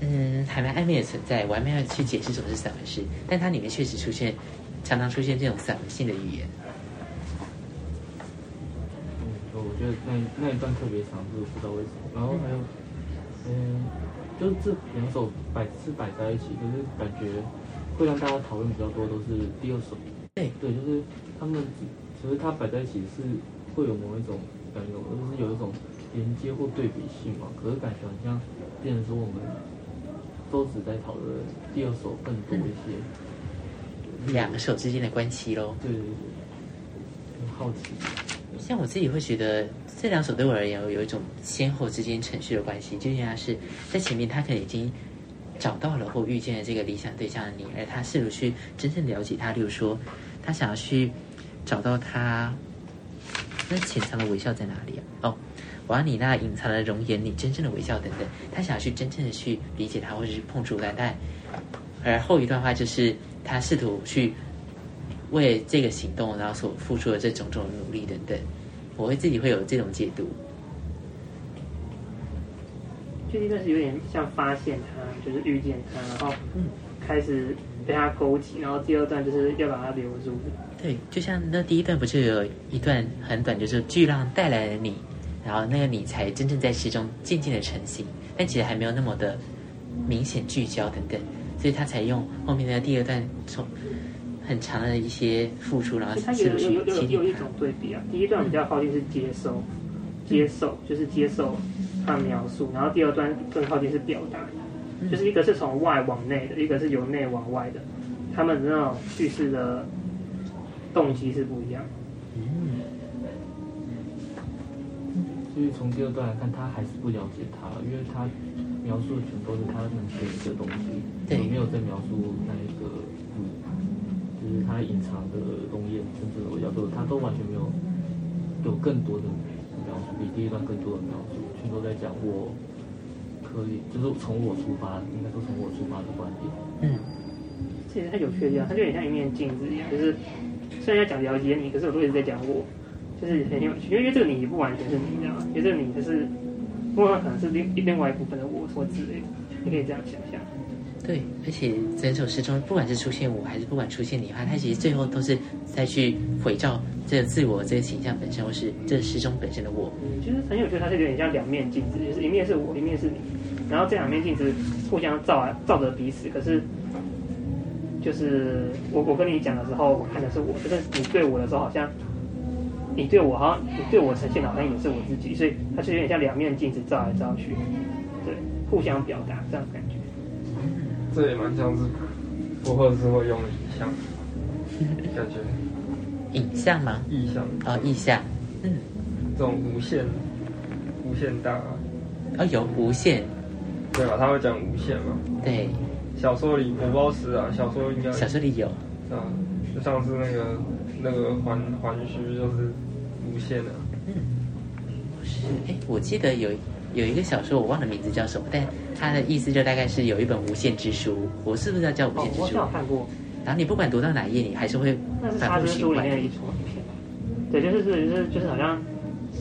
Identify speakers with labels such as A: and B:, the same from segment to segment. A: 嗯，海蓝暧昧的存在，我还没有去解释什么是散文诗，但它里面确实出现，常常出现这种散文性的语言。
B: 嗯，我觉得那那一段特别长，就是不知道为什么。然后还有，嗯，就是这两首摆是摆在一起，就是感觉会让大家讨论比较多，都是第二首。
A: 对
B: 对，就是他们只，就是它摆在一起是会有某一种感觉，就是有一种连接或对比性嘛。可是感觉好像变成说我们都只在讨论第二首更多一些。
A: 两手之间的关系喽。
B: 对对对，很好奇。
A: 像我自己会觉得这两首对我而言有一种先后之间程序的关系，就像是在前面他可能已经找到了或遇见了这个理想对象的你，而他试图去真正了解他，例如说他想要去找到他那潜藏的微笑在哪里啊？哦，我要你那隐藏的容颜，你真正的微笑等等，他想要去真正的去理解他，或者是碰触他，但而后一段话就是他试图去为这个行动，然后所付出的这种种努力等等，我会自己会有这种解读。
C: 就一段是有点像发现他，就是遇见他，然后开始被他勾起，然后第二段就是要把他留住。
A: 对，就像那第一段不是有一段很短，就是巨浪带来了你，然后那个你才真正在其中渐渐的成型，但其实还没有那么的明显聚焦等等，所以他才用后面的第二段从很长的一些付出，然后
C: 就他
A: 试
C: 有
A: 图
C: 有有
A: 去
C: 有
A: 接
C: 有
A: 近
C: 一
A: 他
C: 种。对比啊，第一段比较靠近是接收，接受就是接受他的描述，然后第二段更靠近是表达，就是一个是从外往内的，一个是由内往外的，他们的那种叙事的动机是不一样的。
B: 所以从第二段来看，他还是不了解他，因为他描述的全都是他能给你的东西，
A: 对
B: 没有在描述那一个，嗯，就是他隐藏的东西，真正的味道都，他都完全没有有更多的描述，比第一段更多的描述，全都在讲我可以，就是从我出发，应该说从我出发的观点。
A: 嗯，
C: 其实它有趣的地方，它就很像一面镜子一样，就是虽然要讲了解你，可是我都一直在讲我，就是很有趣，因为这个你不完全是你，你知道吗？因为这个你就是，不过可能是另另外一部分的我或之类的，你可以这样想象。
A: 对，而且整首诗中，不管是出现我，还是不管出现你的话，它其实最后都是再去回照这个自我这个形象本身，或是这诗中本身的我。
C: 嗯，就是很有趣，它是有点像两面镜子，就是一面是我，一面是你，然后这两面镜子互相照啊照着彼此，可是。就是我我跟你讲的时候，我看的是我，可是你对我的时候，好像你对我好像你对我呈现的好像也是我自己，所以它是有点像两面镜子照来照去，对，互相表达这样的感觉。
D: 这也蛮像是博后之后用的影像，感觉
A: 影像吗？
D: 意象
A: 哦，意象。嗯，
D: 这种无限无限大，
A: 哦，有无限。
D: 对吧？他会讲无限嘛？
A: 对，
D: 小说里我不知道是啊，小说应该
A: 小说里有。
D: 啊，就像是那个那个环环虚就是无限的、
A: 是，哎，我记得有有一个小说，我忘了名字叫什么，但它的意思就大概是有一本无限之书，我是不是要叫无
C: 哦
A: 限，之
C: 我好
A: 书？
C: 像有看过，
A: 然后你不管读到哪一页，你还是会
C: 那是《
A: 反
C: 沙
A: 复
C: 之
A: 循
C: 书》里
A: 环
C: 面。的一出片，对，就是是就是就是好像，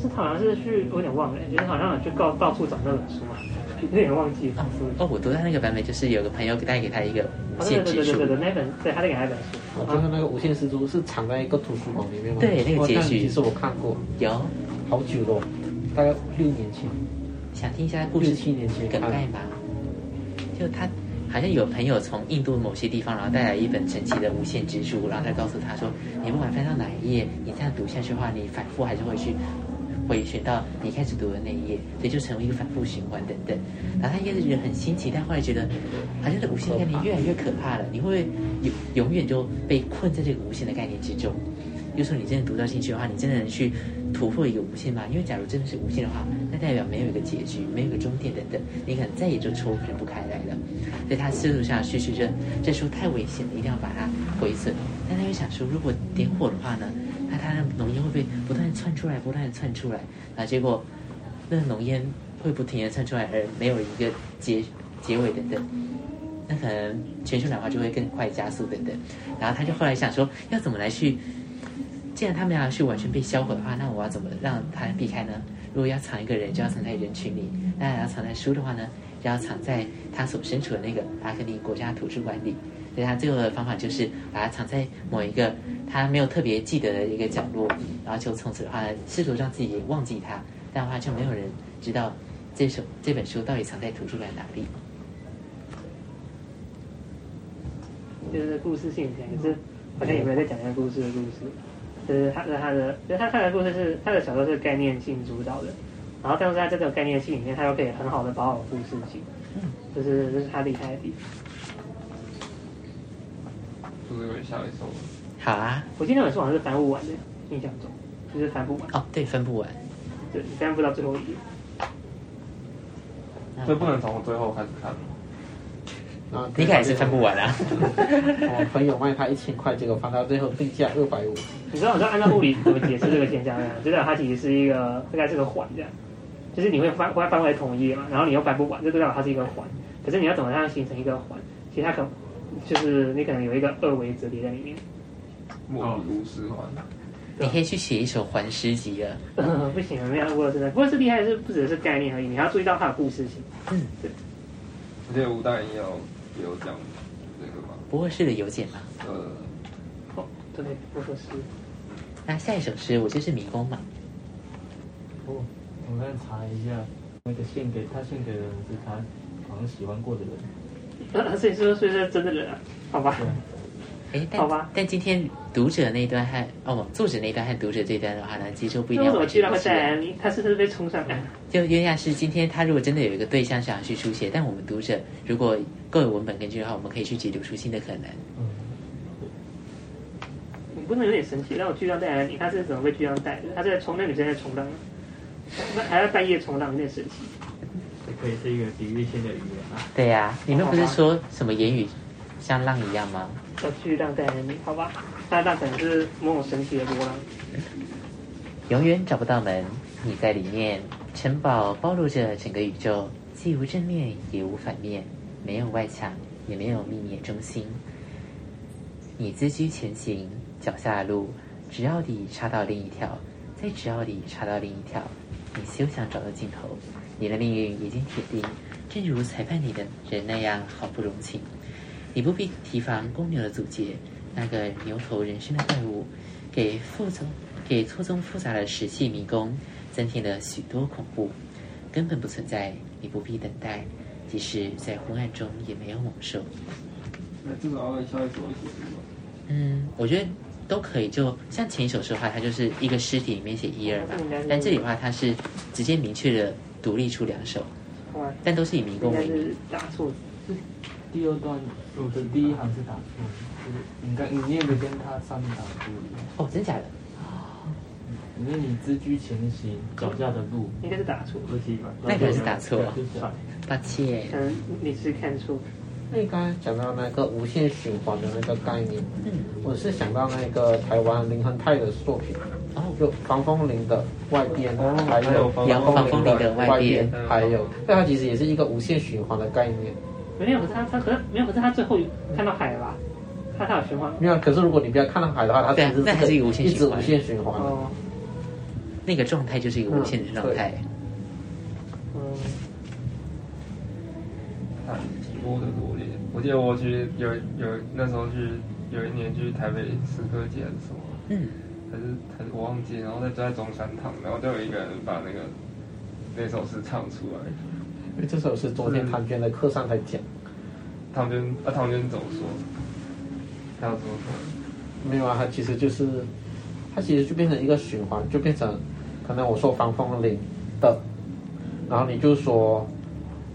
C: 是他好像是去，我有点忘了，就是好像有去告到处找那本书嘛，有点忘记书。
A: 哦，我读到那个版本就是有个朋友带给他一个无
C: 哦，对
A: 限之
C: 对对对
A: 书
C: 对，对，那本对，他在给他一本书。啊
E: 我知道那个无限蜘蛛是藏在一个图书馆里面吗？
A: 对那个
E: 哦
A: 结局
E: 其实我看过，
A: 有。
E: 好久了，大概六年前。
A: 想听一下故事
E: 六七年前
A: 梗概吗？就他好像有朋友从印度某些地方，然后带来一本神奇的无限之书，然后他告诉他说，你不管翻到哪一页，你这样读下去的话，你反复还是会去回旋到你开始读的那一页，所以就成为一个反复循环等等。然后他一开始觉得很新奇，但后来觉得好像这无限的概念越来越可怕了，你会不会永永远就被困在这个无限的概念之中？就说你真的读到进去的话，你真的能去突破一个无限吗？因为假如真的是无限的话，那代表没有一个结局，没有一个终点等等，你可能再也就抽离不开来了。所以他思路上叙事着，这书太危险了，一定要把它毁损。但他又想说，如果点火的话呢，那他的浓烟会不会不断的窜出来，不断的窜出来？啊，结果那个浓烟会不停的窜出来，而没有一个结结尾等等。那可能全球暖化就会更快加速等等。然后他就后来想说，要怎么来去，既然他们俩是完全被销毁的话，那我要怎么让他避开呢？如果要藏一个人，就要藏在人群里；那要藏在书的话呢，要藏在他所身处的那个达克尼国家图书馆里。所以他最后的方法就是把它藏在某一个他没有特别记得的一个角落，然后就从此的话试图让自己忘记它，但的话就没有人知道这首这本书到底藏在图书馆哪里。
C: 就是故事性强，可是好像也没有在讲那故事的故事。就是他的他的，就是他他的故事是他的小说是概念性主导的，然后但是他在这种概念性里面，他又可以很好的把好故事性，就是这是他厉害的地方。
D: 就是有下一首，
A: 好啊，
C: 我记得那本书好像是翻不完的，印象中就是翻不完，
A: 哦，对，分不完。
C: 对，翻不到最后一页。
A: 啊
D: 所以不能从最后开始看。
E: 啊，
A: 嗯你可还是分不完啊。
E: 我朋友卖他一千块，结果翻到最后定价二百五，
C: 你知道，你知道按照物理怎么解释这个现象吗？就代表它其实是一个大概是个环这样，就是你会翻翻翻回同一页嘛，然后你又翻不完，这就代表它是一个环。可是你要懂得它形成一个环，其实它可能就是你可能有一个二维折叠在里面。
D: 莫比乌斯环，
A: 你可以去写一首还诗集啊了。
C: 不行，没有过真的。不过是厉害是不只是概念而已，你要注意到它的故事性。
D: 我记得吴大也有也有讲这个嘛，
A: 不过是的有解吗？
D: 呃，
C: 哦，对，我说是。
A: 那下一首诗我就是迷宫嘛。
B: 哦，我再查一下，那个献给他献给的人是他好像喜欢过的人，
C: 呃， 所以说，所以说真的人啊，好吧
B: 对。啊，
A: 哎，但
C: 好吧
A: 但今天读者那一段和哦，作者那一段和读者这一段的话呢，其实就不一
C: 那
A: 定
C: 为
A: 要
C: 什么
A: 完全一
C: 居然会
A: 致
C: 带来你？他是不是被冲上来？
A: 就有点像是今天他如果真的有一个对象想要去书写，但我们读者如果够有文本根据的话，我们可以去解读出新的可能。
B: 嗯，
C: 你不能有点生气，让我巨浪带来你，他是怎么被巨浪带的？他在冲，那女生在冲浪，那还在半夜冲浪，有点神奇。
B: 这可以是一个比喻性的语言啊。
A: 对呀、你们
C: 好
A: 不是
C: 吧
A: 说什么言语像浪一样吗？
C: 要巨浪带来你，好吧？那那可能是某种神奇的波浪。
A: 永远找不到门，你在里面。城堡包罗着整个宇宙，既无正面也无反面，没有外墙，也没有秘密中心。你自居前行，脚下的路，只要你插到另一条，再只要你插到另一条，你休想找到尽头。你的命运已经铁定，正如裁判你的人那样毫不容情。你不必提防公牛的阻截，那个牛头人身的怪物，给复杂给错综复杂的石器迷宫增添了许多恐怖，根本不存在。你不必等待，即使在昏暗中也没有猛兽。
D: 那哎至少要下一首写什么？
A: 嗯，我觉得都可以。就像前一首诗的话，它就是一个诗体里面写一二嘛，但这里的话，它是直接明确的独立出两首，
C: 好吧？
A: 但都是以迷
C: 应
A: 宫
C: 该
A: 为名。
C: 是打错字。
B: 第二段我的第一行是打错的，就是你刚你念的跟他上面打的不一样。
A: 哦，真假的？
B: 因为你自居前行，脚下的路，
C: 应该是打错，
B: 而且
A: 那个是打错了
B: 就是反
A: 抱歉，
C: 可能你是看错。
E: 那刚才讲到那个无限循环的那个概念，
A: 嗯，
E: 我是想到那个台湾林恒泰的作品，
A: 哦，
E: 就防风林的外边，还有
D: 还
A: 有防风林的外
E: 外
A: 边嗯
E: 还有，但它其实也是一个无限循环的概念。
C: 没有，可是他他可是没有，可是他最后看到海了吧？他他有循环。
E: 没有，可是如果你不要看到海的话，它
A: 对啊
E: 其实
A: 那还是一个无限
E: 一
A: 循
E: 直
A: 环
E: 无限循环。
C: 哦，
A: 那个状态就是一个无限的状态。
C: 嗯，
D: 看几波的罗列。我记得我去有有那时候去有一年去台北诗歌节还是什么，
A: 嗯，
D: 还是还是我忘记，然后哦在就在中山堂，然后就有一个人把那个那首诗唱出来。
E: 因为这首是昨天唐娟的课上才讲，
D: 唐娟啊，唐娟总说，他要说什
E: 没有啊，它其实就是，它其实就变成一个循环，就变成可能我说防风林的，然后你就说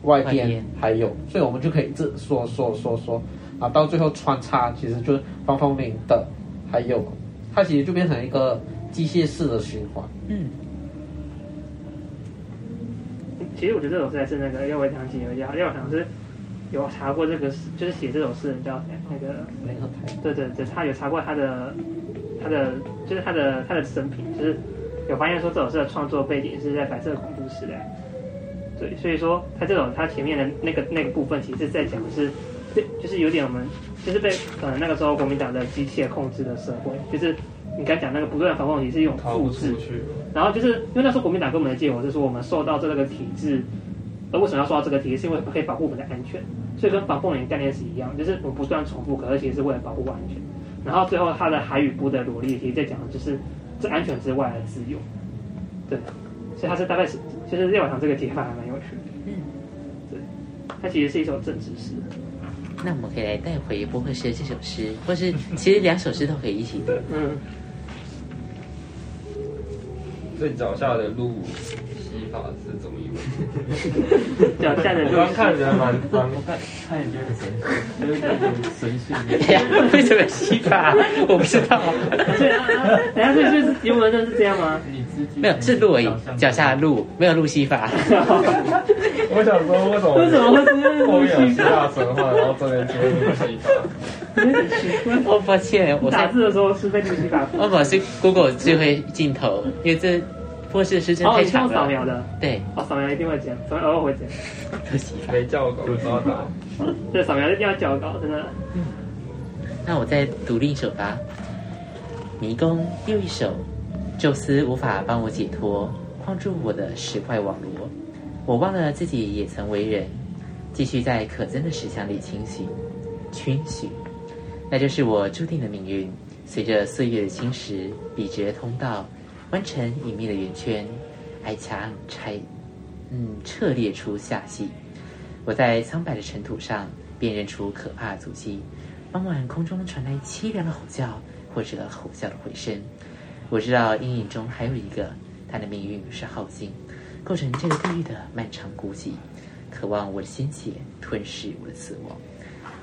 E: 外
A: 外
E: 边
A: 边
E: 还有，所以我们就可以一直说说说说，啊，到最后穿插其实就是防风林的还有，它其实就变成一个机械式的循环。
A: 嗯，
C: 其实我觉得这首诗还是那个廖伟堂姐比较好，廖伟堂是有查过这个诗，就是写这首诗的人叫谁那个
E: 联合台
C: 对对对，他有查过他的他的就是他的他的生平，就是有发现说这首诗的创作背景是在白色恐怖时代。对，所以说他这种他前面的那个那个部分，其实在讲的是，对，就是有点我们就是被可能那个时候国民党的机械控制的社会，就是你刚讲那个不断反共，也是一种
D: 么，逃
C: 复
D: 不
C: 制
D: 出，去。
C: 然后就是因为那时候国民党跟我们的借口是说我们受到这个体制而为什么要说到这个题，是因为可以保护我们的安全，所以跟防风林概念是一样，就是我们不断重复，可是其实是为了保护安全。然后最后它的海与波的萝莉题在讲的就是这安全之外的自由，对，所以它是大概是就是夜晚上这个题法还蛮有趣的，
A: 嗯，
C: 对，它其实是一首政治诗，
A: 那我们可以来带回波克诗这首诗，或是其实两首诗都可以一起读。
C: 嗯，
D: 最脚下的路洗法是怎么一回事？
C: 脚下的
D: 我
C: 路
D: 刚看觉得蛮蛮看，
B: 他也觉得很神奇，有点神性。
A: 哎呀，为什么西法？我不知道，
C: 所以等一下这就是原文真的是这样吗？
B: 你自己
A: 没有是路而已，脚下路没有路西法。
D: 我想说为什么
C: 为什么会这样
D: 后面有希腊神 话，然后这边出现路西法？
A: 哦，抱歉，我
C: 打
A: 在
C: 字的时候是被路西法
A: 哦，我是 Google 智慧镜头，因为这波士诗真的
C: 哦，
A: 太
C: 你是
A: 长
C: 用扫
A: 了。
C: 描的，
A: 对，
C: 哦，扫描一定会剪，扫描偶尔会剪，
A: 都西法。
D: 没叫狗抓到，
C: 对，扫描一定要校稿，真的。
A: 那我再读另一首吧，《迷宫》又一首，宙斯无法帮我解脱，框住我的石块网罗，我忘了自己也曾为人，继续在可憎的石墙里清洗、逡巡，那就是我注定的命运。随着岁月的侵蚀，笔直的通道，弯成隐秘的圆圈，矮墙拆，嗯，彻裂出下隙。我在苍白的尘土上辨认出可怕的足迹。傍晚，空中传来凄凉的吼叫，或者吼叫的回声。我知道阴影中还有一个，他的命运是耗尽，构成这个地狱的漫长孤寂，渴望我的鲜血吞噬我的死亡。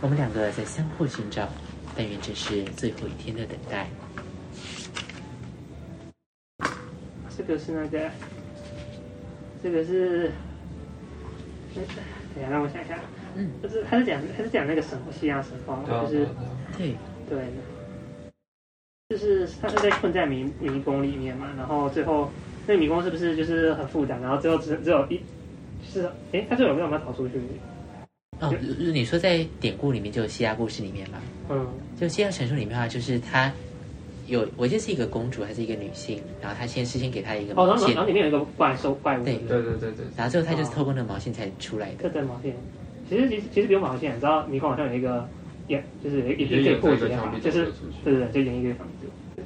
A: 我们两个在相互寻找，但愿这是最后一天的等待。
C: 这个是那个，这个是，哎等一下让我想一下，
A: 嗯，
C: 就是他是讲他是讲那个神西洋神话，
D: 对啊
C: 就是
A: 对，
C: 对，就是他是在困在迷迷宫里面嘛，然后最后那个迷宫是不是就是很复杂，然后最后只只有一，就是哎，他最后有没有办法逃出去？
A: 哦，你说在典故里面，就希腊故事里面嘛，
C: 嗯，
A: 就希腊神说里面的话，就是她有，我记得是一个公主还是一个女性，然后她先事先给她一个
C: 哦，
A: 毛
C: 然后
A: 线
C: 然后，里面有一个怪兽怪物，
A: 对
C: 不
D: 对对对对，
A: 然后最后她就是透过那个毛线才出来的
C: 特。征毛线。其实其实其实不用毛线，你知道迷宫好像有一个演，就是有一
D: 也
C: 一
D: 有
C: 个破解
D: 这个
C: 法
D: 墙壁，
C: 就是
D: 走出去
C: 对对对，就演一个房子。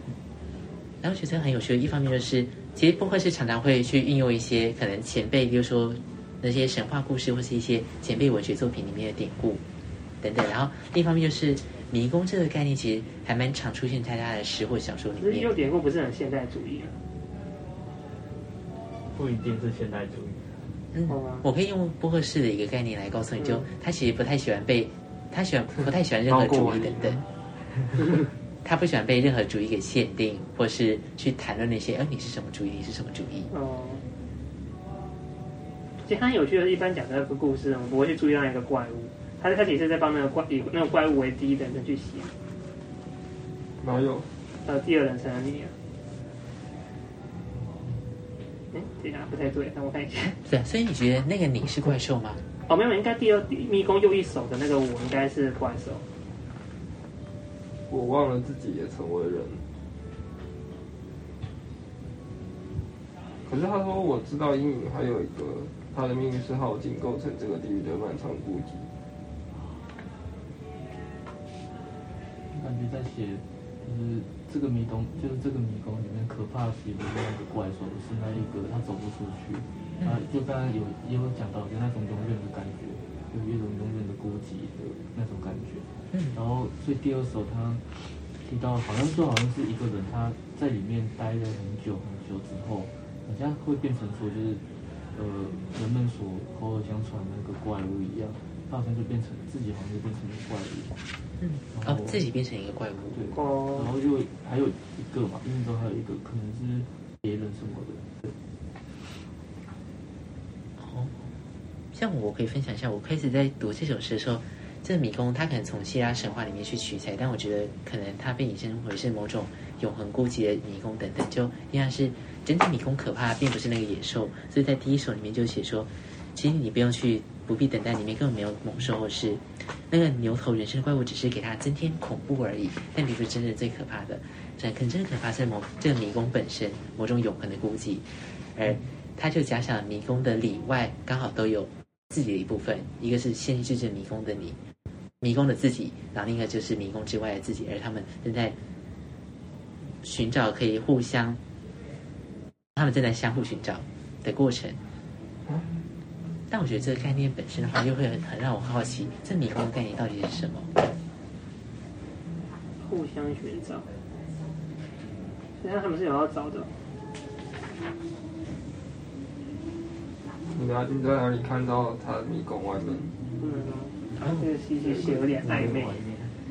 A: 然后觉得很有趣的一方面就是，其实播客是常常会去运用一些可能前辈，比如说那些神话故事或是一些前辈文学作品里面的典故等等。然后另一方面就是迷宫这个概念，其实还蛮常出现在他的诗或小说里
C: 只是
A: 面
C: 用。典故不是很现代主义啊。
B: 不一定是现代主义。
A: 嗯
C: 好吧，
A: 我可以用播客式的一个概念来告诉你，就
C: 嗯
A: 他其实不太喜欢被，他喜欢不太喜欢任何主义等等。 他不喜欢被任何主义给限定，或是去谈论那些，呃，你是什么主义，你是什么主义。
C: 哦、其实它有趣的，是，一般讲的那个故事，我们不会去注意到那个怪物，它它其实在帮那个怪以那个怪物为第一人称去写，
D: 哪有？
C: 呃，第二人称的你啊。哎，等一下不太对，让我看一下。
A: 对啊，所以你觉得那个你是怪兽吗？
C: 哦，没有，应该第二迷宫右一手的那个我应该是怪兽。
D: 我忘了自己也成为人。可是他说我知道阴影还有一个，他的命运是耗尽构成这个地狱的漫长孤寂。
B: 感觉在写，就是这个迷宫，就是这个迷宫里面可怕的写的是那个怪兽，是那一个他走不出去。啊，就刚刚有也有讲到，就那种永远的感觉，有一种永远的孤寂的那种感觉。
A: 嗯
B: 然后，所以第二首他提到，好像就好像是一个人他在里面待了很久很久之后，好像会变成说就是，呃，人们所口耳相传的那个怪物一样，他好像就变成自己好像就变成了怪物。
A: 嗯，哦，自己变成一个怪物。
B: 对，然
C: 哦，
B: 后又还有一个嘛，印度还有一个可能是别人什么的，
A: 哦，像我可以分享一下，我开始在读这首诗的时候，这个迷宫它可能从希腊神话里面去取材，但我觉得可能它被引申为是某种永恒孤寂的迷宫等等，就依然是真正迷宫可怕，并不是那个野兽。所以在第一首里面就写说，其实你不用去，不必等待，里面根本没有猛兽或是那个牛头人身的怪物，只是给它增添恐怖而已，但并不是真正最可怕的。这可能真正可怕是某这个迷宫本身某种永恒的孤寂，而它就假想迷宫的里外刚好都有自己的一部分，一个是限制着迷宫的你，迷宫的自己，然后另一个就是迷宫之外的自己，而他们正在寻找可以互相，他们正在相互寻找的过程。但我觉得这个概念本身的话，又会很很让我好奇，这迷宫概念到底是什么？
C: 互相寻找。等下他们是有要找的，
D: 你哪你在哪里看到他的迷宫外面？
C: 不能哦。这个戏剧写有点暧昧，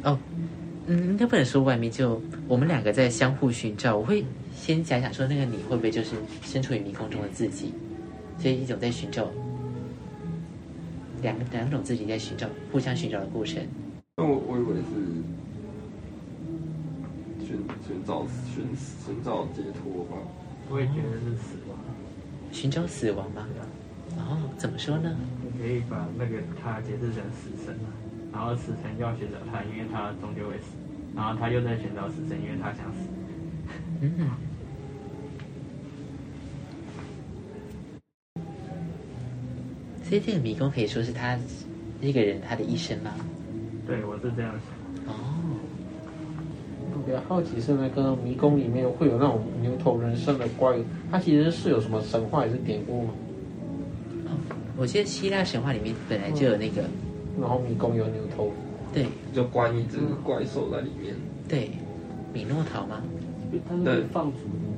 A: 哦，嗯，应该不能说外面就我们两个在相互寻找。我会先假想说，那个你会不会就是身处于迷宫中的自己？所以一种在寻找，两两种自己在寻找，互相寻找的过程。
D: 那我我以为是寻寻找寻寻找解脱吧。
B: 我也觉得是死亡。
A: 寻找死亡吗？哦，怎么说呢？
B: 你可以把那个他解释成死神啊，然后死神要寻找他，因为他终究会死，然后他又在寻找死神，因为他想死。
A: 嗯，所以这个迷宫可以说是他一个人他的一生吗？
B: 对我是这样想，
A: 哦，
E: 我比较好奇是那个迷宫里面会有那种牛头人身的怪，它其实是有什么神话还是典故吗？
A: 哦，我记得希腊神话里面本来就有那个，
E: 然后迷宫有牛头，
A: 对
D: 就关一只怪兽在里面，
A: 对，米诺陶吗？
B: 他是被放逐的吗，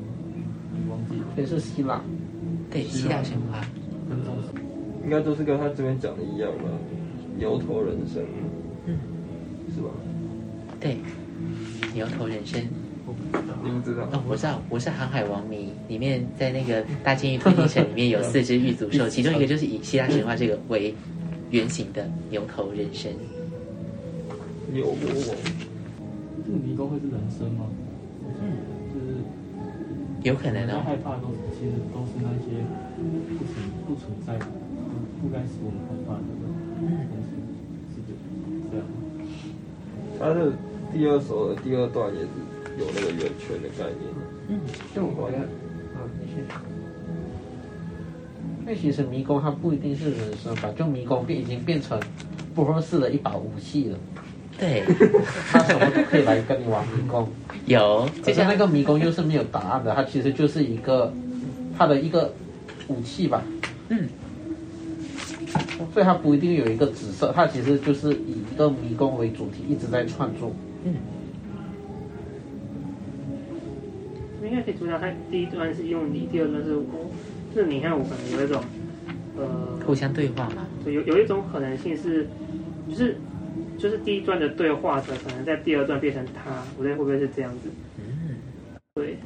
B: 你忘记了？
E: 所以是希腊。
A: 对，希腊神话。
D: 应该都是跟他这边讲的一样吧？牛头人生
A: 嗯，
D: 是吧？
A: 对，牛头人生。
B: 我不知道。
D: 你不知道？
A: 哦，我知道，我是航海王迷。里面在那个大监狱推进城里面有四只狱卒兽，其中一个就是以希腊神话这个为原型的牛头人身。
D: 牛魔王，
B: 这个迷宫会是人生吗？
A: 嗯，
B: 就是
A: 有可能
B: 我们在害
A: 哦。
B: 怕的都是其实都是那些不存不存在的，不不该使我们害怕的东西，是的，这样吗。
D: 他的第二首的第二段也是有那个圆圈的概念。
A: 嗯，
E: 就我觉得，嗯，你先。那其实迷宫它不一定是人生吧，就迷宫变已经变成不合适的一把武器了，
A: 对，
E: 它什么都可以来跟你玩迷 宫。
A: 有，
E: 就
A: 就
E: 像
A: 像
E: 那个迷宫又是没有答案的，它其实就是一个它的一个武器吧，
A: 嗯，
E: 所以它不一定有一个紫色，它其实就是以一个迷宫为主题一直在串珠。
C: 应该可以注意到，它第一段是用你，第二段是我，就是你看我可能有一种，呃，
A: 互相对话嘛。
C: 对有有一种可能性是，就是就是第一段的对话者可能在第二段变成他，我觉得会不会是这样子？
A: 嗯，
C: 对，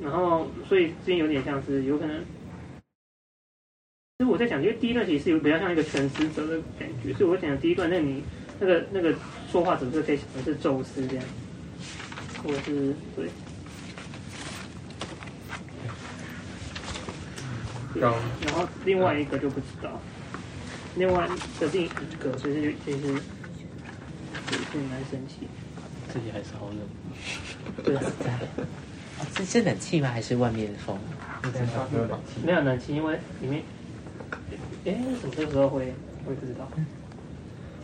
C: 然后所以这边有点像是有可能，其实我在想，因为第一段其实有比较像一个全知者的感觉，所以我想第一段那你那个那个说话者是可以想成是宙斯这样，或者是对，
D: 刚
C: 然后另外一个就不知道，另外的另一个所以就其实也是蛮神奇，
A: 这里还是好冷。
C: 对，
A: 哦是是冷气吗？还是外面的风？
C: 没有冷气，因为里面，哎，为什么这个时候会我也不知道，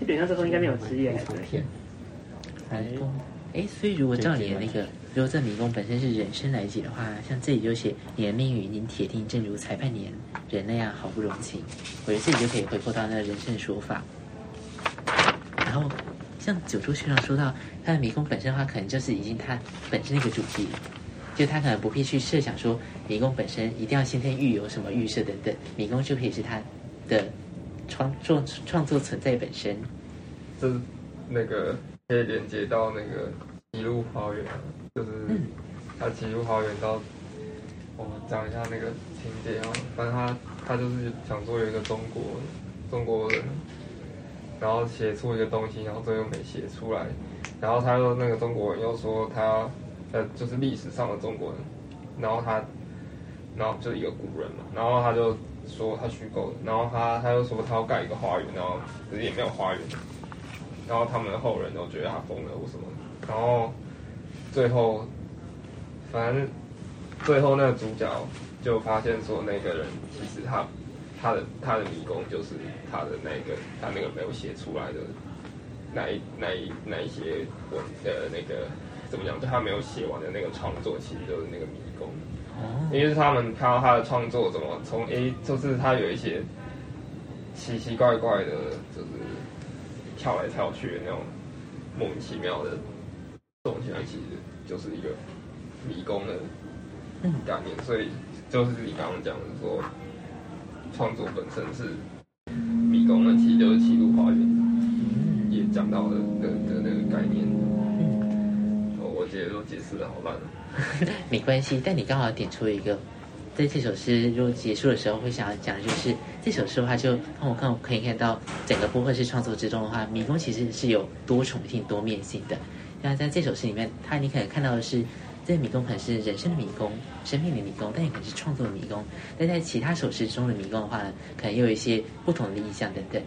C: 基本上这时候应该没有职业对。
E: 天，
A: 迷宫。哎，所以如果照你的那个，如果这迷宫本身是人生来解的话，像这里就写你的命运已经铁定，正如裁判年人那样毫不容情。我觉得这里就可以回扣到那个人生的说法。然后，像九州学长说到他的迷宫本身的话，可能就是已经他本身的一个主题，就他可能不必去设想说迷宫本身一定要先天预有什么预设等等，迷宫就可以是他的创作创作存在本身。
D: 这是那个可以连接到那个极鹿花园啊，就是
A: 嗯
D: 他极鹿花园到我讲一下那个情节啊，反正他他就是想说有一个中国中国人，然后写出一个东西，然后最后没写出来，然后他又那个中国人又说他呃就是历史上的中国人，然后他然后就是一个古人嘛，然后他就说他虚构的，然后他他又说他要盖一个花园，然后可是也没有花园。然后他们的后人都觉得他疯了或什么，然后最后，反正最后那个主角就发现说那个人其实他他的他的迷宫就是他的那个他那个没有写出来的那一那一那一些文的那个怎么讲，就他没有写完的那个创作，其实就是那个迷宫。
A: 哦，
D: 因为是他们看到他的创作怎么从 A，就是他有一些奇奇怪怪的，就是跳来跳去的那种莫名其妙的动起来，其实就是一个迷宫的概念，所以就是你刚刚讲的说，创作本身是迷宫的，其实就是七度花园
A: 嗯
D: 也讲到的的的那个概念。哦，我觉得都解释的好烂哦。
A: 没关系，但你刚好点出了一个，在这首诗如果结束的时候会想要讲的就是这首诗的话就，让我看可以看到整个波赫式创作之中的话，迷宫其实是有多重性、多面性的。那在这首诗里面，它你可能看到的是，这迷宫可能是人生的迷宫、生命的迷宫，但也可能是创作的迷宫。但在其他首诗中的迷宫的话呢，可能又有一些不同的意象等等。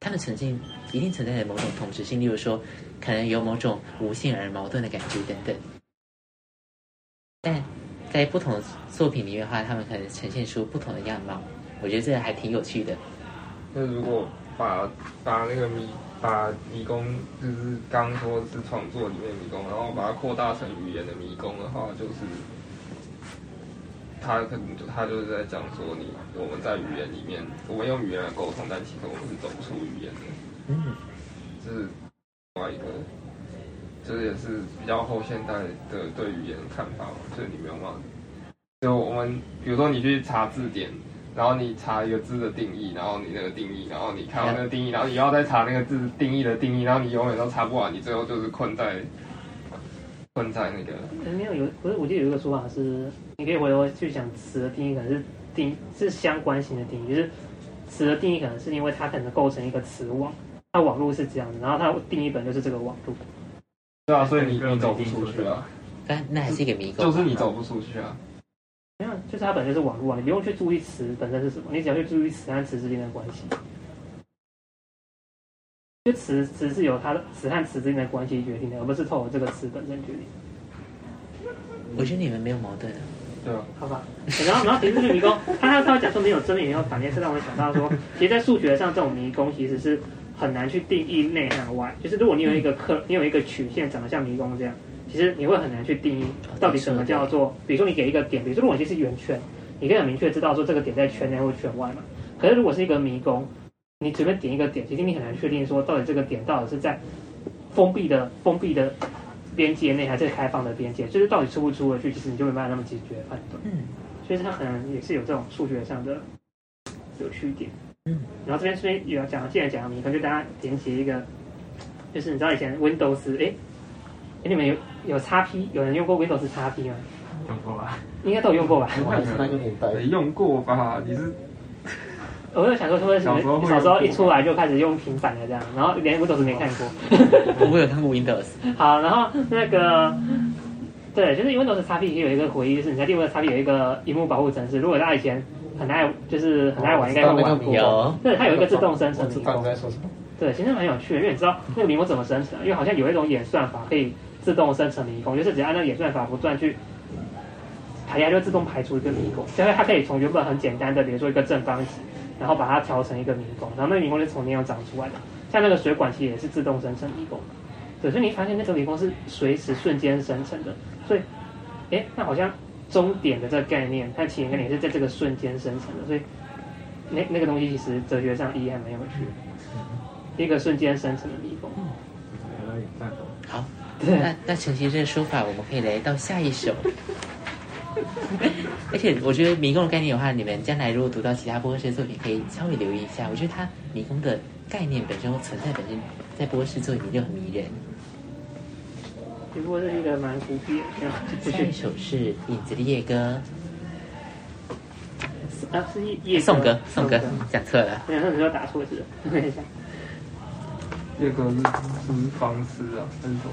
A: 他们曾经一定存在着某种同质性，例如说，可能有某种无限而矛盾的感觉等等。但在不同的作品里面的话，他们可能呈现出不同的样貌。我觉得这个还挺有趣的。
D: 那如果把把那个迷把迷宫，就是刚刚说是创作里面的迷宫，然后把它扩大成语言的迷宫的话，就是他可能就他就是在讲说你我们在语言里面，我们用语言来沟通，但其实我们是走不出语言的，
A: 嗯，
D: 这是另外一个，这也是比较后现代的对语言的看法嘛，就是你没有办法，就我们比如说你去查字典，然后你查一个字的定义，然后你那个定义，然后你看到那个定义，然后你要再查那个字定义的定义，然后你永远都查不完，你最后就是困在困在那个
C: 哎没有有，可是我记得有一个说法是，你可以回头去讲词的定义，可能是定是相关性的定义，就是词的定义可能是因为它可能构成一个词网，它网络是这样的，然后它定义本就是这个网络。
D: 对啊，所以你你走不出去啊，
A: 但那还是一个迷宫吧。
D: 就是你走不出去啊，
C: 没有，就是它本身是网络啊，你不用去注意词本身是什么，你只要去注意词和词之间的关系。就词词是由它的词和词之间的关系决定的，而不是透过这个词本身决定。
A: 我觉得你们没有矛盾啊。
D: 对啊，
C: 好吧，然后然后提出去迷宫，他他他讲说没有真理没有反面，是让我想到说，其实，在数学上这种迷宫其实是很难去定义内和外，就是如果你有一个刻，你有一个曲线长得像迷宫这样，其实你会很难去定义到底什么叫做，比如说你给一个点，比如说如果你是圆圈，你可以很明确知道说这个点在圈内或圈外嘛，可是如果是一个迷宫，你随便点一个点，其实你很难确定说到底这个点到底是在封闭的封闭的。边界内还是开放的边界，就是到底出不出得去，其实你就没办法那么直觉地判断。
A: 嗯，
C: 所以它可能也是有这种数学上的有趣点。
A: 嗯，
C: 然后这边这边有讲，既然讲到迷宫，就大家点起一个，就是你知道以前 Windows 哎、诶你们有有 XP 有人用过 Windows XP 吗？
B: 用过吧？
C: 应该都有用过
D: 嗯
C: 吧？
E: 我也是那个年代，
D: 没哎用过吧？你是
C: 我就想说，说什
D: 小时候
C: 么
D: 会
C: 小时候
D: 用过
C: 一出来就开始用平板的这样，然后连 Windows 没看过。
A: 我有看过 Windows。
C: 好，然后那个，对，就是 Windows XP 也有一个回忆，就是你在 Windows XP 有一个荧幕保护程式，如果大家以前很爱，就是很爱
D: 哦
C: 玩，应该会玩过。
A: 有
C: 对，它有一个自动生
E: 我
C: 成
E: 知
C: 迷
E: 道你
C: 宫。
E: 在说什么。
C: 对，其实蛮有趣的，因为你知道那个迷宫怎么生成，因为好像有一种演算法可以自动生成迷宫，就是只要按照演算法不断去排，它就会自动排除一个迷宫。因为它可以从原本很简单的，比如说一个正方形，然后把它调成一个迷宫，然后那个迷宫就从那样长出来的。像那个水管其实也是自动生成迷宫，对，所以你发现那个迷宫是随时瞬间生成的，所以，哎，那好像终点的这个概念，它起源概念也是在这个瞬间生成的，所以那那个东西其实哲学上意义还蛮有趣的。一个瞬间生成的迷宫。
B: 原来也在懂。
A: 好，
C: 对，
A: 那那陈其这个说法，我们可以来到下一首。 而且我觉得迷宫的概念的话，你们将来如果读到其他波士作品，可以稍微留意一下。我觉得它迷宫的概念本身或存在本身，在波士作品里就很迷人。
C: 只不过是一个蛮苦逼的，没有不
A: 下一
C: 是
A: 首是《影子的夜歌
C: 啊，是夜夜》，
A: 哎宋歌，宋歌，讲错了。
C: 没有，那你就打错字了。等一下，
D: 那个是是方诗啊，还是什么？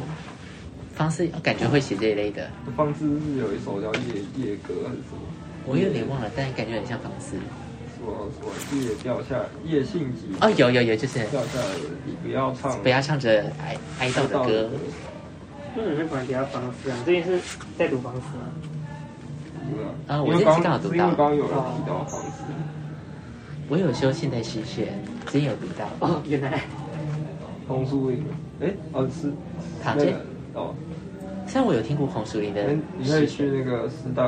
A: 方式我感觉会写这一类的，
D: 方诗是有一首叫夜夜歌还是什么？
A: 我有点忘了，但感觉很像方式。
D: 什么什么夜掉下夜信几
A: 哦，有有有，就是
D: 掉下来了，你不要唱
A: 不要唱着哀哀悼的歌。
C: 为什么会突然提到房思啊？你最近是在读房思吗？
D: 对啊
A: 啊我
D: 因
A: 这次
D: 为刚
A: 刚好读到哦
D: 是因为刚刚有人提到黄石，
A: 我有修现代诗选，之前有读到
C: 哦，原来
D: 红树林，哎，哦是，
A: 唐
D: 那
A: 建
D: 个哦，
A: 虽然我有听过红树林的
D: 哎你可
A: 诗
D: 以去
A: 选，
D: 那个师大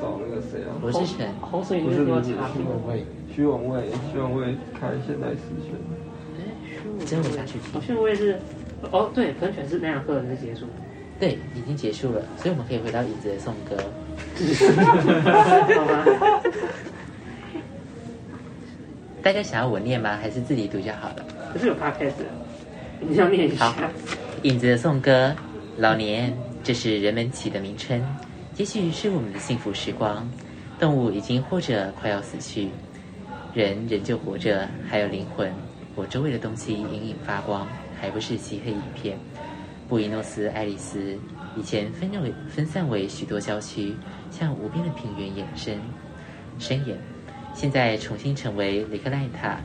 D: 找那个谁啊？
A: 罗志祥，
C: 洪水你是给我查
E: 因
C: 过，
E: 为
D: 徐文蔚，徐文蔚开现代诗选，
A: 真我想去听
C: 哦，。训位是哦，对，喷泉是那堂课是 结束，
A: 对，已经结束了，所以我们可以回到椅子的颂歌。
C: 好吧？
A: 大家想要我念吗？还是自己读就好了？
C: 可是有 podcast，的你要念一下
A: 好。影子的颂歌，老年，这是人们起的名称，也许是我们的幸福时光。动物已经或者快要死去，人仍旧活着，还有灵魂。我周围的东西隐隐发光，还不是漆黑一片。布宜诺斯艾利斯以前分为分散为许多郊区，向无边的平原延伸伸延，现在重新成为雷克赖塔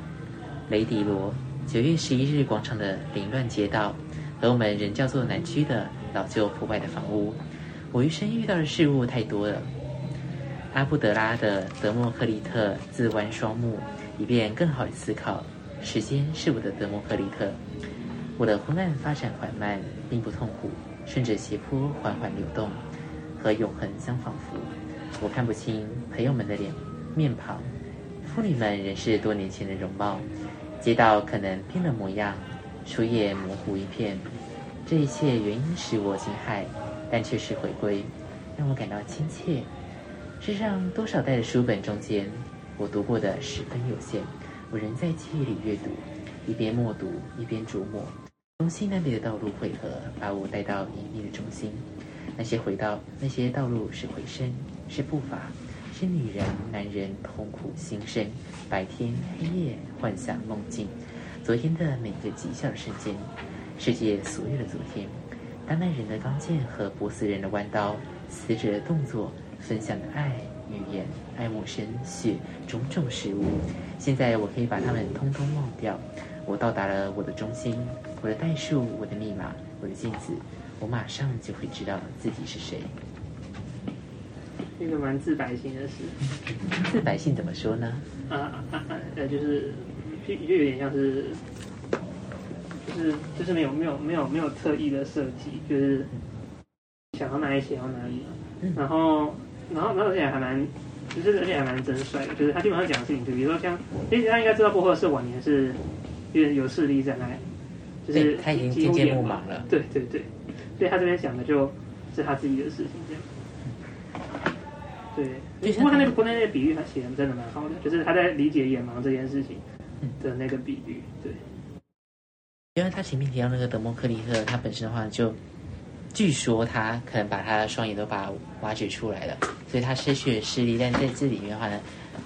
A: 雷迪罗九月十一日广场的凌乱街道，和我们仍叫做南区的老旧破败的房屋。我余生遇到的事物太多了。阿布德拉的德谟克利特自弯双目，以便更好的思考。时间是我的德谟克利特。我的昏暗发展缓慢，并不痛苦，顺着斜坡缓缓流动，和永恒相仿佛。我看不清朋友们的脸面庞，妇女们仍是多年前的容貌，街道可能变了模样，树叶模糊一片。这一切原因使我惊骇，但却是回归，让我感到亲切。世上多少代的书本中间，我读过的十分有限，我仍在记忆里阅读，一边默读，一边琢磨。东西南北的道路汇合，把我带到隐秘的中心。那些回到那些道路是回声，是步伐，是女人、男人痛苦心声，白天、黑夜、幻想、梦境，昨天的每个极小的瞬间，世界所有的昨天，丹麦人的钢剑和波斯人的弯刀，死者的动作，分享的爱、语言、爱默生、血，种种事物。现在我可以把它们通通忘掉。我到达了我的中心，我的代数，我的密码，我的镜子，我马上就会知道自己是谁。
C: 一个蛮自白型的事，
A: 自百姓怎么说呢？
C: 啊啊啊啊！呃，就是就就有点像是，就是就是没有没有没有没有特意的设计，就是想到哪里写到哪里嘛
A: 嗯。
C: 然后然后然后而且还蛮，就是而且还蛮真率的，就是他基本上讲的事情，就比如说像，其实他应该知道薄荷是晚年是有点有势力在那里，就
A: 对
C: 是
A: 他已经
C: 几
A: 渐
C: 乎
A: 渐
C: 也
A: 目盲了。
C: 对对对，所以他这边想的就是他自己的事情这样。对，
A: 就像
C: 不过他那个国内那个比喻，他写的真的蛮好的，就是他在理解眼盲这件事情的那个比喻。对，
A: 因为他前面提到那个德谟克利特，他本身的话就，据说他可能把他的双眼都把挖掘出来了，所以他失去了视力。但在这里面的话呢，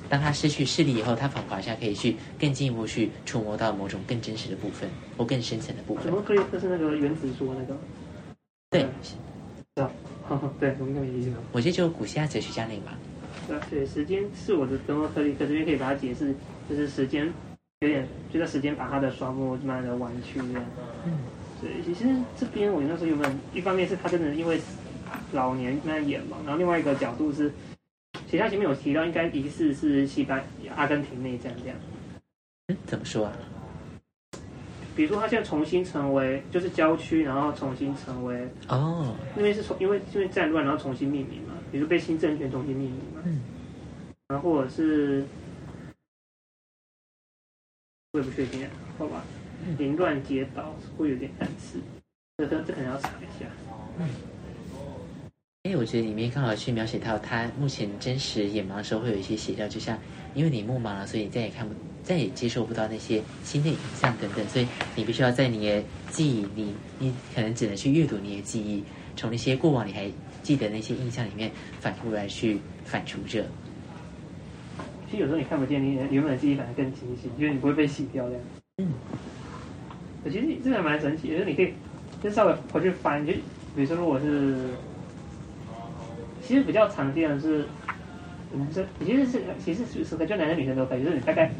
A: 当他失去视力以后，他仿佛好像可以去更进一步去触摸到某种更真实的部分或更深层的部
C: 怎
A: 分。
C: 么可以？这是那个原子说那个，
A: 对，
C: 啊哈哈，对，我们没意思了。
A: 我觉得就古希腊哲学家那嘛，
C: 对啊对，时间是我的德谟克利特，这边可以把它解释，就是时间有点，就在时间把他的双目慢慢的弯曲这样。
A: 嗯，
C: 对，其实这边我那时候原本一方面是他真的因为老年慢慢眼盲，然后另外一个角度是，其实他前面有提到，应该疑似是西班阿根廷内战这样。
A: 嗯，怎么说啊？
C: 比如说他现在重新成为就是郊区，然后重新成为
A: 哦，
C: 那边是从因为因为战乱然后重新命名嘛，比如被新政权重新命名嘛，
A: 嗯
C: 然后或者是我也不确定啊，好吧，
A: 嗯
C: 凌乱街道会有点暗示，这个这可能要查一下。
A: 因为我觉得里面刚好去描写到他目前真实眼盲的时候，会有一些写照，就像因为你目盲了，所以你再也看不、再也接受不到那些新的影像等等，所以你必须要在你的记忆里，你可能只能去阅读你的记忆，从那些过往你还记得那些印象里面反复来去反刍着。
C: 其实有时候你看不见，你原本的记忆反而更清晰，因为你不会被洗掉这样。
A: 嗯，
C: 我其实这个还蛮神奇的，就是你可以就稍微回去翻，就比如说如果是，其实比较常见的是，嗯，这其实是其实是是就男生女生都可以，就是你大概。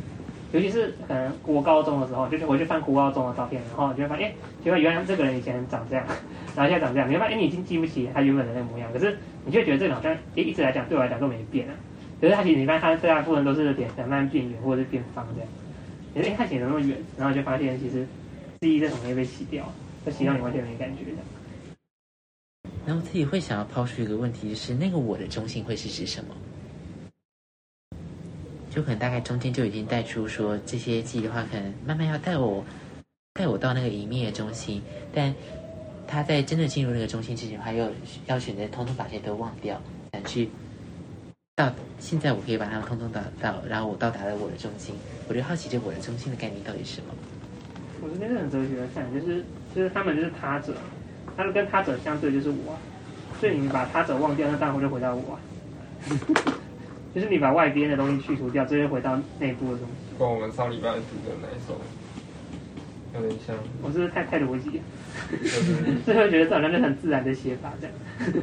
C: 尤其是可能国高中的时候，就是回去翻国高中的照片，然后你就会发现，哎、结果原来这个人以前长这样， 然后现在长这样，你会发现，哎、你已经记不起他原本的那个模样，可是你就会觉得这个人好像，诶一直来讲对我来讲都没变啊，可是他其实你发现他大部分都是扁平慢变圆或者是变方这样。可是哎，他写的那么远，然后就发现其实字义这很容易被洗掉，就洗到你完全没感觉的。
A: 然后自己会想要抛出一个问题，就是那个我的中性会是指什么？就可能大概中间就已经带出说这些计划可能慢慢要带我带我到那个隐秘的中心，但他在真的进入那个中心之前，他又要选择通通把这些都忘掉，想去到现在我可以把它们通通达到，然后我到达了我的中心。我就好奇这我的中心的概念到底是什么？
C: 我是跟这种哲学来看，就是就是他们就是他者，他们跟他者相对就是我、啊，所以你把他者忘掉，那当然会就回到我、啊。就是你把外边的东西去除掉，这就回到内部的东西。
D: 跟我们上礼拜读的那一首有点像，
C: 我是不是太太逻辑了？
D: 就是
C: 所以我觉得这好像是很自然的写法这样。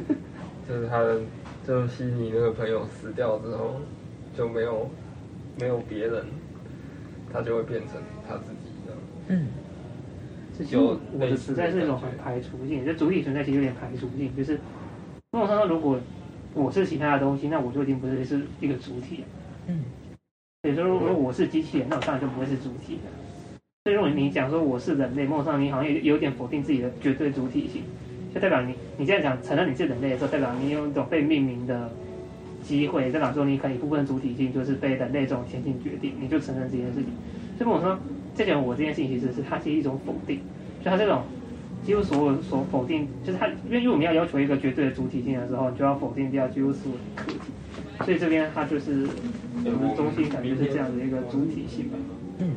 D: 就是他的，就是悉尼那个朋友死掉之后，就没有没有别人，他就会变成他自己这样。
A: 嗯，
C: 这嗯其实我的存在是一种很排除性，就主体存在其实有点排除性，就是某种程度上，如果我是其他的东西，那我就已经不是是一个主体了。
A: 嗯，
C: 也就是说，如果我是机器人，那我当然就不会是主体了。所以，如果你讲说我是人类，某种程度上你好像也有点否定自己的绝对主体性，就代表你你这样讲承认你是人类的时候，代表你有一种被命名的机会，代表说你可能一部分主体性就是被人类这种天性决定，你就承认这件事情。所以某种程度上，这点我这件事情其实是它是一种否定，就它这种几乎所有所否定，就是它因为因为我们要要求一个绝对的主体性的时候，你就要否定掉几乎所有的客体，所以这边它就是我们中心感觉是这样的一个主体性吧。
A: 嗯。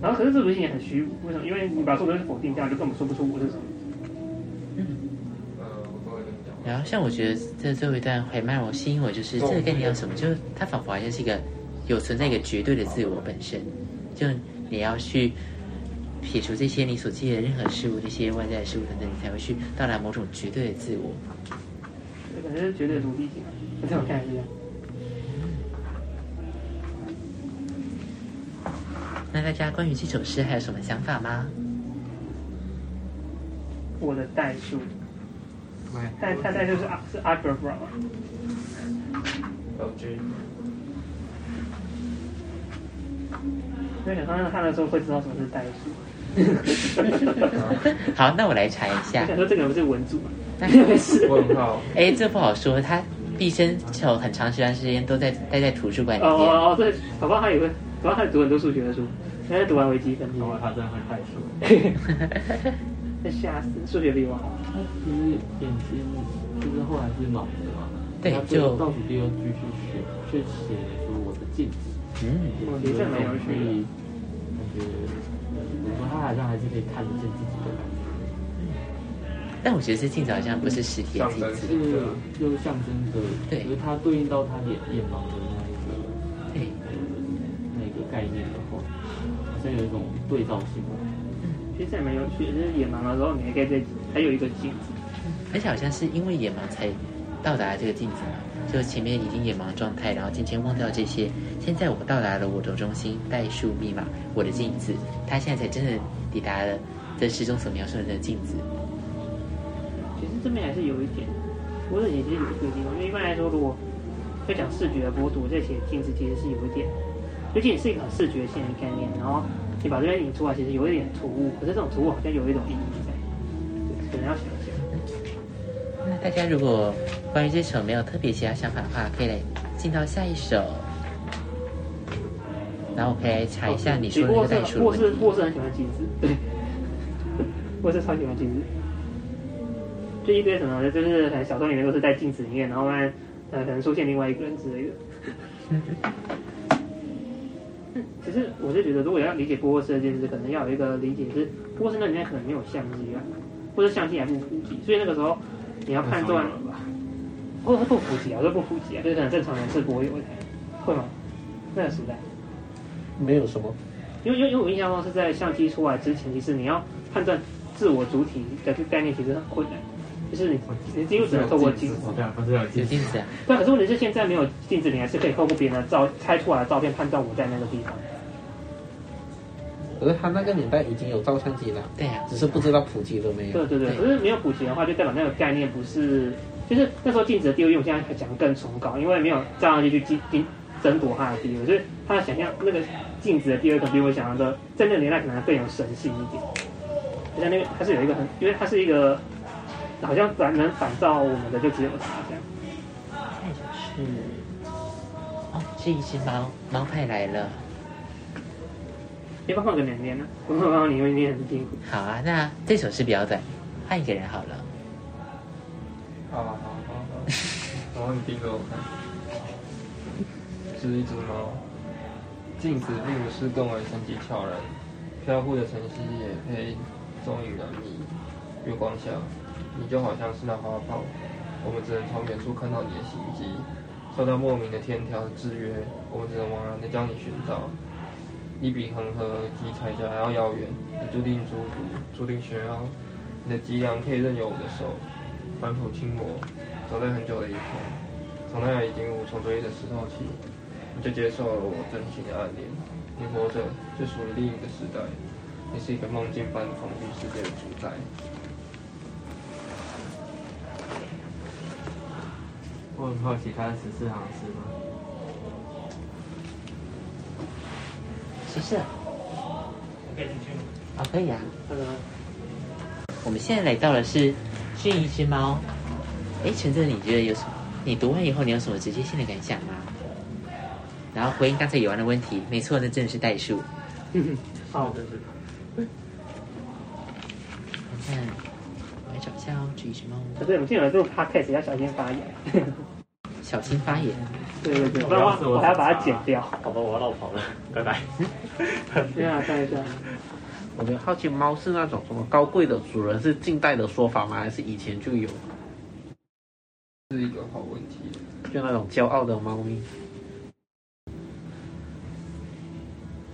C: 然后可是这主体性也很虚无，为什么？因为你把所有东西否定掉，就根本说不出我是什么。
D: 呃，我都会跟你讲。
A: 然后像我觉得这最后一段还蛮让我吸引我，就是这个概念叫什么？就是它仿佛好像是一个有存在一个绝对的自我本身，就你要去撇除这些你所记得任何事物、那些外在的事物等等，你才会去到达某种绝对的自我。
C: 这可能是绝对独立性，在我看来是这样。
A: 那大家关于这首诗还有什么想法吗？
C: 我的代数，
D: 对
C: 但但代数是啊是 algebra 嘛？
D: 有 G，
C: 因为想看到他的时候会知道什么是代数。
A: 好，那我来查一
C: 我
A: 下
C: 想。说这个人不是文组嘛？
A: 那
C: 没事，
D: 问号，
A: 哎，这不好说，他毕生有很长时段时间都在待在图书馆里
C: 哦哦
A: 面。
C: 哦，对，搞不好他也会，搞不好他也读很多数学的书，他在读完微积分，啊
B: 然后他真的很害羞。
C: 那吓死，数学比我好。
B: 他其实眼睛就是后来是盲的嘛，
A: 对
B: 他
A: 就
B: 倒数第二句去写，去写出我的镜子，
A: 嗯，
C: 我觉得这蛮有
B: 所
C: 趣
B: 以感
C: 的。
B: 觉，我说他好像还是可以看得见自己的感觉，
A: 但我觉得这镜子好像不是实体的
D: 象
A: 镜
D: 征
A: 子。
D: 性
B: 是
D: 的，
B: 又象征着，
A: 对
B: 就是它对应到他眼眼盲的那一个
A: 对，
B: 那一个概念的话，好像有一种对照性吧。
C: 其实这也蛮有趣的，就是眼盲的时候，你还可以再还有一个镜子，
A: 而且好哎像是因为眼盲才到达这个镜子嘛，就前面已经眼盲状态，然后渐渐忘掉这些。现在我到达了我的中心，代数密码，我的镜子，他现在才真的抵达了这诗中所描述的那个镜子。
C: 其实这边还是有一点，不过这也是有趣的地方，因为一般来说，如果要讲视觉的剥夺，这写镜子其实是有一点，尤其是一个很视觉性的概念，然后你把这边引出来，其实有一点突兀，可是这种突兀好像有一种意义在，对可能要想一想。
A: 那大家如果关于这首没有特别其他想法的话，可以来进到下一首。然后我可以来查一下你说的那
C: 我
A: 个
C: 是
A: 代数的
C: 我
A: 问
C: 是
A: 题。
C: 我是很喜欢镜子，对， 我是超喜欢镜子，就一堆什么的，就是很小说里面都是在镜子里面，然后慢慢呃可能出现另外一个人之类的。 其实我是觉得，如果要理解波斯这件事，可能要有一个理解是波斯那里面可能没有相机啊，或者相机还不普及，所以那个时候你要判断，或者是不普及啊，或者不普及啊，就是可能正常人是不会有的，会吗？那个时代。
E: 没有什么。
C: 因为因为因为我印象中是在相机出来之前，其实你要判断自我主体的概念其实很困难，就是你你几乎只能透过镜子。
B: 对啊，不是有
A: 有
B: 镜子，
A: 镜子啊，
C: 但可是问题是现在没有镜子，你还是可以透过别人的照拍出来的照片判断我在那个地方。
E: 可是他那个年代已经有照相机了，
A: 对啊，
E: 只是不知道普及了没有。
C: 对对对，可是没有普及的话，就代表那个概念不是，就是那时候镜子的地位，因为我现在讲更崇高，因为没有照相机去定定争夺他的地位，所以他的想象那个镜子的地位可能比我想象的在那个年代可能还更有神性一点。而且那个它是有一个很，因为它是一个好像反能反照我们的就只有他这样。
A: 那就是哦，是一只猫，猫派来了。
C: 你帮我个两年呢，啊我帮帮你，因为你很辛苦。
A: 好啊，那这首是比较短，换一个人好了。
D: 好好好好，然后你盯着我看，是一只猫。镜子并不是动而神奇悄然，飘忽的晨曦也配踪影而你。月光下，你就好像是那花炮，我们只能从远处看到你的行迹，受到莫名的天条的制约，我们只能茫然的将你寻找。你比恒河及彩霞还要遥远，你注定孤独，注定学傲，你的脊梁可以任由我的手反腐轻磨，走在很久的以后，从那已经无从追忆的时候起，你就接受了我真心的暗恋。你活着是属于另一个时代，你是一个梦境般恐惧世界的主宰。
B: 我很好奇它是十四行诗吗？
A: 谁是？我可以进去吗？哦，可以啊。
C: 那个
A: 我们现在来到的是《是一只猫》。哎，陈正，你觉得有什么？你读完以后，你有什么直接性的感想吗？然后回应刚才有安的问题，没错，那真的是代数。
C: 嗯，好，
A: 我看，我来找一下哦，这一只猫，
C: 可是我们进来这种 podcast 要小心发言。
A: 小心发言。
C: 对对对，不然我我还要把它剪掉。
F: 好吧，我要绕跑了，拜拜。
C: 对啊，看一下，
E: 我觉得好奇猫是那种什么高贵的主人是近代的说法吗？还是以前就有？
D: 是一个好问题。
E: 就那种骄傲的猫咪，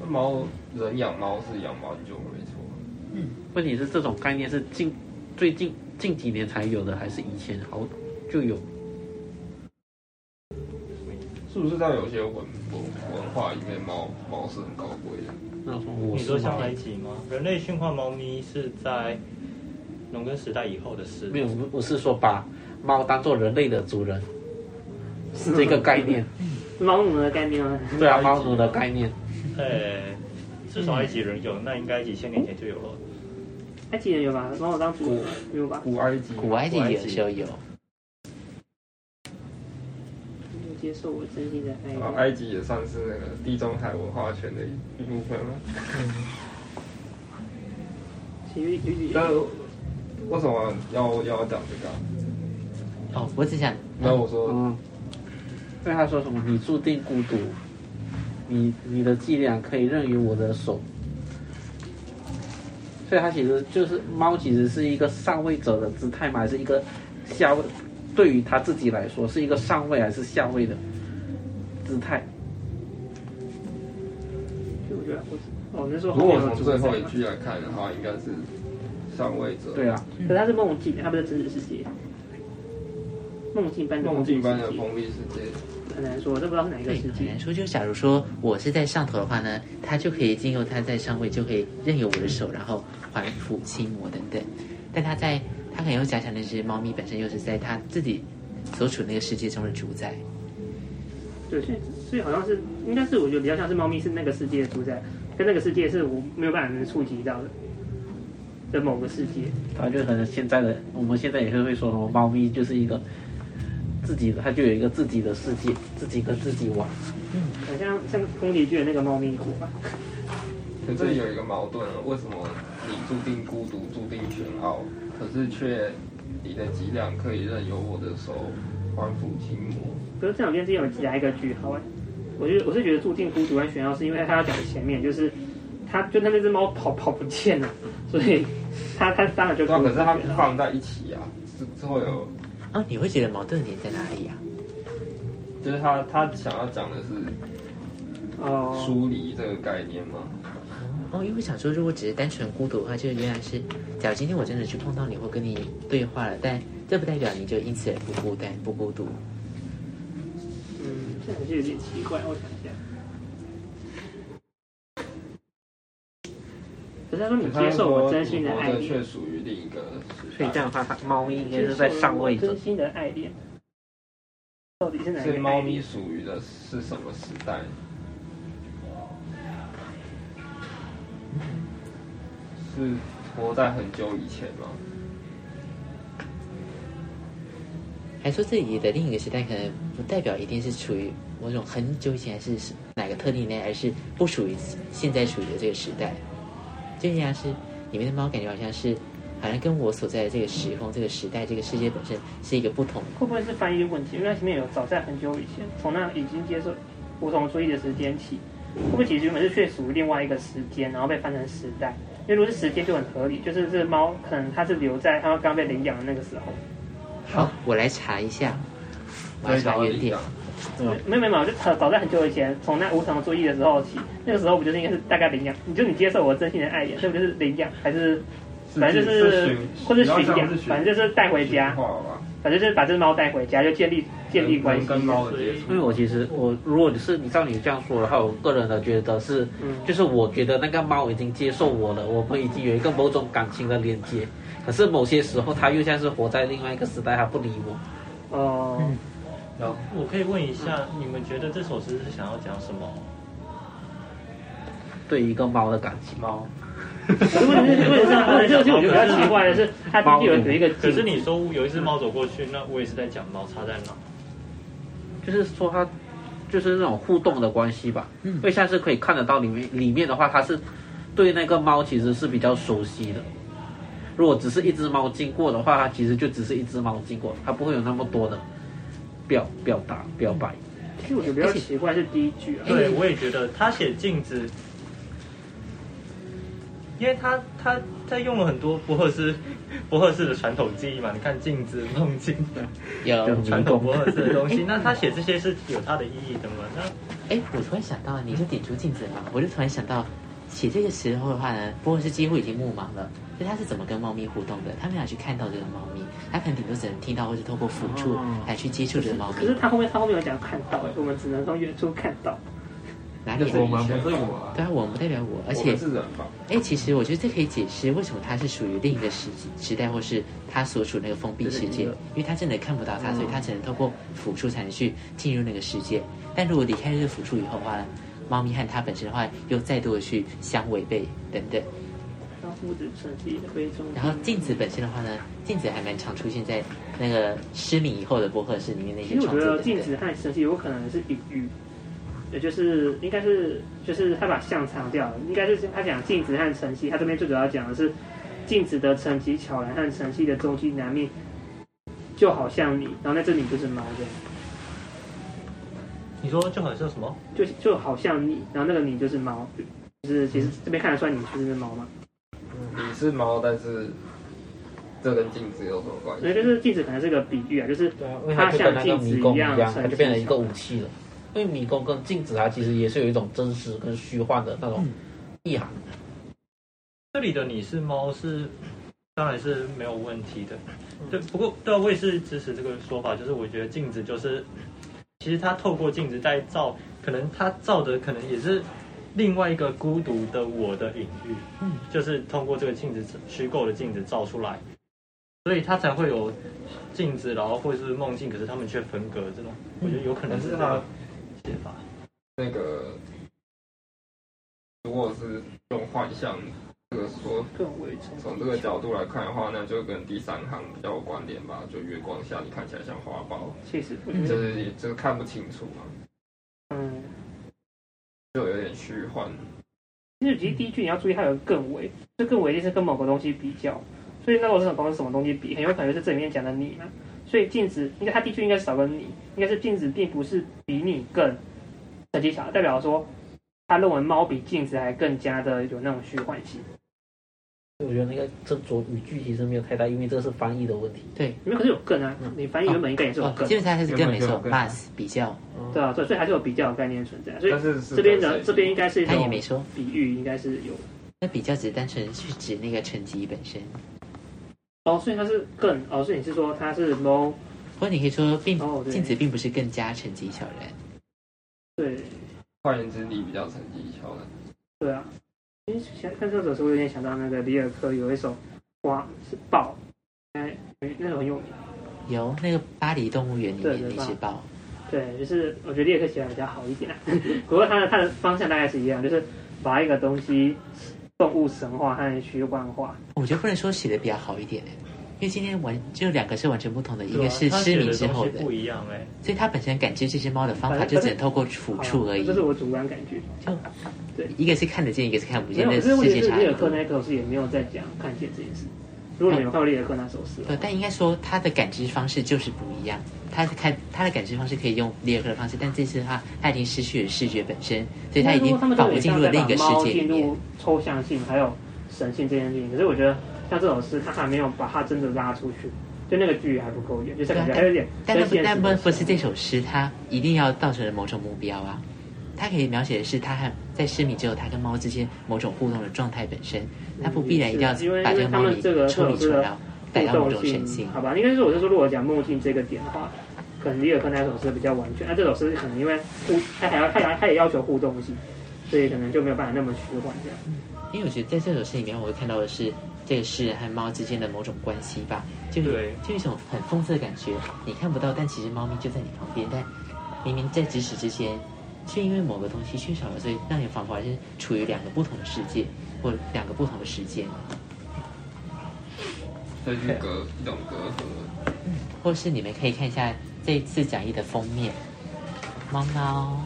D: 那猫人养猫是养猫很久了，没错。
E: 问题是这种概念是近最近近几年才有的，还是以前好就有？
D: 是不是在有些文文文化里面，猫猫是很高贵的？
E: 那种我
F: 你
E: 是
F: 说
E: 猫
F: 像埃及吗？人类驯化猫咪是在农耕时代以后的事
E: 没。有，我是说把猫当做人类的主人，是这个概念。
C: 猫奴的概念吗？
E: 对啊，猫奴的概念。
F: 呃，至少埃及人有，那应该几千年前就有了。
C: 埃及人有吧？帮我当主没有吧？
D: 古埃及，
A: 古埃及有的时候有，
C: 我接受我真心的爱
D: 啊，
C: 你。
D: 埃及也算是那个地中海文化圈的一部分了。
C: 其实有有
D: 但为什么要要讲这个啊？
A: 哦，我只想，
D: 那我说，
E: 嗯，对他说什么？你注定孤独，你你的伎俩可以任由我的手。所以它其实就是猫，其实是一个上位者的姿态嘛，还是一个下位？对于他自己来说，是一个上位还是下位的姿态？
C: 就我觉得我哦，那时候
D: 如
C: 后面
D: 果
C: 有
D: 从
C: 主
D: 最
C: 宰
D: 后一
C: 嘛，
D: 句来看的话，应该是上位者。
E: 对，啊，
C: 可是它是梦境，它不是真实世界。梦境般的
D: 梦境般的
C: 世界
D: 封闭世界，
C: 很难说，我都不知道是哪一个
A: 对，
C: 世
A: 很
C: 界
A: 难。说。就假如说我是在上头的话呢，它就可以经由它在上位，就可以任由我的手，然后环抚轻摩等等。但它在，它可能又假想那只猫咪本身又是在它自己所处那个世界中的主宰。
C: 对，所以所以好像是应该是我觉得比较像是猫咪是那个世界的主宰，跟那个世界是我没有办法能触及到的的某个世界。
E: 它就可能现在的我们现在也是会说什么猫咪就是一个自己的，它就有一个自己的世界，自己跟自己玩。
C: 很像像宫崎骏的那个猫咪国吧，
D: 可这里有一个矛盾了，为什么你注定孤独，注定全傲，可是却你的脊梁可以任由我的手环抚轻磨？
C: 可是这两边之间有加一个句号哎、我觉得我是觉得注定孤独跟炫耀是因为他要讲前面就是他就他那只猫跑跑不见了， 所以他他当然就
D: 对啊，
C: 孤独
D: 可是它
C: 了
D: 放在一起啊，之之后有，
A: 哦，你会觉得矛盾点在哪里啊？
D: 就是他他想要讲的是
C: 哦，
D: 疏离这个概念嘛。
A: 哦，因为我想说，如果只是单纯孤独的话，就原来是，假如今天我真的去碰到你或跟你对话了，但这不代表你就因此而不孤单、不孤独。
C: 嗯，这还是有点奇怪，我想一下。可是他说你接受我真心的爱
D: 可
C: 你，
D: 是它说你活着却属于另一个时代。
E: 所以这样的话，它猫咪应该是在上位
C: 接受我
E: 者
C: 真。心的爱恋。到底是哪一
D: 是
C: 个？
D: 猫咪属于的是什么时代？是活在很久以前吗？
A: 还说这里的另一个时代，可能不代表一定是处于某种很久以前，还是哪个特定内，而是不属于现在处于的这个时代。就像是里面的猫，感觉好像是，好像跟我所在的这个时空、这个时代、这个世界本身是一个不同的。
C: 会不会是翻译的问题？因为它前面有早在很久以前，从那已经接受我从追忆的时间起，会不会其实原本是确属于另外一个时间，然后被翻成时代？因为如果是时间就很合理，就是这猫可能它是留在它刚被领养的那个时候，
A: 好，我来查一下，我来
D: 最
A: 查
D: 早
A: 原点
D: 的。
F: 对啊
C: 没有没有没有，就呃早早在很久以前，从那无偿追忆的时候起，那个时候不就是应该是大概领养？你就你接受我真心的爱人，这不就是领养还是？反正就是或者
D: 是
C: 驯养，反正就是带回家，反正就是把这猫带回家，就建立建立关系。
D: 嗯跟猫的接触
E: 因为。我其实我如果是你照你这样说的话，我个人的觉得是，
C: 嗯
E: 就是我觉得那个猫已经接受我了，我们已经有一个某种感情的连接。可是某些时候，它又像是活在另外一个时代，它不理我。
C: 哦、
D: 然后
F: 嗯我可以问一下，你们觉得这首诗是想要讲什么？
E: 对于一个猫的感情，猫
C: 可是问题是，问题是，问题是，我觉得比较奇怪的是，它毕竟有有一个
F: 可
C: 景，
F: 是你说有一只猫走过去，那我也是在讲猫差在哪？
E: 就是说它就是那种互动的关系吧。
A: 嗯
E: 因为像是可以看得到里面里面的话，它是对那个猫其实是比较熟悉的。如果只是一只猫经过的话，它其实就只是一只猫经过，它不会有那么多的表表达表白。
C: 其实我觉得比较奇怪是第一句啊，
F: 对，我也觉得他写镜子，因为他他他用了很多博赫 斯博赫斯的传统技艺嘛，你看镜子、梦境，
A: 有
E: 就
F: 传统博赫斯的东西，那他写这些是有他的意义的嘛？那
A: 哎，我突然想到，你就点出镜子嘛，我就突然想到，写这个时候的话呢，波是几乎已经目盲了，所以他是怎么跟猫咪互动的？他没有去看到这个猫咪，他可能顶多只能听到或是透过辅助
D: 哦
A: 来去接触这个猫
C: 可
A: 咪
C: 是。它后面它后面有讲看到，哎我们只能从远处看到。
A: 哪
D: 就
A: 里
D: 是
A: 有
D: 我们
A: 意
D: 不
A: 思
D: 是我啊，
A: 对啊，我不代表我，
D: 我
A: 而且
D: 们是人吧？
A: 哎，其实我觉得这可以解释为什么它是属于另一个时时代，或是它所处那个封闭世界，因为它真的看不到
C: 嗯
A: 它，所以它只能透过抚触才能去进入那个世界。但如果离开这个抚触以后的话，猫咪和它本身的话又再度的去相违背等等。
C: 然后屋子存立的杯中，
A: 然后镜子本身的话呢，镜子还蛮常出现在那个失明以后的博客室里面的一
C: 其
A: 些
C: 实我
A: 创
C: 觉
A: 作
C: 得
A: 等
C: 镜
A: 等。
C: 子和神器有可能是隐喻，也就是应该是就是他把像藏掉了，应该是他讲镜子和晨曦，他这边最主要讲的是镜子的晨曦悄然和晨曦的终极难觅，就好像你，然后那只你就是猫这样。
F: 你说就好像什么？
C: 就就好像你，然后那个你就是猫，就是
E: 嗯
C: 其实这边看得出来你就是那猫嘛，
D: 你是猫，但是这跟镜子有什么关
C: 所以就
D: 系？
C: 是镜子可能是个比喻啊，就是
E: 对啊，因为它就跟那个迷宫一样，它就变成一个武器了。因为迷宫跟镜子，啊它其实也是有一种真实跟虚幻的那种意涵。
F: 这里的你是猫是，当然是没有问题的。对，不过对啊、我也是支持这个说法，就是我觉得镜子就是，其实它透过镜子在照，可能它照的可能也是另外一个孤独的我的隐喻，
A: 嗯，
F: 就是通过这个镜子虚构的镜子照出来，所以它才会有镜子，然后或者是梦境，可是他们却分隔这种，我觉得有可能是这个写法。
D: 那个，如果是用幻象这个说，
C: 更为成
D: 从这个角度来看的话，那就跟第三行比较有关联吧。就月光下，你看起来像花苞，
C: 确实，我觉
D: 就
C: 得
D: 是也就是看不清楚嘛，
C: 嗯，
D: 就有点虚幻。
C: 因为其实第一句你要注意，它有个更为，这更为一定是跟某个东西比较，所以那我是想跟什么东西比，很有可能就是这里面讲的你嘛。所以镜子应该它第一句应该是少个你，应该是镜子并不是比你更成绩强，代表说他认为猫比镜子还更加的有那种虚幻性。
E: 我觉得那个斟酌语句其实没有太大，因为这是翻译的问题。
C: 因为可是有更啊，你翻译原本应该也是有
A: 嗯哦，
C: 更
A: 基，本上它是更没错
D: 原本就有
A: ，mas 比较，
C: 对啊，对，所以还是有比较的概念存在。所
A: 嗯
C: 以
D: 但是是
C: 这边的
D: 谁
C: 这边应该是一
A: 它也没
C: 种
A: 说，
C: 比喻，应该是有
A: 那比较只是单纯是指那个成绩本身。
C: 哦，所以它是更哦，所以你是说它是 no
A: 或者你可以说并
C: 哦，对
A: 镜子并不是更加成绩小人，
C: 对
D: 换言之，你比较成绩翘的。
C: 对啊，因为想看这首时候有点想到那个里尔克有一首花是豹，哎，那首很有名，
A: 有那个巴黎动物园里
C: 对
A: 面
C: 对
A: 那只豹，
C: 对，就是我觉得列克写的比较好一点，啊 不过它的它的方向大概是一样，就是把一个东西动物神话和虚幻化。
A: 我觉得不能说写的比较好一点欸因为今天完就两个是完全不同的，一
F: 对
A: 个
F: 啊
A: 是
F: 他
A: 失
F: 写
A: 明
F: 的
A: 之
F: 东
A: 后
F: 西
A: 的，
F: 不一样哎、
A: 所以他本身感知这只猫的方法
C: 反
A: 就
C: 正
A: 只能透过抚触而已
C: 哦这。是我主观感觉。
A: 就
C: 对
A: 一个是看得见，一个是看不
C: 没
A: 见，
C: 有，
A: 那
C: 可是问
A: 世
C: 题
A: 界
C: 是
A: 差
C: 列
A: 很
C: 克
A: 多。
C: 那一课是也没有在讲看见这件事。如果你们有看过列克那首诗的
A: 对，
C: 话，
A: 但应该说他的感知方式就是不一样。他的看他的感知方式可以用猎克的方式，但这次的话，他已经失去了视觉本身，所以他已经
C: 他们
A: 仿佛进入了另一个世界里
C: 进
A: 面。
C: 入抽象性还有神性这件事情。可是我觉得像这首诗，他还没有把它真的拉出去，就那个距离还不够远，就是感觉还有点
A: 啊但那
C: 跟
A: 不
C: 现实
A: 但
C: 的
A: 不不是
C: 相
A: 这首诗，它一定要造成了某种目标啊。它可以描写的是它和在失明之后，它跟猫之间某种互动的状态本身，它不必然一定要
C: 嗯是因为
A: 把这个猫
C: 因为他
A: 咪
C: 们这个
A: 抽离出
C: 这
A: 来
C: 个，
A: 带
C: 互
A: 到某
C: 动
A: 种神性。
C: 好吧，应该是我是说，如果讲梦境这个点的话，可能李尔克那首诗比较完全，那、这首诗可能因为互，他还要他也他也要求互动性，所以可能就没有办法那么虚幻这样。
A: 因为我觉得在这首诗里面，我会看到的是这个诗人和猫之间的某种关系吧，就有
F: 对
A: 就有一种很讽刺的感觉，你看不到，但其实猫咪就在你旁边，但明明在咫尺之间，却因为某个东西缺少了，所以让你仿佛还是处于两个不同的世界或两个不同的时间，
D: 这句隔一种隔阂，
A: 或是你们可以看一下这一次讲义的封面，猫猫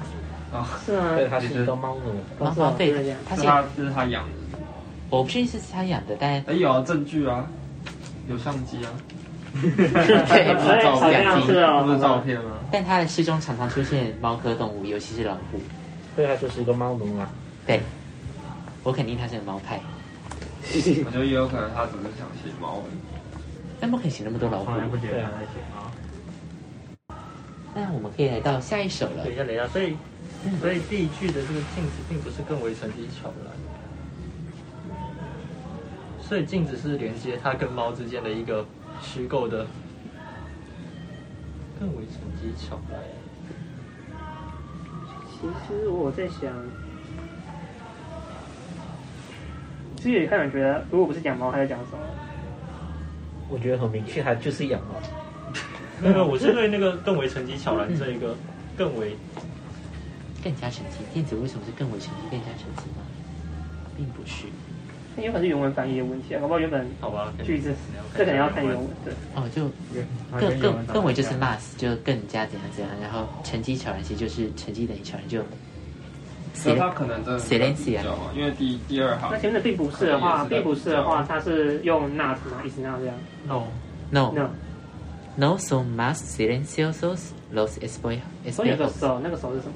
C: 是啊，
G: 对，它是一个猫奴，
A: 猫猫被
C: 哦对
A: 它
D: 是
A: 是
D: 他这是他养的，
A: 我不确定是它养的，但
D: 哎有啊证据啊，有相机 啊，
A: 对
D: 不是照
A: 好
D: 片
A: 像
D: 吗，
A: 是
C: 哦
D: 不是照片啊吗？
A: 但它的诗中常常出现猫科动物，尤其是老虎。
G: 对，它就是一个猫奴啊嘛。
A: 对，我肯定他是个猫派，
D: 我觉得也有可能他只是想写猫而已。
A: 但不可以写那么多老虎
B: 从。来不觉得他在写猫。
A: 那我们可以来到下一首了
F: 等一。下，等一下，所以所以第一句的这个镜子并不是更为神机巧然，所以镜子是连接它跟猫之间的一个虚构的更为神机巧然。
C: 其实我在想，其实也看人觉得，如果不是讲猫，还在讲什么？
G: 我觉得很明确，它就是养
E: 啊
G: 猫。
F: 没有没有，我是对那个更为神机巧然
A: 嗯
F: 这一个更为
A: 更加神奇，电子为什么是更为神奇、更加神奇吗？并不是。
C: 那有可能是原文翻译的问题啊，搞不好原本
F: 好吧
C: 句子，这
F: 这
C: 可能要看原
F: 有
C: 文。对，
A: 哦，就更更更为就是 mass，就更加怎样怎样，然后成绩巧然其实就是成绩等于巧然就。
D: 所以他可能真的是比较啊，因为第第二行
C: 那前面的并不是的话，并不是的话，它是用 not 嘛，is not 这样
F: no，
A: No
C: ，no。
A: no so mas silenciosos los espoy
C: 所以那个
A: espejos
C: 手，那个手是什么？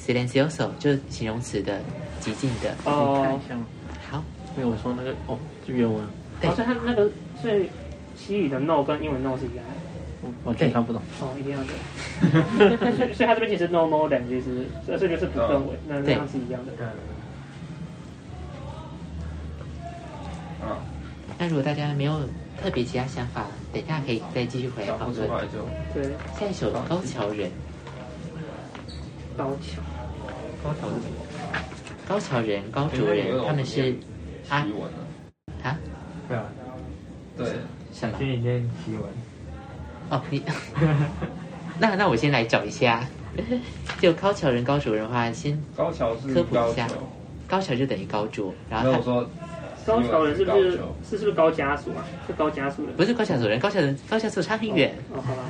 A: silencioso 就是形容词的极尽的。
C: 哦，
G: 像
A: 好，
E: 没有我说那个哦，是原文，
A: 对
C: 哦，所以它那个所以西语的 no 跟英文 no 是一样的，
E: 我完全看不懂。
C: 哦，一样的。所以它这边其实 no more than 其实，所以就是不更为，那那样是一样的。
D: 啊，
A: 那如果大家没有特别其他想法，等一下可以再继续回来
D: 想
A: 讨
D: 不出
A: 论。
D: 来就
C: 对，
A: 下一首《高桥人》，
C: 高桥，
F: 高桥是什么？
A: 高桥人、高卓
D: 哎那
A: 人
D: 个，我
A: 他们是啊
D: 奇闻了。
A: 啊
B: 对啊，
D: 对，
A: 什么
B: 先？一念奇闻。
A: 哦，你 那那我先来找一下。就高桥人、高卓人的话，先
D: 高桥是
A: 科普
D: 高
A: 一下
D: 桥，
A: 高桥就等于高卓，然
D: 没
A: 后
D: 有
A: 他
D: 说
C: 高桥人是不是
D: 高桥
C: 是是不是高加索啊？是高加索人。
A: 不是高桥卓人，高桥人高桥卓差很远
C: 哦，好吧，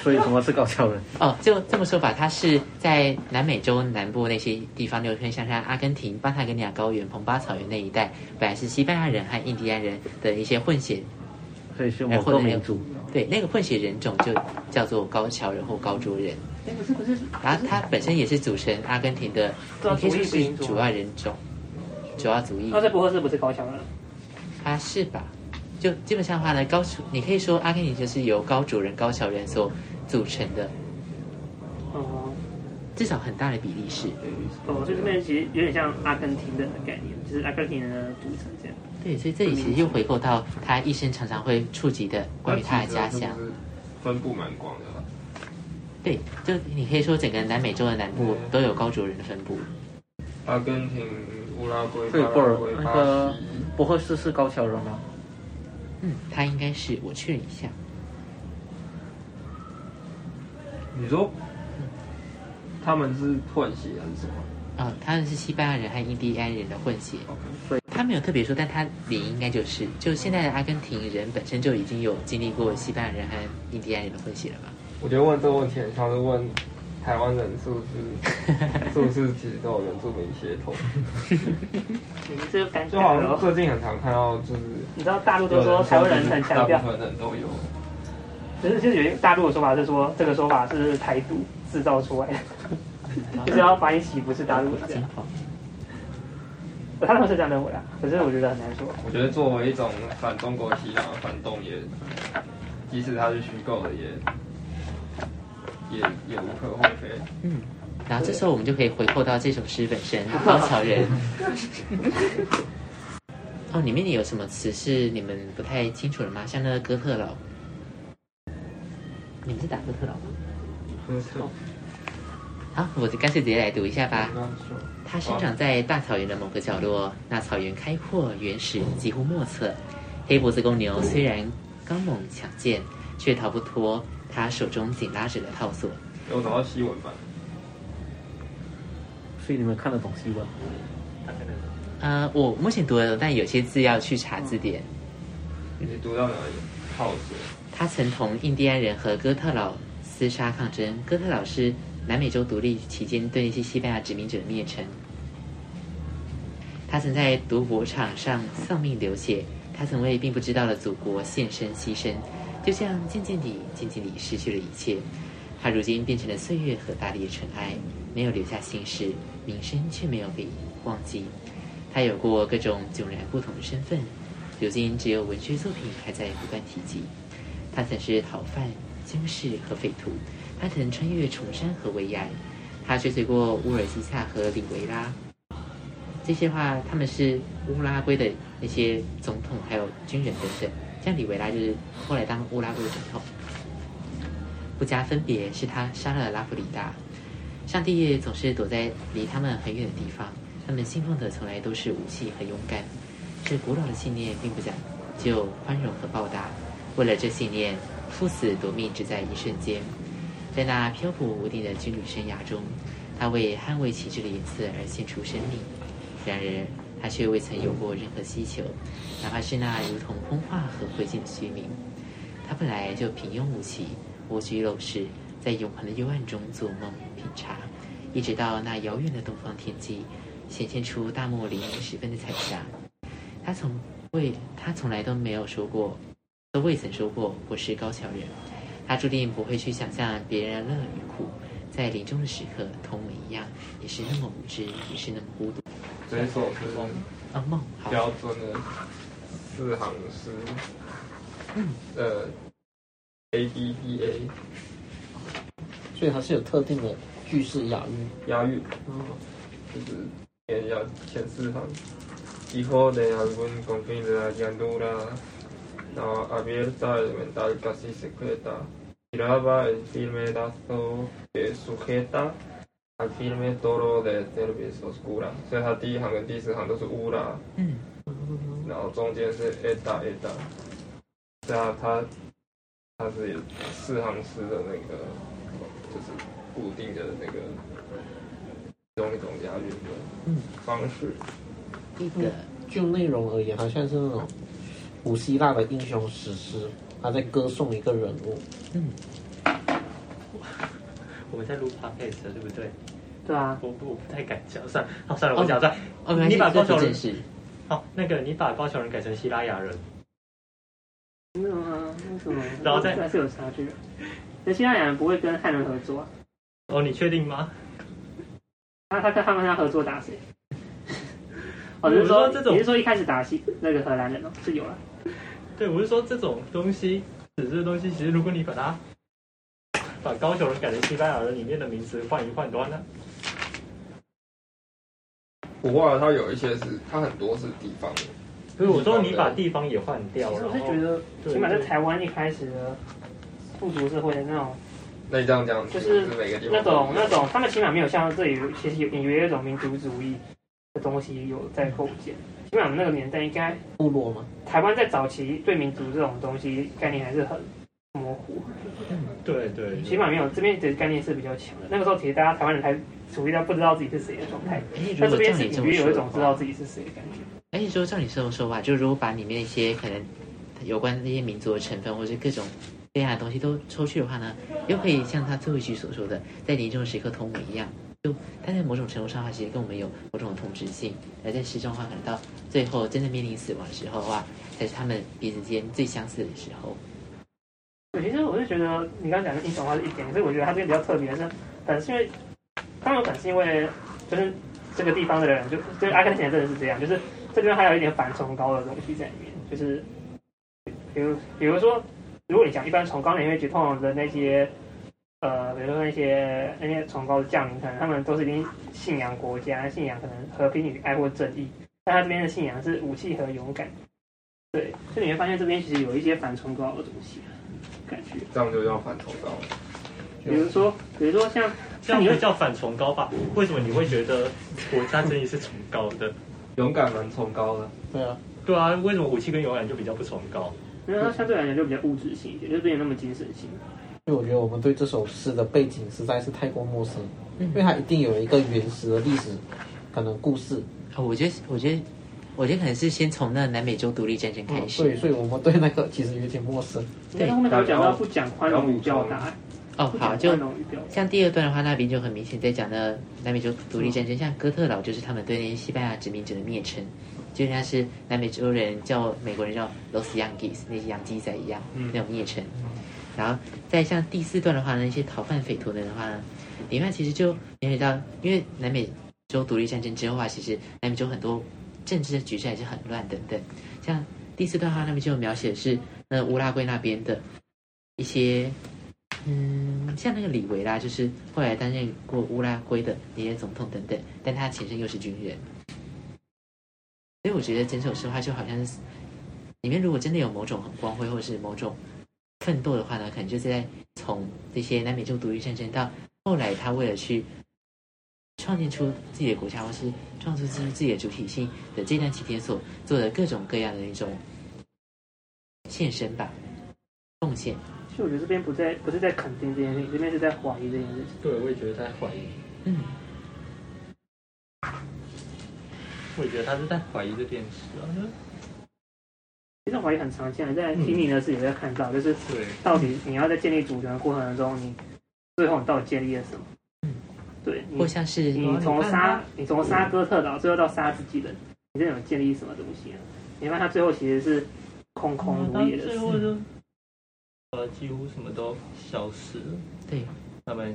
G: 所以什
E: 哎
G: 么是搞笑人？
A: 哦。就这么说吧，他是在南美洲南部那些地方，例如像像阿根廷、巴塔哥尼亚高原、蓬巴草原那一带，本来是西班牙人和印第安人的一些混血
G: 所以是
E: 哎
G: 某个民族。
A: 对，那个混血人种就叫做高桥人或高卓人，
C: 哎，不是不是，
A: 然后它本身也是组成阿根廷的，
C: 对啊
A: 你可以说
C: 族裔不
A: 是
C: 一样
A: 主要人种，主要族裔
C: 奥，在博赫斯不是高桥人，
A: 它是吧？就基本上的话呢，高楚，你可以说阿根廷就是由高卓人、高桥人所组成的，
C: 哦。
A: 至少很大的比例是。
C: 哦，所以这边其实有点像阿根廷人的概念，就是阿根廷人的组成这样。
A: 对，所以这里其实又回扣到他一生常常会触及的关于他的家乡。，
D: 分布蛮广的吧。
A: 对，就你可以说整个南美洲的南部都有高卓人的分布。
D: 阿根廷、乌拉圭、巴
G: 所以波
D: 拉
G: 尔
D: 圭、
G: 那
D: 巴
G: 个
D: 西，
G: 博赫斯是高桥人啊吗？
A: 嗯，他应该是，我确认一下。
D: 你说他们是混血还是什么？
A: 啊、他们是西班牙人和印第安人的混血，
C: 所以
A: 他没有特别说，但他脸应该就是，就现在的阿根廷人本身就已经有经历过西班牙人和印第安人的混血了吧？
D: 我觉得问这个问题很像是问台湾人是不 是是不是其实都有原住民血统，
C: 你这个尴
D: 就
C: 尬
D: 好
C: 了
D: 像
C: 哦。
D: 最近很常看到就是
C: 你知道大陆都说台湾人很
D: 大
C: 强调
D: 部，分人都有，
C: 就是就是有一个大陆的说法是说这个说法是台独制造出来的，就是要把你洗不是大陆人这
A: 真
C: 样。
A: 好，
C: 他们是这样认为啊，可是我觉得很难说。
D: 我觉得作为一种反中国洗脑、反动也，即使它是虚构的也，也也无可厚非。
A: 嗯。然后这时候我们就可以回扣到这首诗本身，《高桥人》。哦，里面有什么词是你们不太清楚的吗？像那个哥特佬，你们是打哥特佬吗？好，我就干脆直接来读一下吧。它生长在大草原的某个角落，那草原开阔、原始，几乎莫测。黑脖子公牛虽然刚猛强健，却逃不脱它手中紧拉着的套索。
D: 有找到西文版，
G: 所以你们看得懂西文？
A: 呃，我目前读了，但有些字要去查字典。
D: 你读到哪里？好学。
A: 他曾同印第安人和哥特佬厮杀抗争。哥特佬是南美洲独立期间对那些西班牙殖民者的灭城。他曾在赌博场上丧命流血，他曾为并不知道的祖国献身牺牲，就这样渐渐地、渐渐地失去了一切。他如今变成了岁月和大地的尘埃，没有留下心事，名声却没有被忘记。他有过各种迥然不同的身份，如今只有文学作品还在不断提及。他曾是逃犯、军事和匪徒，他曾穿越崇山和危崖，他追随过乌尔西萨和里维拉。这些话，他们是乌拉圭的那些总统还有军人等等，像里维拉就是后来当乌拉圭的总统。不加分别是他杀了拉普里达。上帝总是躲在离他们很远的地方，他们信奉的从来都是武器和勇敢。这古老的信念并不讲究宽容和报答，为了这信念，赴死夺命只在一瞬间。在那漂泊无定的军旅生涯中，他为捍卫旗帜的颜色而献出生命。然而，他却未曾有过任何需求，哪怕是那如同风化和灰烬的虚名。他本来就平庸无奇，蜗居陋室，在永恒的幽暗中做梦品茶，一直到那遥远的东方天际，显现出大漠黎明时分的彩霞。他从未，他从来都没有说过，都未曾说过我是高桥人。他注定不会去想象别人的乐与苦，在临终的时刻，同我一样，也是那么无知，也是那么孤独。
D: 这一首是
A: 啊，梦好，
D: 标准的四行诗，呃，A B B A
E: 所以它是有特定的句式押韵。
D: 押韵，就是念一下前四行。Hijo de algún confín de llanura, no abierta elemental casi secreta, tiraba el firme lazo que sujeta al firme toro de cerviz oscura。所以它第一行跟第四行都是乌拉。
A: 嗯，
D: 然后中间是 eta eta，对啊，它它是四行诗的那个，就是固定的那个用一种押韵的方式。
A: 一个
E: 就内容而言，好像是那种古希腊的英雄史诗，他在歌颂一个人物。
F: 我们在录 podcast 的对不对？
C: 对啊，
F: 我不我不太敢讲，算了，好算了，我讲算了。
A: 哦，没关
F: 你把
A: 系，这
F: 高桥
A: 不正
F: 人
A: 式。
F: 好，那个你把高雄人改成希拉雅人，
C: 那种啊，那什么，
F: 然后再
C: 还是有差距的。那西班牙人不会跟汉人合作啊，
F: 哦，你确定吗？
C: 他他跟他们要合作打谁？哦，
F: 我
C: 你是说
F: 说这种
C: 你是说一开始打西那个荷兰人哦？是有了，
F: 对，我是说这种东西，指这个东西，其实如果你把它把高雄人改成西班牙人里面的名词换一换的话，那
D: 不过啊它有一些是，它很多是地方的，
F: 所以我说你把地方也换掉，
C: 其实
F: 然
C: 我是
F: 后
C: 觉得，
F: 对
C: 起码在
F: 对
C: 台湾一开始的富足社会的那种
D: 那这样这样子，
C: 就是
D: 每个地
C: 那
D: 方都
C: 种
D: 有啊
C: 那种，他们起码没有像这里有，其实有隐约有一种民族主义的东西有在构建。起码我们那个年代，应该
E: 部落嘛，
C: 台湾在早期对民族这种东西概念还是很模糊。
F: 对对，
C: 起码没有这边的概念是比较强的。那个时候其实大家台湾人还处于到不知道自己是谁的状态，
A: 哎，如
C: 但
A: 果照
C: 这边是
A: 你这
C: 隐
A: 么
C: 约
A: 说
C: 有一
A: 的
C: 种知
A: 话
C: 道自己是谁的感觉。
A: 而且说，照你这么说吧，就如果把里面一些可能有关这些民族的成分，或是各种各样的东西都抽去的话呢，又可以像他最后一句所说的，在临终时刻同我一样。就但在某种程度上的话，其实跟我们有某种同质性。而在失踪的话，可能到最后真的面临死亡的时候的话，才是他们彼此间最相似的时候。
C: 对，其实我是觉得你刚刚讲的一种话是一点，所以我觉得它这个比较特别的是，可能是因为，当然可能是因为就是这个地方的人，就就阿根廷人真的是这样，就是这边还有一点反崇高的东西在里面，就是比如比如说，如果你讲一般崇高，你会觉得通常的那些呃，比如说那些那些崇高的将领，可能他们都是已经信仰国家，信仰可能和平与爱或正义，但他这边的信仰是武器和勇敢。对，所以你会发现这边其实有一些反崇高的东西，感觉。
D: 这样就叫反崇高。
C: 比如说，比如说像
F: 这样不叫反崇高吧？为什么你会觉得国家正义是崇高的？
D: 勇敢蛮崇高的，
B: 对啊，
F: 对啊，为什么武器跟勇敢就比较不崇高？
C: 没有，它相对来讲就比较物质性一点，就是没有那么精神性。
G: 因为我觉得我们对这首诗的背景实在是太过陌生，
A: 嗯
G: 因为它一定有一个原始的历史，可能故事。
A: 哦我觉得，我觉得，我觉得可能是先从那南美洲独立战争开
G: 嗯，
C: 哦
A: 始。
G: 所以所以我们对那个其实有点陌生。
A: 对
C: 但后面还有讲到不讲宽容与表达，
A: 哦，
C: 不
A: 好，
C: 讲
A: 就
C: 宽容与表达。
A: 像第二段的话，那边就很明显在讲的南美洲独立战争，像哥特岛就是他们对那些西班牙殖民者的蔑称，就像是南美洲人叫美国人叫 Los Yankees 那些洋基仔一样、那种蔑称。然后再像第四段的话呢，那些逃犯匪徒们的话呢，里面其实就了解到，因为南美洲独立战争之后啊，其实南美洲很多政治的局势还是很乱等等。像第四段的话，那边就有描写的是那乌拉圭那边的一些嗯，像那个李维啦，就是后来担任过乌拉圭的尼日总统等等，但他前身又是军人，所以我觉得整首诗的话，就好像是里面如果真的有某种很光辉或是某种奋斗的话呢，可能就是在从这些南美洲独立战争到后来他为了去创建出自己的国家或是创出自自己的主体性的这段期间所做的各种各样的那种献身吧，奉献。
C: 其实我觉得这边不在不是在肯定这件事情，这边是在怀疑这件事情。
F: 对，我也觉得在怀疑，
A: 嗯。
F: 我也觉得他是在怀疑这件事啊。
C: 其实怀疑很常见，在
A: 嗯
C: 听你的事也在看到，就是
F: 对，
C: 到底你要在建立主权的过程中，你最后你到底建立了什么？
A: 嗯，
C: 对，你
A: 或像是
C: 你从杀你从杀哥特岛，最后到杀自己人，你这有建立什么东西啊？你看他最后其实是空
A: 嗯
C: 空
F: 他
C: 如也的
F: 哦最
C: 死，
F: 后就呃几乎什么都消失了。
A: 对，
F: 他们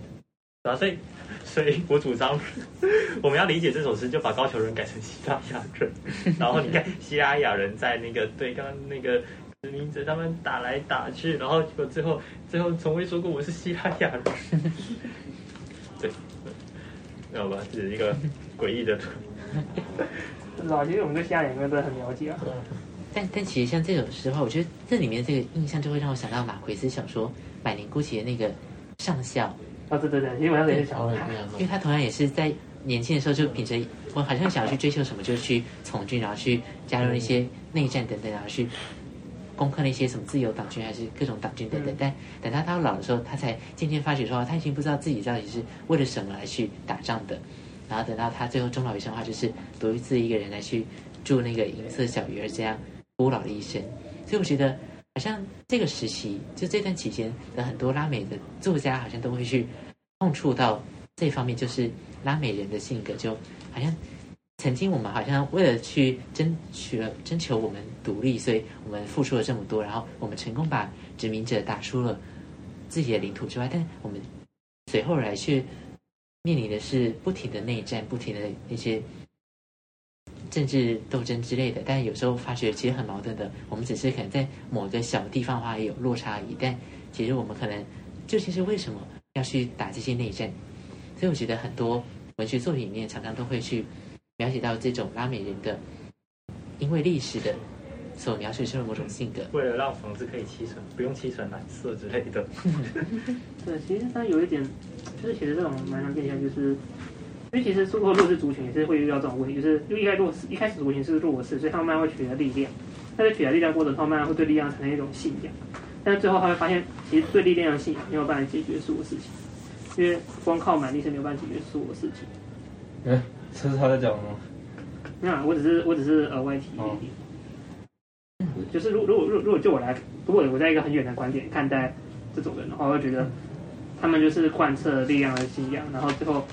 F: 啊，所以所以我主张 我们要理解这首诗，就把高雄人改成西班牙人，然后你看西班牙人在那个对刚刚那个殖民者他们打来打去，然后结果最后最后从未说过我是西班牙人， 对，那好吧，这是一个诡异的，
C: 不知道，其实我们对西亚人真的很了解啊。
A: 但但其实像这首诗的话，我觉得这里面这个印象就会让我想到马奎斯小说《百年孤寂》的那个上校，
C: 啊，对对对，其实我那时候也是想
G: 然后也
B: 哦
C: 看
G: 那。样
A: 因为他同样也是在年轻的时候就凭着我好像想要去追求什么，就去从军，然后去加入一些内战等等，然后去攻克那些什么自由党军还是各种党军等等。但等他到老的时候，他才渐渐发觉说，哦他已经不知道自己到底是为了什么来去打仗的。然后等到他最后终老一生的话，就是独自一个人来去住那个银色小鱼儿这样孤老的一生。所以我觉得，好像这个时期就这段期间的很多拉美的作家，好像都会去碰触到这方面，就是拉美人的性格，就好像曾经我们好像为了去争取了征求我们独立，所以我们付出了这么多，然后我们成功把殖民者打出了自己的领土之外，但我们随后来去面临的是不停的内战，不停的那些政治斗争之类的。但有时候发觉其实很矛盾的，我们只是可能在某个小地方的话也有落差而已，但其实我们可能究竟是为什么要去打这些内战？所以我觉得很多文学作品里面常常都会去描写到这种拉美人的，因为历史的所描写出的某种性格。
F: 为了让房子可以漆成不用漆成蓝色之类的，
C: 对，其实它有一点，就是其实这种蛮常现象，就是因为其实如果弱势族群也是会遇到这种问题，就是因为一开始弱势一开始族群是弱势，所以他们慢慢会取得力量。但在取得力量过程中，慢慢会对力量产生一种信仰。但最后他会发现，其实对力量的信仰没有办法解决所有事情，因为光靠蛮力是没有办法解决所有事情。
D: 哎，这是他在讲吗？
C: 没有啊，我只是我只是额外提一点。就是如如果如果如果就我来，如果我在一个很远的观点看待这种人的话，我会觉得他们就是贯彻力量的信仰，然后最后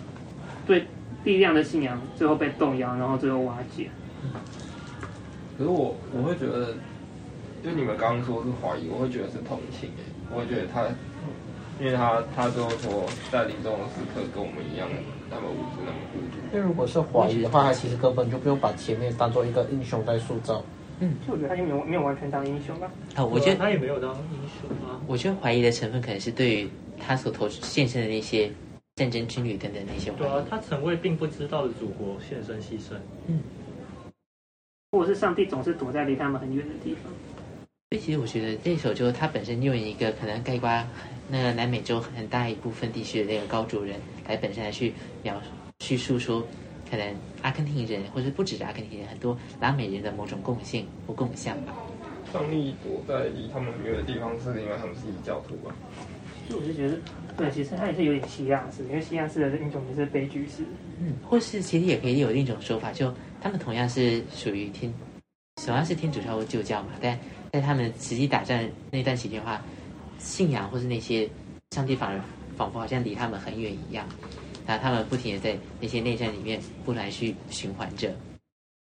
C: 对力量的信仰最后被动摇，然后最后瓦解。
D: 可是我我会觉得，就你们刚刚说是怀疑，我会觉得是同情诶，我会觉得他，因为他他最后说在临终的时刻跟我们一样那么无知那么孤独，
G: 因为如果是怀疑的话，他其实根本就不用把前面当做一个英雄在塑造。
C: 就我觉得他也没有没有完全当英雄吧。
A: 啊，我觉得
F: 他也没有当英雄啊。
A: 我觉得怀疑的成分可能是对于他所投献身的那些战争之旅等等的一些怀
F: 对啊
A: 疑，。
F: 他曾为并不知道的祖国献身牺牲。
C: 或者是上帝总是躲在离他们很远的地方。
A: 所以其实我觉得这首歌它本身用一个可能概括那个南美洲很大一部分地区的那个高主人来本身来去描叙述说，可能阿根廷人或者不只是阿根廷人，很多拉美人的某种共性或共享吧。
D: 上帝躲在离他们远的地方，是因为他们是异教徒吧？
C: 所以我就觉得，对，其实他也是有点希腊式，因为希腊式的英雄也是悲剧式。
A: 嗯，或是其实也可以有另一种说法，就他们同样是属于天，同样是天主教或旧教嘛，但在他们实际打战那段期间的话，信仰或是那些上帝反而仿佛好像离他们很远一样，然后他们不停的在那些内战里面不断地去循环着。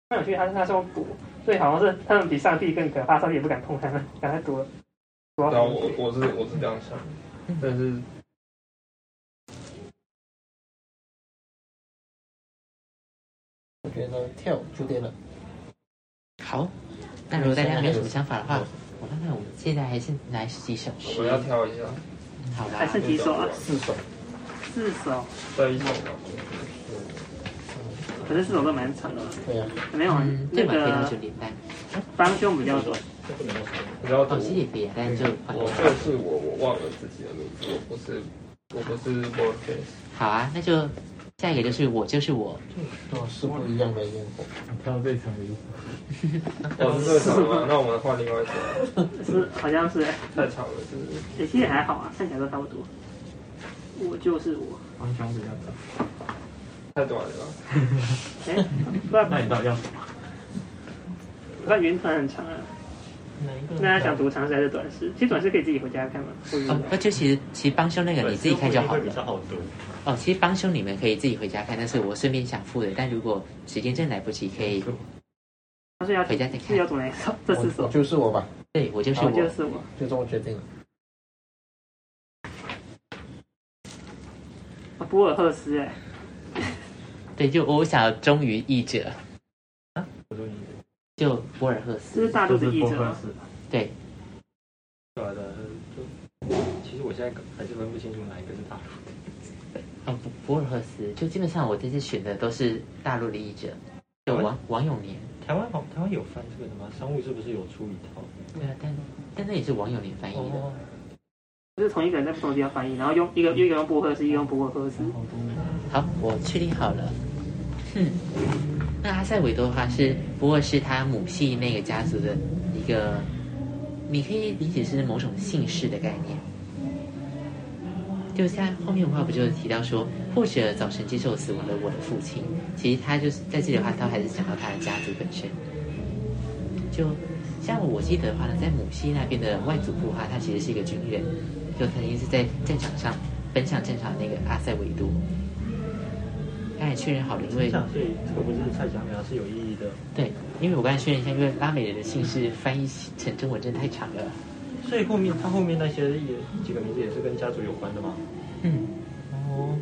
C: 很有趣，他是那时候躲，所以好像是他们比上帝更可怕，上帝也不敢碰他们，赶快躲。躲
D: 对啊，
C: 到
D: 我我是我是这样想，但是
G: 我觉得跳就对了，
A: 好，那如果大家没有什么想法的话，我看看我们现在还是来几首
D: 我
A: 诗
D: 们，要挑一下，
A: 好吧
C: 还？剩几首啊？
G: 四首，
C: 四首，
D: 再一首吧。
C: 可是四首都蛮长的。
G: 对呀、
C: 没有啊
A: 嗯，，
C: 那
A: 对吧？可以当
C: 个
A: 成连带，
C: 方兄比较短，
D: 你要读
A: 哦，其实也可以啊，但就
D: 我就是我，我忘了自己的名字，我不是我不是 b o r g e s
A: 好啊，那就下一个就是我就是我。
G: 哦，是不一样的烟火。
B: 看到这一场的衣服，
D: 我哦是这场吗？那我们换另外一首，
C: 是好像是，
D: 太长了，是不是？
C: 也其实还好啊，看起来都差不多。我就是我，
B: 方向比较大。
D: 太短了吧。
C: 哎，那
B: 那你到底要什么？
C: 那原团很长啊，那他想读长诗还是短诗？其实短诗可以自己回家看嘛。我觉
A: 哦
C: 得，
A: 那就其实其实帮凶那个你自己看就好
F: 会比较
A: 了。
F: 好读。
A: 哦，其实帮凶你们可以自己回家看，但是我顺便想付的。但如果时间真来不及，可以
C: 他说要
A: 回家再
C: 是
A: 看
C: 要。读哪一首？这
G: 我
C: 四
G: 我
C: 首，
G: 就是我吧，
A: 对我就是
C: 哦我就
A: 我，
C: 是我。
G: 就这么决定了。
C: 啊博尔赫斯哎，
A: 对，就我想要忠于译者，
B: 我说你
A: 就博尔赫
C: 这是
A: 斯。
C: 大
B: 就
C: 陆的
B: 是
C: 译
B: 波
C: 者啊
B: 克
C: 吗，
B: 斯，
A: 对，
F: 对啊对啊，就其实我现在还是分不清楚哪一个是大陆。
A: 哦，博博尔赫斯，就基本上我这次选的都是大陆的译者，有王王永年，
F: 台湾好，台湾有翻这个的吗？商务是不是有出一套？
A: 对啊，但但那也是王永年翻译的。
F: 哦，
C: 就是同一个人在不同的地方翻译，然后用一个一个用博尔赫斯，一个用博尔赫斯。
B: 好多人。
A: 好，我确定好了。嗯，那阿塞韦多的话是，不过是他母系那个家族的一个，你可以理解是某种姓氏的概念。就在后面的话，不就提到说，或者早晨接受死亡的我的父亲，其实他就是在这里的话，他还是讲到他的家族本身。就像我记得的话呢，在母系那边的外祖父的话，他其实是一个军人，就曾经是在战场上奔向战场的那个阿塞韦多。刚才确认好了，因
F: 我
A: 为
F: 想所以这个不是蔡小苗是有意义的，
A: 对，因为我刚才确认一下，因为拉美人的姓氏翻译成中文真的太长了。
F: 所以后面他后面那些也几个名字也是跟家族有关的吗？
A: 嗯，
F: 哦，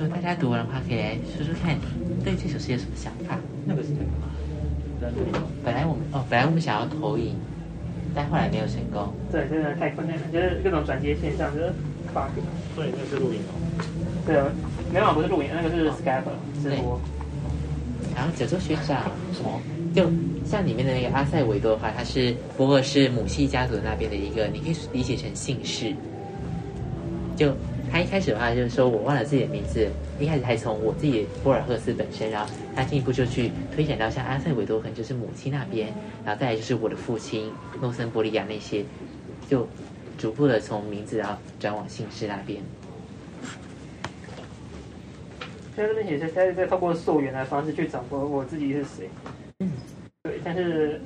A: 如果大家读完的话，可以来说说看，对这首诗有什么想法？
F: 那个是在干嘛？在录吗？
A: 本来我们哦，本来我们想要投影，但后来没有成功。
C: 对，真的太困难了，就是各种转接线上的 bug。
F: 所以那是录影哦。
C: 对啊，没有啊，不是录影，那个是 Skype 直播。
A: 然后九州学长什么？就像里面的那个阿塞维多的话，他是不过是母系家族那边的一个，你可以理解成姓氏。就他一开始的话就是说我忘了自己的名字，一开始还从我自己博尔赫斯本身，然后他进一步就去推展到像阿塞维多，可能就是母亲那边，然后再来就是我的父亲诺森伯利亚那些，就逐步的从名字然后转往姓氏那边。
C: 在这边写是他是在透过溯源的方式去找说我自己是谁。对，但是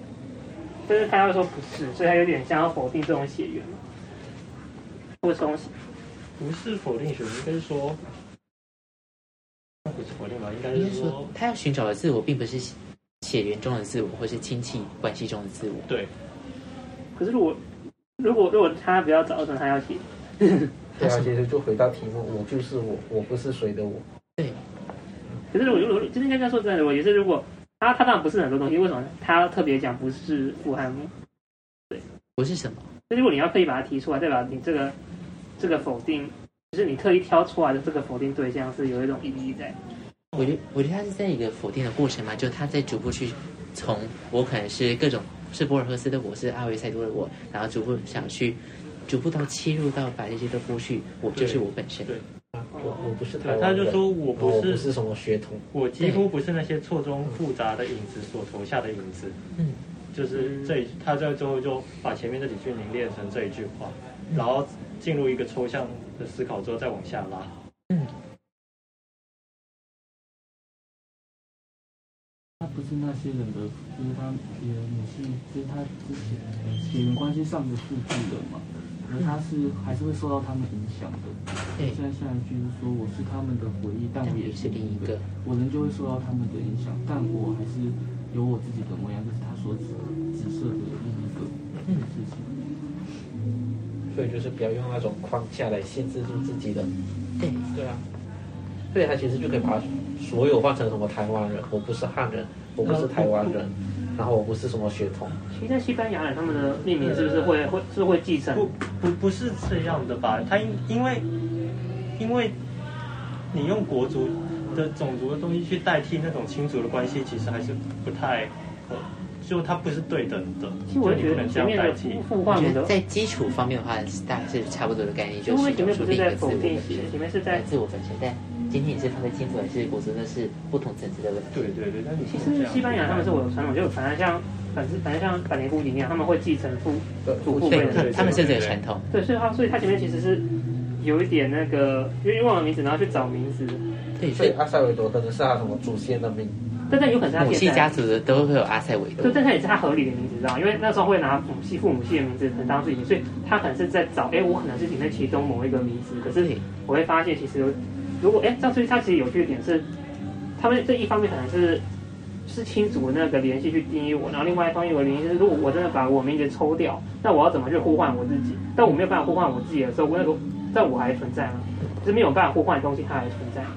C: 但是他又说不是，所以他有点想要否定这种血缘嘛。或者从
F: 不是否定学，应该是说，不是否定吧，应该是说，
A: 他要寻找的自我并不是血缘中的自我，或是亲戚关系中的自我。
F: 对，
C: 可是如果如果如果他不要找成他要写，
G: 对啊，其实就回到题目，我就是我，我不是谁的我。
C: 可是我如果就是应该这样说真的，我也是如果他他当然不是很多东西，为什么他要特别讲不是武汉姆？
A: 不是什么？
C: 那如果你要特意把它提出来，代表你这个这个否定，就是你特意挑出来的这个否定对象是有一种意义在。
A: 我觉得我觉得他是在一个否定的过程嘛，就他在逐步去从我可能是各种是博尔赫斯的我，是阿维塞多的我，然后逐步想去逐步到切入到把这些都剥去，我就是我本身。
F: 对
G: 啊我我不是台
F: 对，
G: 湾
F: 他
G: 人，
F: 就说
G: 我
F: 我哦不
G: 不
F: 是，
G: 是什么血统，
F: 我几乎不是那些错综复杂的影子所投下的影子，
A: 嗯，
F: 就是这一，他在最后就把前面这几句凝练成这一句话，
C: 嗯
F: 然后进入一个抽象的思考之后再往下拉，
B: 他不是那些人的，就是他别人母系，就是他之前血缘关系上的附近人嘛，可是他是还是会受到他们影响的。
A: 对，
B: 现在下一句是说我是他们的回忆，但
A: 但
B: 我
A: 我
B: 也
A: 也
B: 是
A: 是另
B: 另
A: 一
B: 一个
A: 个，。
B: 我仍旧会受到他们的影响，但我还是有我自己的模样，就是他所指指涉的另一个事情。
G: 所以就是不要用那种框架来限制住自己的。
A: 对，
G: 对啊，所以他其实就可以把所有换成什么台湾人，我不是汉人，我不是台湾人，然后我不是什么血统，
C: 其实在西班牙人他们的命名是不是会会是会继承？
F: 不不不是这样的吧？他因因为因为你用国族的种族的东西去代替那种亲族的关系，其实还是不太可，就它不是对等的。
C: 其实我
F: 就
C: 觉
F: 你不
C: 得
F: 能这
C: 前
F: 样
C: 面
F: 代
C: 的
F: 替
C: 父。父
A: 我
C: 化
A: 觉
C: 母
A: 得
C: 的，
A: 在基础方面的话，大概是差不多的概念，
C: 因
A: 就是
C: 为前
A: 找
C: 面不
A: 出另一
C: 是在
A: 个自
C: 否
A: 我
C: 定
A: 本
C: 谁，
A: 身，
C: 前面是在
A: 在自我本身。但今天也是放在亲族还是国族，那是不同层次的问题。
F: 对对对，但你
C: 其实西班牙他们是我的传统，就反正像反正反正像百年孤一样，他们会继承父
G: 对
C: 祖父辈
A: 对，
C: 的。
A: 他他们是有这个传统。
C: 对，所以他所以他前面其实是有一点那个，因为忘了名字，然后去找名字，
A: 对，所
G: 所以
A: 以
G: 阿塞维多可能是他什么祖先的名，
C: 但但有可能是他
A: 母系
C: 现
A: 家
C: 在。
A: 族的都会有阿塞维多
C: 对，。但他也是他合理的名字，知道吗因为那时候会拿母系、父母系的名字当自己，所以他可能是在找，哎，我可能是里面其中某一个名字，可是
A: 对，
C: 我会发现，其实如果哎，这样所以它其实有趣的点是，他们这一方面可能是是亲族那个联系去定义我，然后另外一方面有个联系是，如果我真的把我名字抽掉，那我要怎么去呼唤我自己？但我没有办法呼唤我自己的时候，我那个但我还存在吗？就是没有办法呼唤的东西，它还存在吗。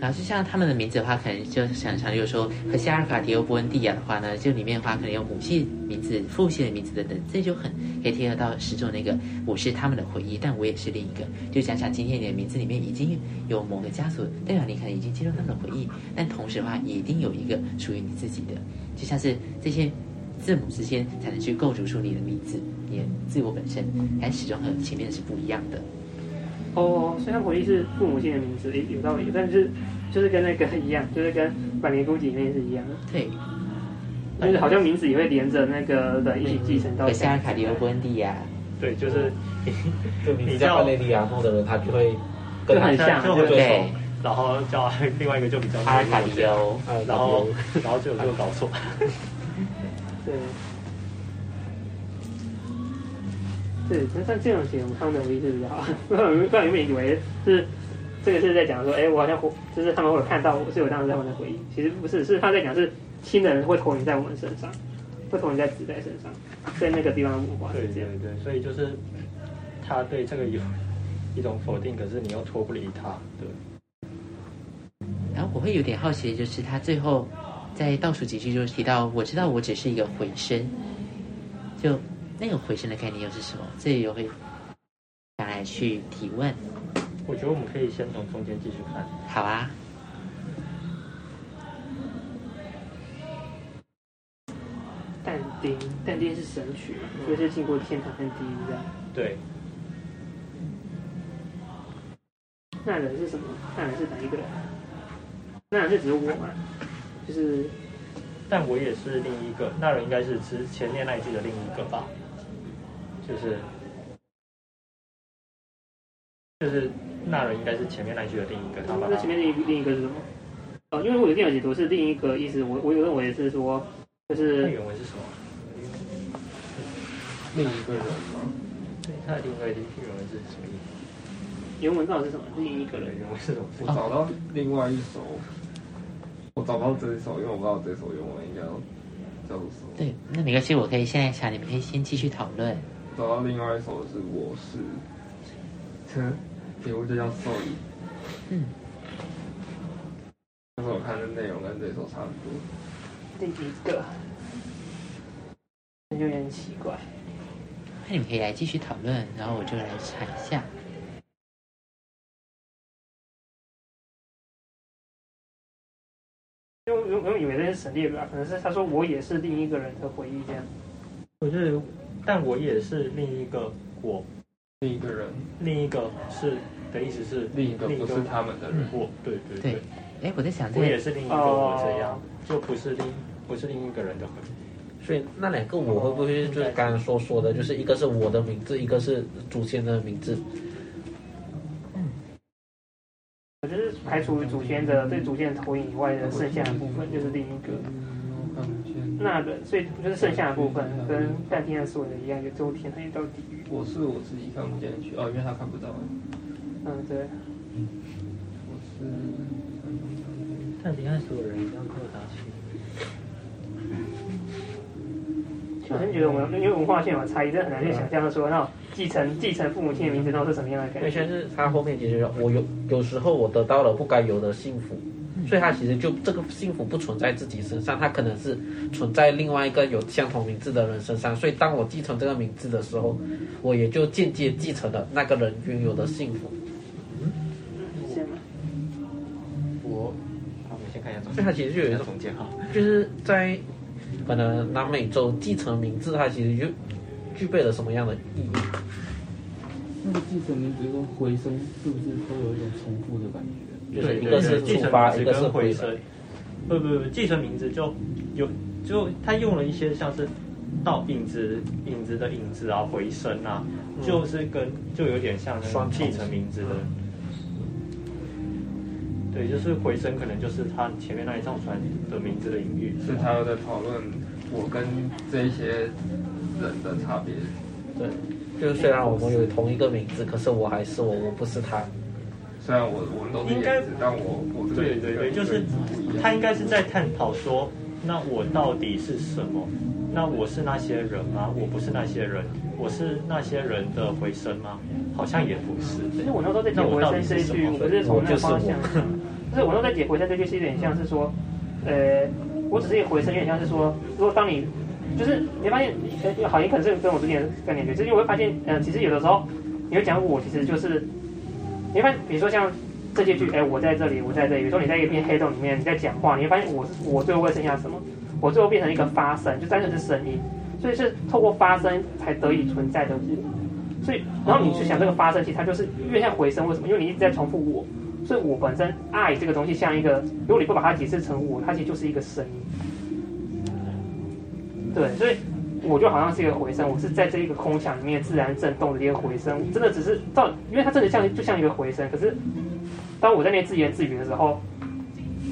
A: 然后就像他们的名字的话，可能就想想，就是说和西阿尔法迪欧波恩蒂亚的话呢，就里面的话可能有母系名字、父系的名字等等，这就很可以贴合到始终那个我是他们的回忆，但我也是另一个。就想想今天你的名字里面已经有某个家族，代表你可能已经进入他们的回忆，但同时的话也一定有一个属于你自己的，就像是这些字母之间才能去构筑出你的名字，你的自我本身，但始终和前面是不一样的。
C: 哦，所以他回忆是父母亲的名字，诶，有道理，但是就是跟那个一样，就是跟《百年孤寂》里面是一样的，
A: 对，
C: 就是好像名字也会连着那个人一起继承到
A: 和西阿尔法迪欧波恩蒂啊亚。
F: 对，就是
G: 就名字叫巴雷利亚诺的人，他就会跟他
C: 很像
F: 就会
G: 对
F: 有种，然后叫另外一个就比较
A: 阿尔卡迪欧，
G: 呃
F: 然后然后就有这个搞错。
C: 对。对，那像这种写我们的唯一是比较好。不然不然原本以为是这个是在讲说，哎，我好像活，就是他们会有看到我，所以我当时在我的回忆。其实不是，是他在讲是亲人会投影在我们身上，会投影在子代身上，在那个地方的文化
F: 对
C: 是这
F: 对
C: 样。
F: 对，所以就是他对这个有一种否定，可是你又脱不离他。对，
A: 然后我会有点好奇，的就是他最后在倒数几句就提到，我知道我只是一个回声，就那个回声的概念又是什么？这里又会拿来去提问。
F: 我觉得我们可以先从中间继续看。
A: 好啊，
C: 但丁，但丁是神曲嘛，就是经过天堂跟地狱这样。
F: 对，
C: 那人是什么？那人是哪一个人？那人是指我嘛？就是
F: 但我也是另一个，那人应该是之前面那一季的另一个吧，就是就是那人应该是前面那一季的另一个，他把
C: 那
F: 他
C: 前面另一另一个是什么？哦，因为我有另有解读是另一个意思，我我有认为是说，就是
F: 那原文是什么？
D: 另一个人吗？
F: 对，他的另一个原文是什么意思？
C: 原文到底是什么？另一个
F: 对，
C: 人。
F: 原文是什么？
D: 我找到另外一首，我找不到这一首，因为我不知道这首用文应该要叫做什么。
A: 对，那没关系，我可以现在想，你们可以先继续讨论。
D: 找到另外一首是我是，呃哼，题目就叫 s o
A: 嗯，
D: 但是我看的内容跟这首差不多。
C: 第一个，有点奇怪。
A: 那你们可以来继续讨论，然后我就来查一下。
C: 因为我我以为那是省略吧，可能是他说我也是另一个人的回忆这样。
F: 我就是，但我也是另一个我，
D: 另一个人，
F: 另一个是的意思是
D: 另一个不是他们的人，
F: 我，对对
A: 对，哎，我在想这
F: 我也
A: 个，
F: 是另一个我这样，就不是另不是另一个人的回忆。
G: 所以那两个我会不会就是刚刚所说的，就是一个是我的名字，一个是祖先的名字？
C: 我就是排除祖先的对祖先的投影以外的剩下的部分，就是另一个那人，所以就是剩下的部分跟但天的所有的一样，就最后天黑到地狱。
D: 我是我自己看不进去哦，因为他看不到。
C: 嗯，对。
D: 我呃是
F: 但你看所有人一样扣打去。
C: 我真觉得我们因为文化线有差异，真的很难去想象说那种继承继承父母亲的名字都是什么样的
G: 因
C: 感
G: 为
C: 觉。
G: 全是他后面解决了，我有有时候我得到了不该有的幸福，
F: 嗯
G: 所以他其实就这个幸福不存在自己身上，他可能是存在另外一个有相同名字的人身上。所以当我继承这个名字的时候，我也就间接继承了那个人拥有的幸福。
C: 是吗
E: 我，好，我们先看一下总
G: 所以他其实就有一种
E: 总结哈。
G: 就是在可能南美洲继承名字，它其实就具备了什么样的意义？
B: 那个继承名字跟回声是不是都有一种重复的感觉？
G: 就是
F: 对
G: 一
F: 对
G: 个
F: 对，
G: 是
F: 继
G: 出
F: 承
G: 发，
F: 名
G: 一
F: 字
G: 个是
F: 跟
G: 回
F: 回
G: 声
F: 声。。不不不，继承名字就有就他用了一些像是倒影子、影子的影子啊、回声啊，就是跟就有点像那
G: 嗯双
F: 种
G: 重
F: 继承名字的。
G: 嗯
F: 对，就是回声，可能就是他前面那一张船的名字的隐喻。
D: 是他又在讨论我跟这一些人的差别。
G: 对，就是虽然我们有同一个名字，可是我还是我，我不是他。
D: 虽然我我们都是
F: 应该
D: 颜值，但我我这个
F: 对对对，
D: 这个
F: 就是
D: 不一样
F: 他应该是在探讨说，那我到底是什么？那我是那些人吗？我不是那些人，我是那些人的回声吗？好像也不是。
C: 其实我那时候在解回声这一句，我不是从那个方向， 就是我那时候在解回声这句是有点像是说，呃，我只是一个回声，有点像是说，如果当你就是你会发现，呃，好，你可能是跟我之前的概念，就是你会发现，呃，其实有的时候你会讲我，其实就是，你会发现，比如说像这些句，哎、我在这里，我在这里，比如说你在一片黑洞里面你在讲话，你会发现我是我最后会剩下什么？我最后变成一个发声，就单纯是声音，所以是透过发声才得以存在的我。所以，然后你去想这个发声，其实它就是越像回声，为什么？因为你一直在重复我，所以我本身爱这个东西像一个，如果你不把它解释成我，它其实就是一个声音。对，所以我就好像是一个回声，我是在这一个空想里面自然震动的一个回声，真的只是到，因为它真的像就像一个回声，可是当我在那边自言自语的时候，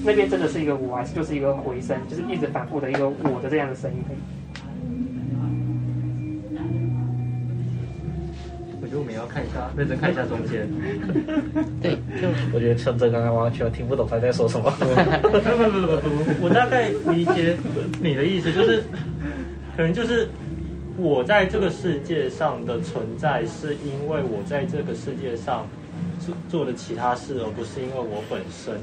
C: 那边真的是一个我，还是就是一个回声，就是一直反复的一个我的这样的声音。
F: 我觉得我们要看一下，认真看一下中间。
A: 对，就
G: 我觉得趁着刚刚完全听不懂他在说什么。
F: 不不不不不，我大概理解你的意思，就是可能就是我在这个世界上的存在，是因为我在这个世界上做做的其他事，而不是因为我本身。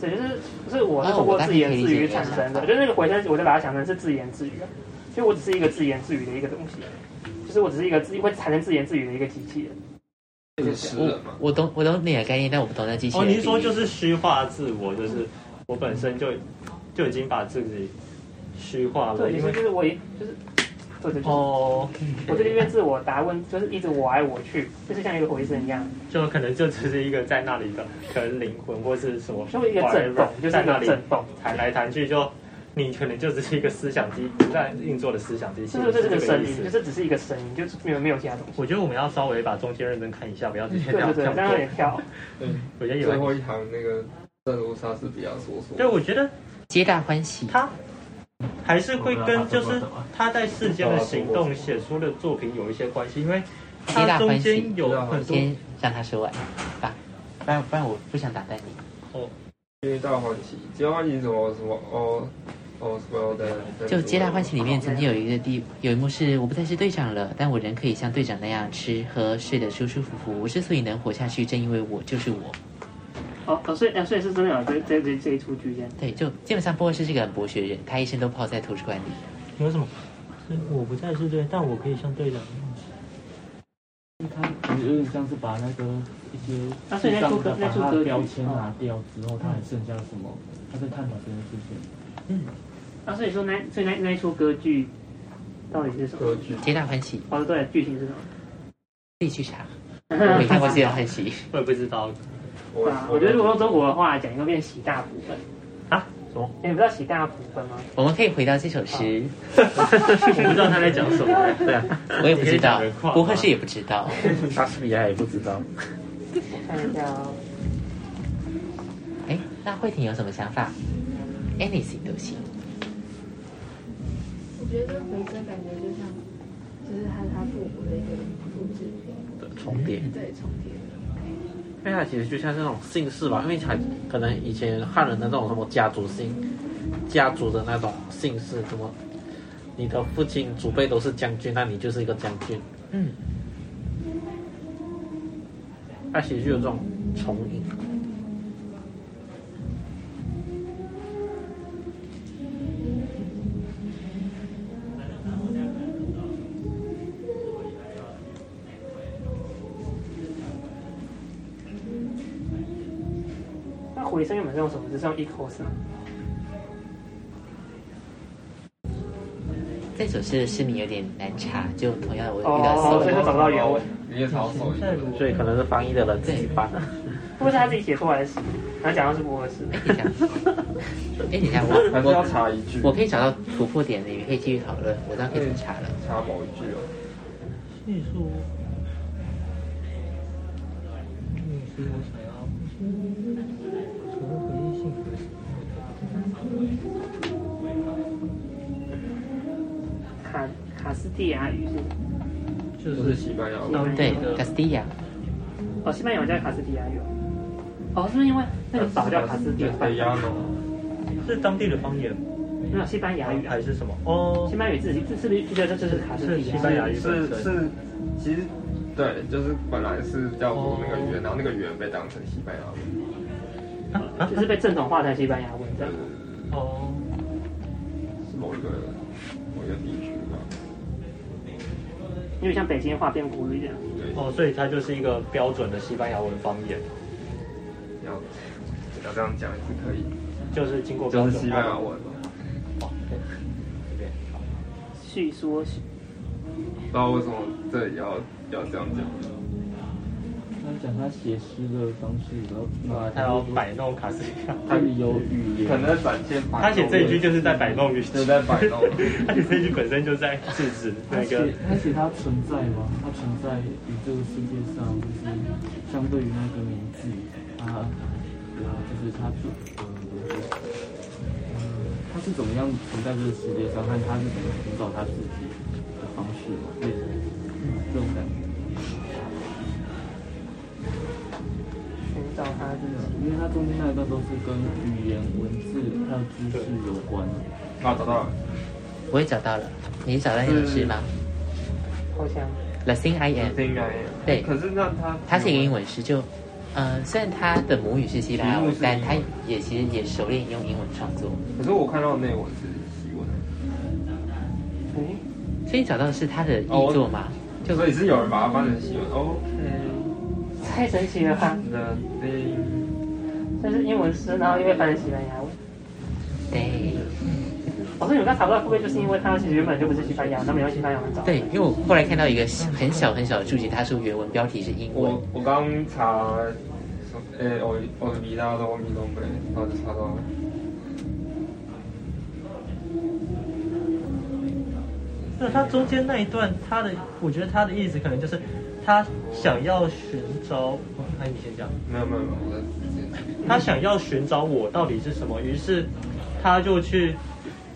C: 对，就是就是哦我是通过自言自语产生的，就是那个回声，我就把它想成是自言自语啊，所以我只是一个自言自语的一个东西，就是我只是一个自会产生自言自语的一个机器人。
D: 这个诗人嘛，
A: 我懂我懂你的概念，但我不懂那机器
F: 哦，
A: 人的比喻。
F: 您说就是虚化自我，就是我本身就就已经把自己虚化了，
C: 对，
F: 因
C: 就
F: 为
C: 是就是我也就是或者就是
F: 哦，
C: 我这个月自我答问，就是一直我来我去，就是像一个回声一样，
F: 就可能就只是一个在那里的，可能灵魂或是什么，
C: 就是一个震动，就是
F: 在
C: 一
F: 那
C: 个
F: 里
C: 震动。
F: 弹来弹去就。你可能就只是一个思想机在运作的思想机
C: 是
F: 器，
C: 不是这
F: 这
C: 个声
F: 意
C: 音？就
F: 思？
C: 是只是一个声音，就是没有没有其他东西。
F: 我觉得我们要稍微把中间认真看一下，不要直
C: 对
F: 接这
C: 对
F: 样
C: 对，
F: 跳
C: 刚
F: 过
C: 刚有。点跳。
F: 我觉得
D: 最
F: 有，
D: 后一行那个正如莎士比亚所说，
F: 对，我觉得
A: 皆大欢喜。
F: 他还是会跟就是他在世间的行动写出的作品有一些关系，因为他中间有很多
A: 先让他说完吧，不然不然我不想打断你。
D: 皆大欢喜，皆大欢喜什么什么哦哦什么的，
A: 就《皆大欢喜》里面曾经有一个地有一幕是我不再是队长了，但我仍可以像队长那样吃喝睡得舒舒服服。我之所以能活下去，正因为我就是我。
C: 哦哦，所以呃所以是真的有这这这这一出剧这样。
A: 对，就基本上波尔是这个很博学人，他一生都泡在图书馆里。
F: 有什么？我不再是队，但我可以像队长。
B: 他有点像是把那个一些
C: 啊所以那出歌那
B: 把
C: 出
B: 它
C: 歌哦
B: 标签拿掉之后，他还剩下什么？他在探讨这件事情。
C: 啊，所以说那所以那那一出歌剧到底是什么？
D: 歌剧，
A: 《皆大欢喜》
C: 哦，对，剧情是什么？
A: 自己去查，
F: 嗯
A: 我没看过《皆大欢喜》。
F: 我也不知道，
D: 我
C: 啊， 我觉得如果用中国的话讲，应该变喜大普奔
F: 啊？
C: 什么？你不知道喜大普奔吗？
A: 我们可以回到这首诗，
F: 我不知道他在讲什么。
E: 对啊，
A: 我也不知道
F: 你可以讲得快，吗啊
A: 博赫是也不知道。
E: 莎士比亚也不知道。
C: 我看一下哦。
A: 哎，那慧婷有什么想法？Anything 都行。
H: 我觉得回声感觉就像，就是和他父母的一个复制品，
E: 重叠，
H: 对，重叠的。
E: 因为它其实就像这种姓氏吧，因为才可能以前汉人的那种什么家族姓，家族的那种姓氏，什么你的父亲祖辈都是将军，那你就是一个将军。
A: 嗯，
E: 它其实就有这种重影。
C: 那回声原本是用什么字？是用 equals 吗？
A: 这首诗的诗名有点难查，就同样我遇
C: 哦
A: 到
C: 所以
A: 搜
C: 他找不到原文，
D: 野草手
F: 现在如
E: 所以可能是翻译的人自己翻的。
C: 会不会是他自己写出来的诗？然后讲到是博尔斯。
A: 哎，等一下， 哎，等一下，我
D: 还是要查一句，
A: 我可以找到突破点的，你们可以继续讨论。我当然可以去查了。
D: 查某一句哦，
F: 你说，你是我想要，除了回忆幸福的时
C: 卡卡斯蒂亚语是什么
F: 就
D: 就是西班牙文，
A: 对，Castilla，
C: 哦，西班牙文叫卡斯蒂亚语哦。哦，是不是因为那个岛叫卡斯蒂亚？
D: 对亚诺，
F: 是当地的方言
C: 没有西班牙语啊
F: 还，是什么？哦
C: 西，班牙语自己这是不是这这就是卡斯蒂亚？
F: 是西班牙语
D: 是是，其实对，就是本来是叫做那个语言，然后那个语言被当成西班牙 文，
C: 就是被正统化成西班牙文这样。
F: 啊哦，
D: 是某一个某一个地区吧，
C: 因为像北京话变国语这样。
D: 对，
F: 哦，所以它就是一个标准的西班牙文方言，
D: 要要这样讲也是可以，
F: 就是经过标
D: 就
F: 准
D: 是
F: 化
D: 西班牙文嘛。
C: 叙说叙
D: 不知道为什么这里要要这样讲，
B: 他讲他写诗的方式，然后
F: 呃，他要摆弄卡斯蒂亚，
B: 他有语言，
D: 可能在展现摆弄
F: 他写这一句就是在摆弄语气，
D: 就是在摆弄
F: 他写这一句本身就在制止
B: 他
F: 那
B: 写
F: 个，
B: 他写他存在吗？他存在于这个世界上，就是相对于那个名字，他呃，就是他就呃，嗯他是怎么样存在这个世界上，和他是怎么寻找他自己的方式嘛，对，这种感觉。
C: 寻找他自己。
B: 因为他中间那一段都是跟语言、文字还有知识有关的。
D: 啊，找到了，
A: 我也找到了。你找到那首诗吗
C: 好像
A: ？The thing I am。
D: 应该哎
A: 对
D: 可是那他
A: 他是一个英文诗，就，呃，虽然他的母语是西班牙文，但他也其实也熟练用英文创作。
D: 可是我看到的内文是西文，
C: 哎，
A: 所以找到的是他的译作嘛？就
D: 所以是有人把它翻成西文。哦，
C: 太神奇了吧！
D: 那
C: 这是英文诗，然后又被翻成西班牙文。
A: 对，
C: 我说你们刚查不到，会不会就是因为它其实原本就不是西班牙，那没有西班牙很早。
A: 对，因为我后来看到一个很小很小的注解，它说原文标题是英文
D: 我，我刚查，呃、我我的米拉多米东北，然后就查到了。
F: 那他中间那一段，他的我觉得他的意思可能就是他想要寻找，哎，你先讲，
D: 没有没有没有，我在直接
F: 他想要寻找我到底是什么，于是他就去，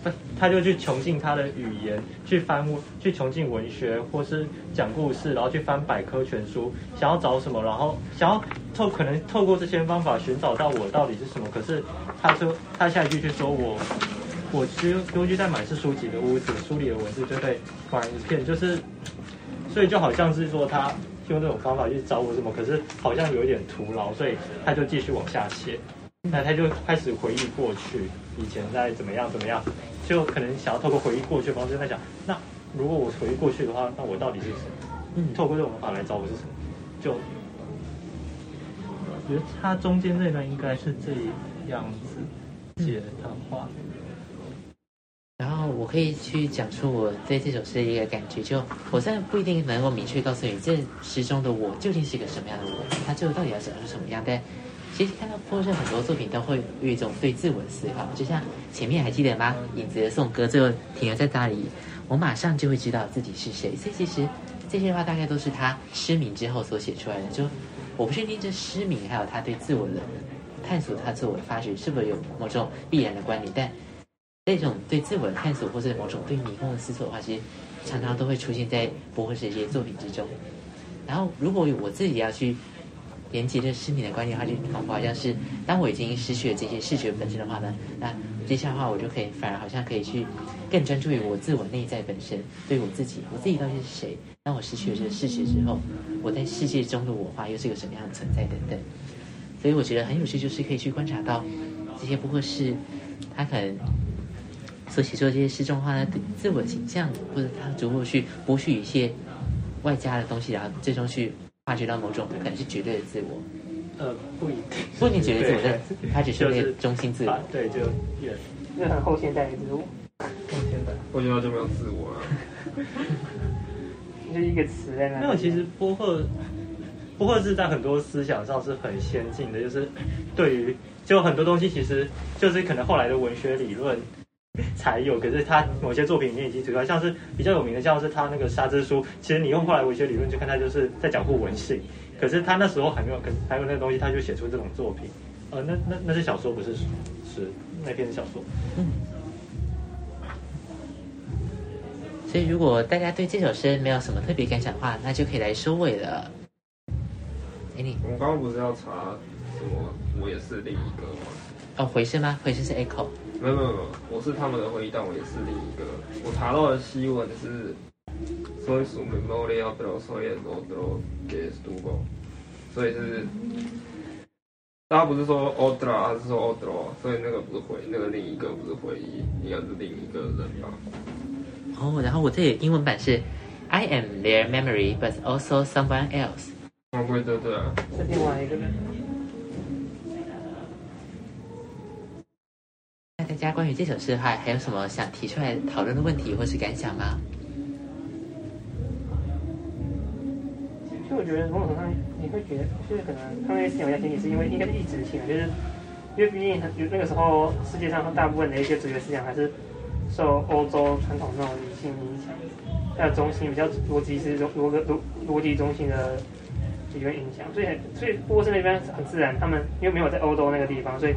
F: 不他就去穷尽他的语言，去翻文，去穷尽文学或是讲故事，然后去翻百科全书，想要找什么，然后想要透可能透过这些方法寻找到我到底是什么。可是他说他下一句却说我我居蜗居在满是书籍的屋子，书里的文字就被满一片，就是，所以就好像是说他用这种方法去找我什么，可是好像有一点徒劳，所以他就继续往下写，那他就开始回忆过去，以前在怎么样怎么样，就可能想要透过回忆过去的方式在想，那如果我回忆过去的话，那我到底是谁？
A: 嗯，
F: 透过这种方法来找我是什么？就，我觉得他中间这段应该是这样子解的话。
A: 然后我可以去讲出我对这首诗的一个感觉，就我虽然不一定能够明确告诉你这诗中的我究竟是一个什么样的我，它最后到底要长成什么样，但其实看到波是很多作品都会有一种对自我的思考，就像前面还记得吗？影子的颂歌最后停留在那里，我马上就会知道自己是谁。所以其实这些话大概都是他失明之后所写出来的。就我不确定这失明还有他对自我的探索，他自我的发掘是否有某种必然的关联，但。这种对自我的探索，或者某种对迷宫的思索的话，其实常常都会出现在博或是一些作品之中。然后，如果我自己要去连接这失明的观念的话，就仿佛好像是当我已经失去了这些视觉本身的话呢，那接下来的话，我就可以反而好像可以去更专注于我自我内在本身，对我自己，我自己到底是谁？当我失去了这个视觉之后，我在世界中的我的话又是个什么样的存在等等。所以我觉得很有趣，就是可以去观察到这些，不过是他可能所写出的这些诗中话呢，对自我形象或者他逐步去剥去一些外加的东西，然后最终去发掘到某种可能是绝对的自我。
F: 呃，不一定。
A: 不仅绝对自我，但他只是那
F: 就
A: 个
F: 是
A: 中心自我
F: 啊。，对，就远
C: 那很后现代的植物，
F: 后天的。
D: 我觉得就没有自我啊了。
C: 就是一个词在那里。
F: 没有，其实波赫，波赫是在很多思想上是很先进的，就是对于就很多东西，其实就是可能后来的文学理论才有，可是他某些作品里面已经提出来，像是比较有名的，像是他那个《沙之书》，其实你用后来文学理论去看，它就是在讲互文性，可是他那时候还没有跟还有那个东西，他就写出这种作品，呃，那那那是小说，不是是那篇是小说，
A: 所以，如果大家对这首诗没有什么特别感想的话，那就可以来收尾了。哎，你
D: 我们刚刚不是要查什么？我也是另一个吗？
A: 哦，回声吗？回声是 echo。
D: 没有没有没有，我是他们的回忆，但我也是另一个。我查到的西文是 “soy su memoria pero soy el otro que estuvo”，所以是大家不是说 “otra”，还是说哦 “otro”，所以那个不是回，那个另一个不是回忆，应该是另一个人吧？
A: 哦，然后我这里的英文版是 I am their memory, but also someone else。
D: 哦，对对对、啊，
C: 是另外一个人。
A: 那大家关于这首诗的话，还有什么想提出来讨论的问题或是感想吗？
C: 其实我觉得某种程度上你会觉得，就是可能他们思想家群体是因为应该是一直性的，就是因为毕竟很那个时候世界上大部分的一些主流思想还是受欧洲传统那种理性影响，还有中心比较逻辑是逻逻逻逻辑中心的理论影响，所以很所以波士那边很自然，他们因为没有在欧洲那个地方，所以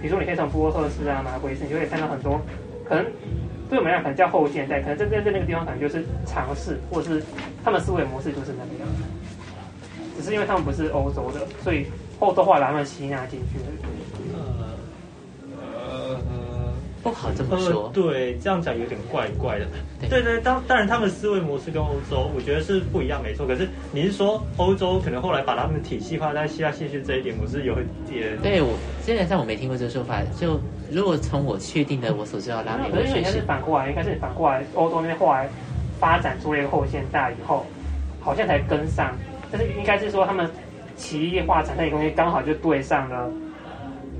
C: 比如说你可以从波赫斯啊、马奎斯，你就可以看到很多可能。对我们来讲，可能叫后现代，可能在在在那个地方，可能就是尝试，或者是他们思维模式就是那个样子。只是因为他们不是欧洲的，所以后洲话把他们吸纳进去了。
F: 呃呃。
A: 不好这么
F: 呃
A: 说。
F: 对，这样讲有点怪怪的。
A: 对
F: 对对，当当然他们思维模式跟欧洲，我觉得是不一样，没错。可是你是说欧洲可能后来把他们体系化在希腊戏剧这一点，我是有一点
A: 对我基本上我没听过这个说法。就如果从我确定的我所知道的拉美
C: 可
A: 文
C: 是
A: 学
C: 因为应该是
A: 史，
C: 反过来，应该是反过来，欧洲那边后来发展出了一个后现代以后，好像才跟上。但是应该是说他们企业化产生一个东西，
A: 嗯
C: 刚好就对上了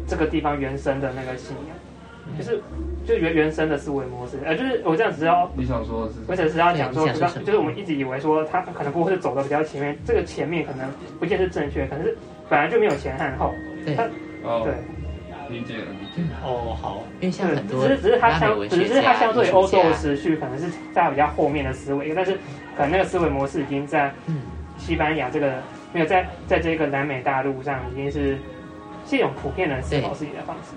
C: 这个地方原生的那个信仰，就是就原原生的思维模式，呃，就是我这样子要，
D: 你想说的是
C: 我
D: 什么？
C: 只是要讲说，
A: 对
C: 不
A: 你
C: 知道
A: 想说什么
C: 就是我们一直以为说他可能不会是走的比较前面，这个前面可能不见得是正确，可能是本来就没有前和后，
A: 对
C: 他
D: 哦
C: 对，，
D: 理解了，理解了。
F: 哦，好，
A: 因为像很多
C: 只是只是它
A: 拉美
C: 相，
A: 文
C: 只
A: 学
C: 是它
A: 家、
C: 相对
A: 艺
C: 欧
A: 术
C: 洲的
A: 家，
C: 时序可能是在比较后面的思维，但是可能那个思维模式已经在
A: 嗯
C: 西班牙这个没有在在这个南美大陆上已经是是一种普遍人思考自己的方式。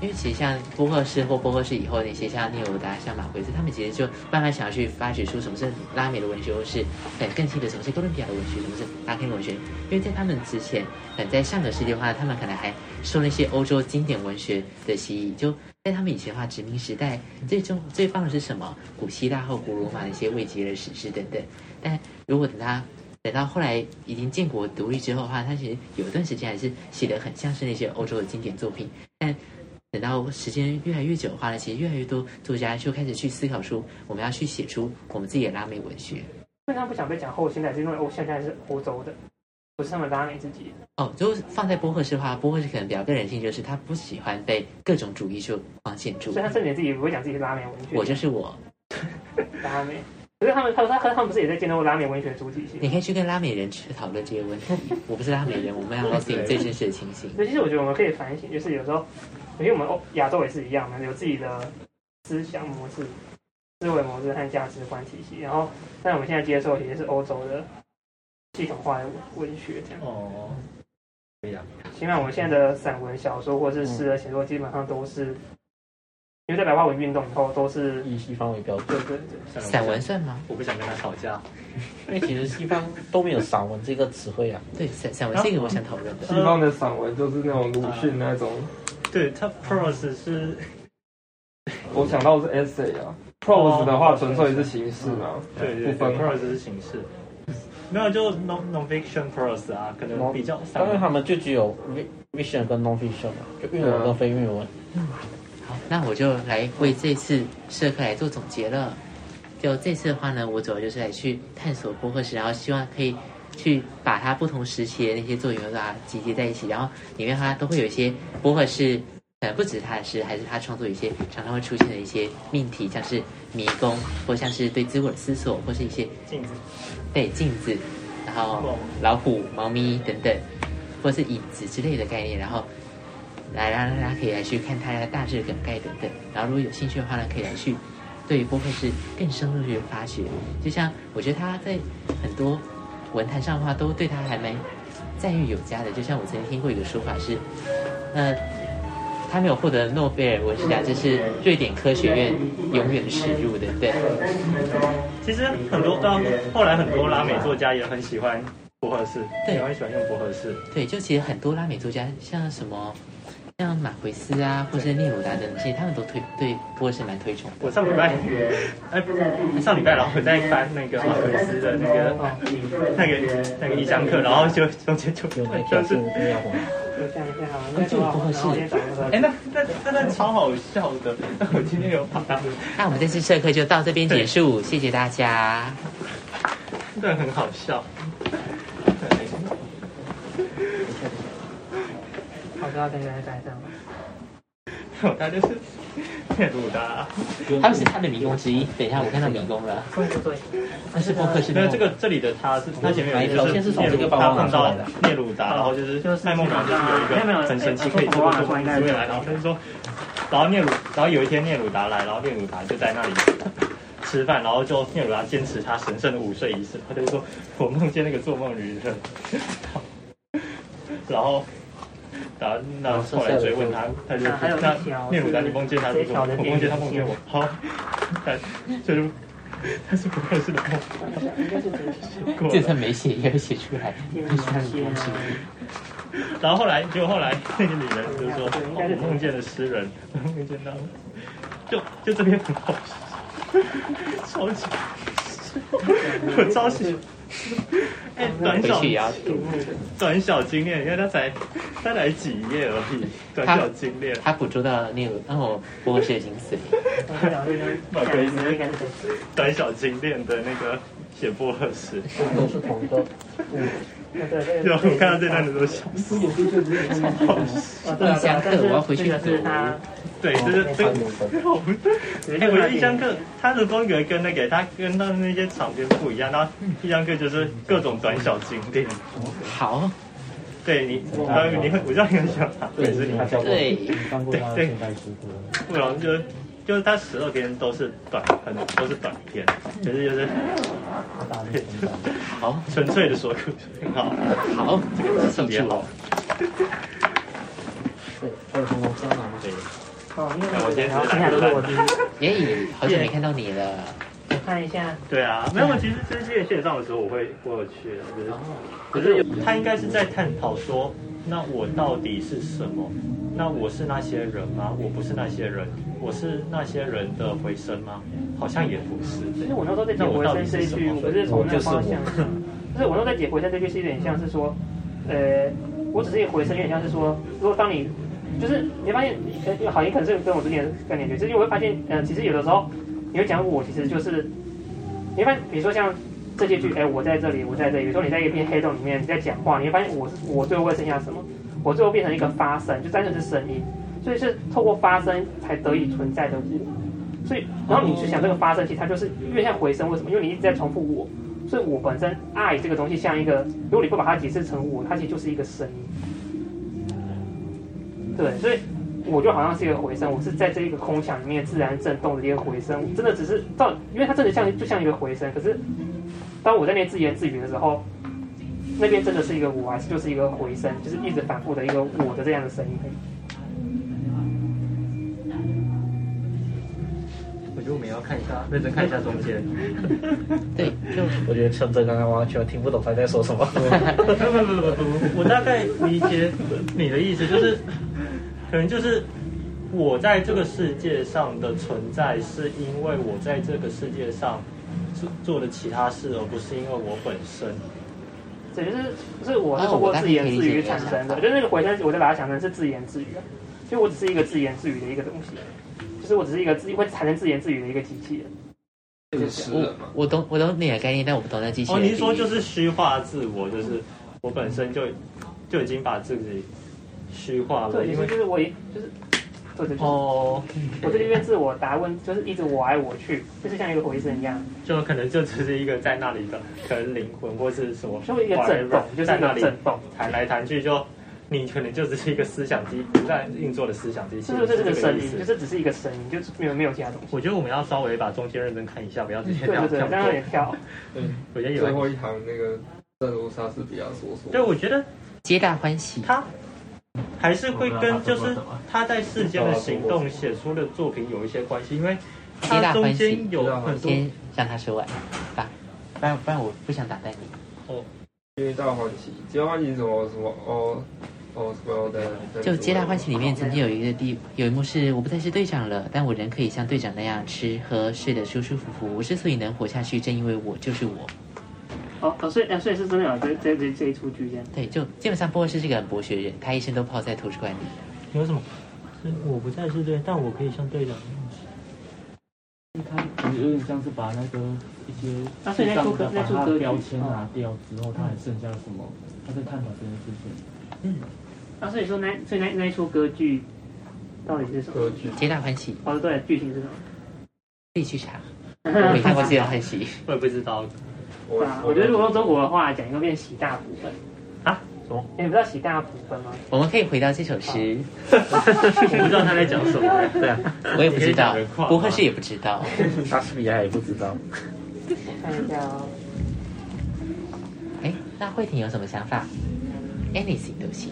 A: 因为其实像波赫士或波赫士以后那些像聂鲁达、像马奎斯，他们其实就慢慢想要去发掘出什么是拉美的文学，或是很更新的什么是哥伦比亚的文学，什么是拉丁文学。因为在他们之前，嗯，在上个世纪的话，他们可能还受那些欧洲经典文学的吸引。就在他们以前的话，殖民时代最重最棒的是什么？古希腊和古罗马的一些未及的史诗等等。但如果等他等到后来已经建国独立之后的话，他其实有一段时间还是写的很像是那些欧洲的经典作品，但。等到时间越来越久的话呢，其实越来越多作家就开始去思考出我们要去写出我们自己的拉美文学。
C: 但他不想被讲后现代，是因为欧现代是欧洲的，不是他们拉美自己。
A: 哦，就是放在波赫士的话，波赫士可能比较个人性，就是他不喜欢被各种主义所框限住
C: 所以。他甚至自己也不会讲自己是拉美文学，
A: 我就是我，
C: 拉美。可是他们，他他他们不是也在建立拉美文学主体系？
A: 你可以去跟拉美人去讨论这些问题。我不是拉美人，我们 要告诉你最真实的情形。
C: 所以其实我觉得我们可以反省，就是有时候，因为我们欧亚洲也是一样的，有自己的思想模式、思维模式和价值观体系。然后，但我们现在接受其实是欧洲的系统化的文文学，这样。
F: 哦，可以啊，
C: 起码我们现在的散文、小说或是诗的写作，基本上都是，因为在白话文运动以后，都是
G: 以西方为标准，
C: 对对对，
F: 算了
A: 散文，算吗？
F: 我不想我不想跟他吵架。
G: 因为其实西方都没有散文这个词汇啊。
A: 对，散散
C: 哦
A: 文是一个我想讨论的。
D: 西方的散文就是那种鲁迅那种，
F: 呃对他 pros 是
D: 我想到的是 essay 啊，prose 的话纯粹是形式啊，
F: 对对
D: 不分
F: 对 pros 是形式，没有就 non non fiction pros 啊，可能比较散
G: 当然，
F: 文
G: 他们就只有 vi- vision 跟 non vision 嘛，就韵文跟非韵文。
A: 好，那我就来为这次社课来做总结了。就这次的话呢，我主要就是来去探索播客史，然后希望可以去把它不同时期的那些作品都把它集结在一起，然后里面的话都会有一些播客是，呃，不只是他的诗，还是他创作一些常常会出现的一些命题，像是迷宫，或像是对自我的思索，或是一些
F: 镜子
A: 对镜子，然后老虎、猫咪等等，或是椅子之类的概念，然后来让大家可以来去看它的大致梗概等等。然后如果有兴趣的话呢，可以来去对于波克是更深入去发掘。就像我觉得他在很多文坛上的话，都对他还蛮赞誉有加的。就像我曾经听过一个说法是，呃。他没有获得诺贝尔文学奖，这是瑞典科学院永远耻辱的，对。
F: 其实很多到后来很多拉美作家也很喜欢博合适，
A: 对
F: 也很喜欢用博合适。
A: 对，就其实很多拉美作家，像什么，像马奎斯啊，或是聂鲁达等，其实他们都推对波士蛮推崇的。
F: 我上礼拜，哎，上礼拜然后我在翻那个马克思的那个啊那个那个一章课，然后就中间就
G: 有哪条
F: 就是是
G: 一，定要红？
C: 就这样这样好，那就好，然后今天早上
F: 哎，那那那那超好笑的，那我今天有把它，
A: 那我们这次社课就到这边结束，谢谢大家。
F: 对，很好笑。对
C: 好，知道大家来改正吧。
F: 他就是骗鲁达，
A: 他们是他的迷宫之一。等一下，我看到迷宫了，
C: 对对对，
A: 那是波克士
F: 没有
A: 的
F: 这个这里的他是他前面有一
G: 表
F: 个
G: 现
F: 就是是
G: 从
F: 聂
G: 这个
F: 鲁
G: 包
F: 达
G: 包拿
F: 碰
G: 出
F: 到
G: 来的
F: 聂鲁达，然后就是麦梦娜就是有一个
C: 哎
F: 很神奇可以这么做出来，然后他就说，然后聂鲁，然后有一天聂鲁达来，然后聂鲁达就在那里。吃饭，然后就聂鲁达坚持他神圣的午睡仪式，他就说：“我梦见那个做梦的人。”然后，然后那后来追问他，他就
C: 啊还有一
F: 那
C: 条
F: 聂鲁达你梦见他
C: 这
F: 是
C: 一条的
F: 我梦见他梦见我，好，但就是他是不合适的梦。
C: 应该是这个。
F: 过
A: 这
F: 了
A: 次没写也有写出来，
C: 天
A: 就是他的迷宫之一。
C: 啊！
F: 然后后来，结果后来那个女人就说：“哦我梦见了诗人，我梦见到了，就就这边很好笑，超级，我超喜，哎，短
A: 回
F: 小
A: 去也要
F: 短小精炼，你看他才他才几页而已，对，是有精炼。
A: 他捕捉到了那个，哦那我不过是已经死了。
C: 我会找这个
F: 不好意思
C: 感觉。
F: 短小精炼的那个写薄荷诗，
G: 都是同个。
C: 对对
F: 就
C: 对，
F: 我看到这段的时候想死，好死
C: 啊，对啊，对啊但呃是
A: 我要回去
C: 这个是他，
F: 对，就是这个。哎、我觉得异乡
C: 课
F: 客他的风格跟那个他跟他那些场边不一样，然后异乡客就是各种短小精炼。
A: 好，
F: 对你，呃，你会，我知道你很喜欢他，
B: 对，
F: 对，是你
B: 他教过，
A: 对
B: 当过他的现代诗歌。
F: 不然就是就是他十二篇都是短，很都是短篇，可是就是
B: 他大力成长，
A: 好，
F: 纯粹的说故事，很好，
A: 好，这个
F: 特
A: 记
F: 别
A: 住了
F: 好。。
G: 对，二十公分啊，
F: 对，
C: 哦，因为我然后剩下都是我自己
A: 耶，好久没看到你了。
C: 我看一下，
F: 对啊，没有，我其实就是这个线上的时候，我会我有去，就是
C: 哦
F: 可是有他应该是在探讨说，那我到底是什么？那我是那些人吗？我不是那些人，我是那些人的回声吗？好像也不是。
C: 其实我那时候在讲回声这一句，我不是从那个方向， 不是我那时候在解回声这句是有点像是说，呃，我只是一个回声，有点像是说，如果当你就是你会发现，呃，好，也可能是跟我之前的概念，就是因为我会发现，呃，其实有的时候你会讲我，其实就是，你会发现，比如说像这些句，哎、我在这里，我在这里，有时候你在一片黑洞里面你在讲话，你会发现我是我最后会剩下什么，我最后变成一个发声，就单纯是声音，所以是透过发声才得以存在的我。所以，然后你去想这个发声，其实它就是越像回声，为什么？因为你一直在重复我，所以我本身爱这个东西像一个，如果你不把它解释成我，它其实就是一个声音。对，所以我就好像是一个回声，我是在这一个空想里面自然震动的一个回声，真的只是到，因为它真的像就像一个回声，可是当我在那边自言自语的时候，那边真的是一个我，还是就是一个回声，就是一直反复的一个我的这样的声音。
I: 我觉得我们也要看一下，认真看一下中间。
A: 对，就
G: 我觉得趁着刚刚完全听不懂他在说什么。
F: 不不不不不，我大概理解你的意思，就是 可能就是我在这个世界上的存在，是因为我在这个世界上做做的其他事，而不是因为我本身。
C: 对，就是就是啊我是通过自言自语产生的，就是那个回声，我就把它想成是自言自语了，就我只是一个自言自语的一个东西，就是我只是一个自会产生自言自语的一个机器人。
D: 就是诗人嘛。
A: 我懂，我懂你的概念，但我不懂那机器
F: 哦，
A: 人的比
F: 你
A: 喻。
F: 是说就是虚化自我，就是我本身就就已经把自己虚化了，
C: 对，就
F: 因
C: 是
F: 为
C: 就是我也就是，对对，就是
F: 哦，
C: 我这边自我答问，就是一直我来我去，就是像一个回声一样，
F: 就可能就只是一个在那里的可能灵魂或是什么，
C: 就是一个震动，就是
F: 在
C: 一
F: 那
C: 个
F: 里
C: 震动。
F: 谈来谈去就，你可能就只是一个思想机不断运作的思想机器，
C: 就是就是这个声
F: 意
C: 音，就
F: 思。
C: 是只是一个声音，就是没有没有其他东西。
F: 我觉得我们要稍微把中间认真看一下，不要直接
C: 对
F: 跳
C: 对
F: 跳
C: 对，这样有点
F: 过。
C: 跳。
F: 我觉得
D: 最
F: 有，
D: 后一行那个正如莎士比亚所说，
F: 对，我觉得
A: 皆大欢喜。
F: 他还是会跟就是他在世间的行动写出的作品有一些关系，因为他中间有很多
A: 先让他说完吧，不然不然我不想打断你。
F: 哦
D: 因为大欢喜，皆大欢喜是什么什么哦哦什么的，
A: 就《皆大欢喜》里面曾经有一个地有一幕是我不再是队长了，但我仍可以像队长那样吃喝睡得舒舒服服。我之所以能活下去，正因为我就是我。
C: 哦哦，所以呃所以是真的有这这这这一出剧这样。
A: 对，就基本上波尔是这个很博学人，他一生都泡在图书馆里。
F: 有什么？是我不再是队，但我可以像队长。
B: 他有点像是把那个一些
C: 啊所以那
B: 上
C: 出
B: 的
C: 歌
B: 把
C: 那出
B: 他
C: 歌
B: 标签拿掉之后，他还剩下什么？他在探讨这件事情。
C: 啊，所以说那所以那那一出歌剧到底是什么
D: 歌？剧，
A: 《皆大欢喜》
C: 哦，对，剧情是什么？
A: 自己去查，我没看过《皆大欢喜》。
F: 我也不知道，
D: 我
C: 对啊，我觉得如果用中国的话讲，应该变喜大普分
F: 啊？
C: 什么？你们知道喜大普分吗？
A: 我们可以回到这首诗，
F: 我不知道他在讲什么。
G: 对啊，
A: 我也不知道
F: 你可以讲得，快吗
A: 波赫士也不知道。
G: 莎士比亚也不知道。
C: 我看一下哦。
A: 哎，那慧婷有什么想法？Anything 都行。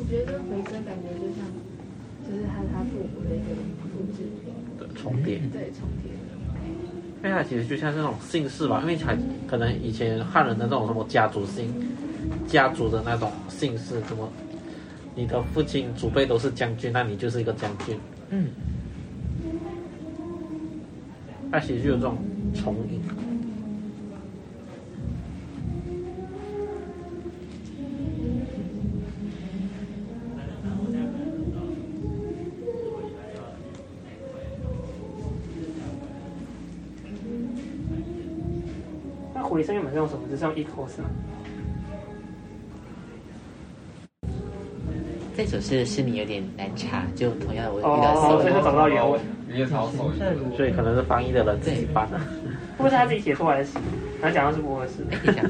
H: 我觉得这回声感觉就像，就是它它复古的一个复制品，
G: 重叠，
H: 对，重叠。
G: 因为它其实就像是那种姓氏吧，因为它可能以前汉人的那种什么家族姓，家族的那种姓氏，什么你的父亲祖辈都是将军，那你就是一个将军。
A: 嗯，
G: 它其实就有这种重影。
H: 我
C: 回声原本是用什么？就是用 equals 吗？
A: 这首诗的诗名有点难查，就同样我遇到
C: 哦，所以
A: 搜
C: 他找不到原文，
D: 你也超手艺
F: 现在如
E: 所以可能是翻译的人自己翻
G: 啊
E: 的。
C: 会不会是他自己写出来的诗？然后讲到是博尔斯，
A: 哎，等一下，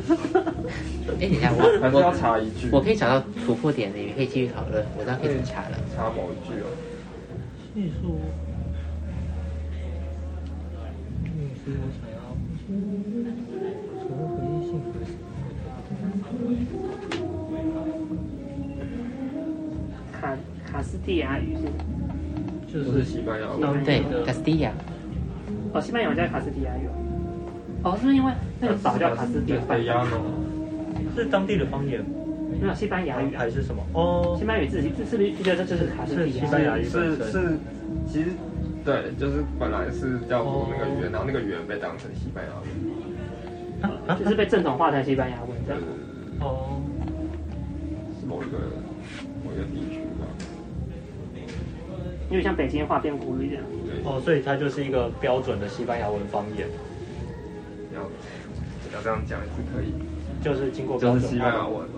A: 哎，等一下，
D: 还
A: 我
D: 是要
A: 我
D: 查一句，
A: 我可以找到突破点的，你们可以继续讨论，我知道可以怎么查了。
D: 查某一句哦。
F: 技术，嗯，所以我想要，除了回忆幸福的时
C: 卡卡斯蒂亚语是
F: 就
D: 就是
F: 是
D: 西班牙文，
C: 当
A: 对
C: 地的
A: 卡斯蒂亚，
C: 哦，西班牙文叫卡斯蒂亚语哦。哦，是不是因为那个岛叫卡斯蒂亚？
D: 对亚诺，
F: 是当地的方言
C: 没有西班牙语啊，
F: 还是什么？哦
C: 西，班牙语自己这是不是觉得这就是卡斯蒂亚？
F: 是西班牙语
D: 是是，其实对，就是本来是叫做那个语言，然后那个语言被当成西班牙语。
F: 啊
C: 就是被正统化成西班牙文这样。
F: 哦，
D: 是某一个某一个地区吧。
C: 有点像北京话变古语这样。
D: 对，
F: 哦，所以它就是一个标准的西班牙文方言，
D: 要要这样讲也是可以，
F: 就是经过标
D: 就是
F: 准哦
D: 西班牙文嘛。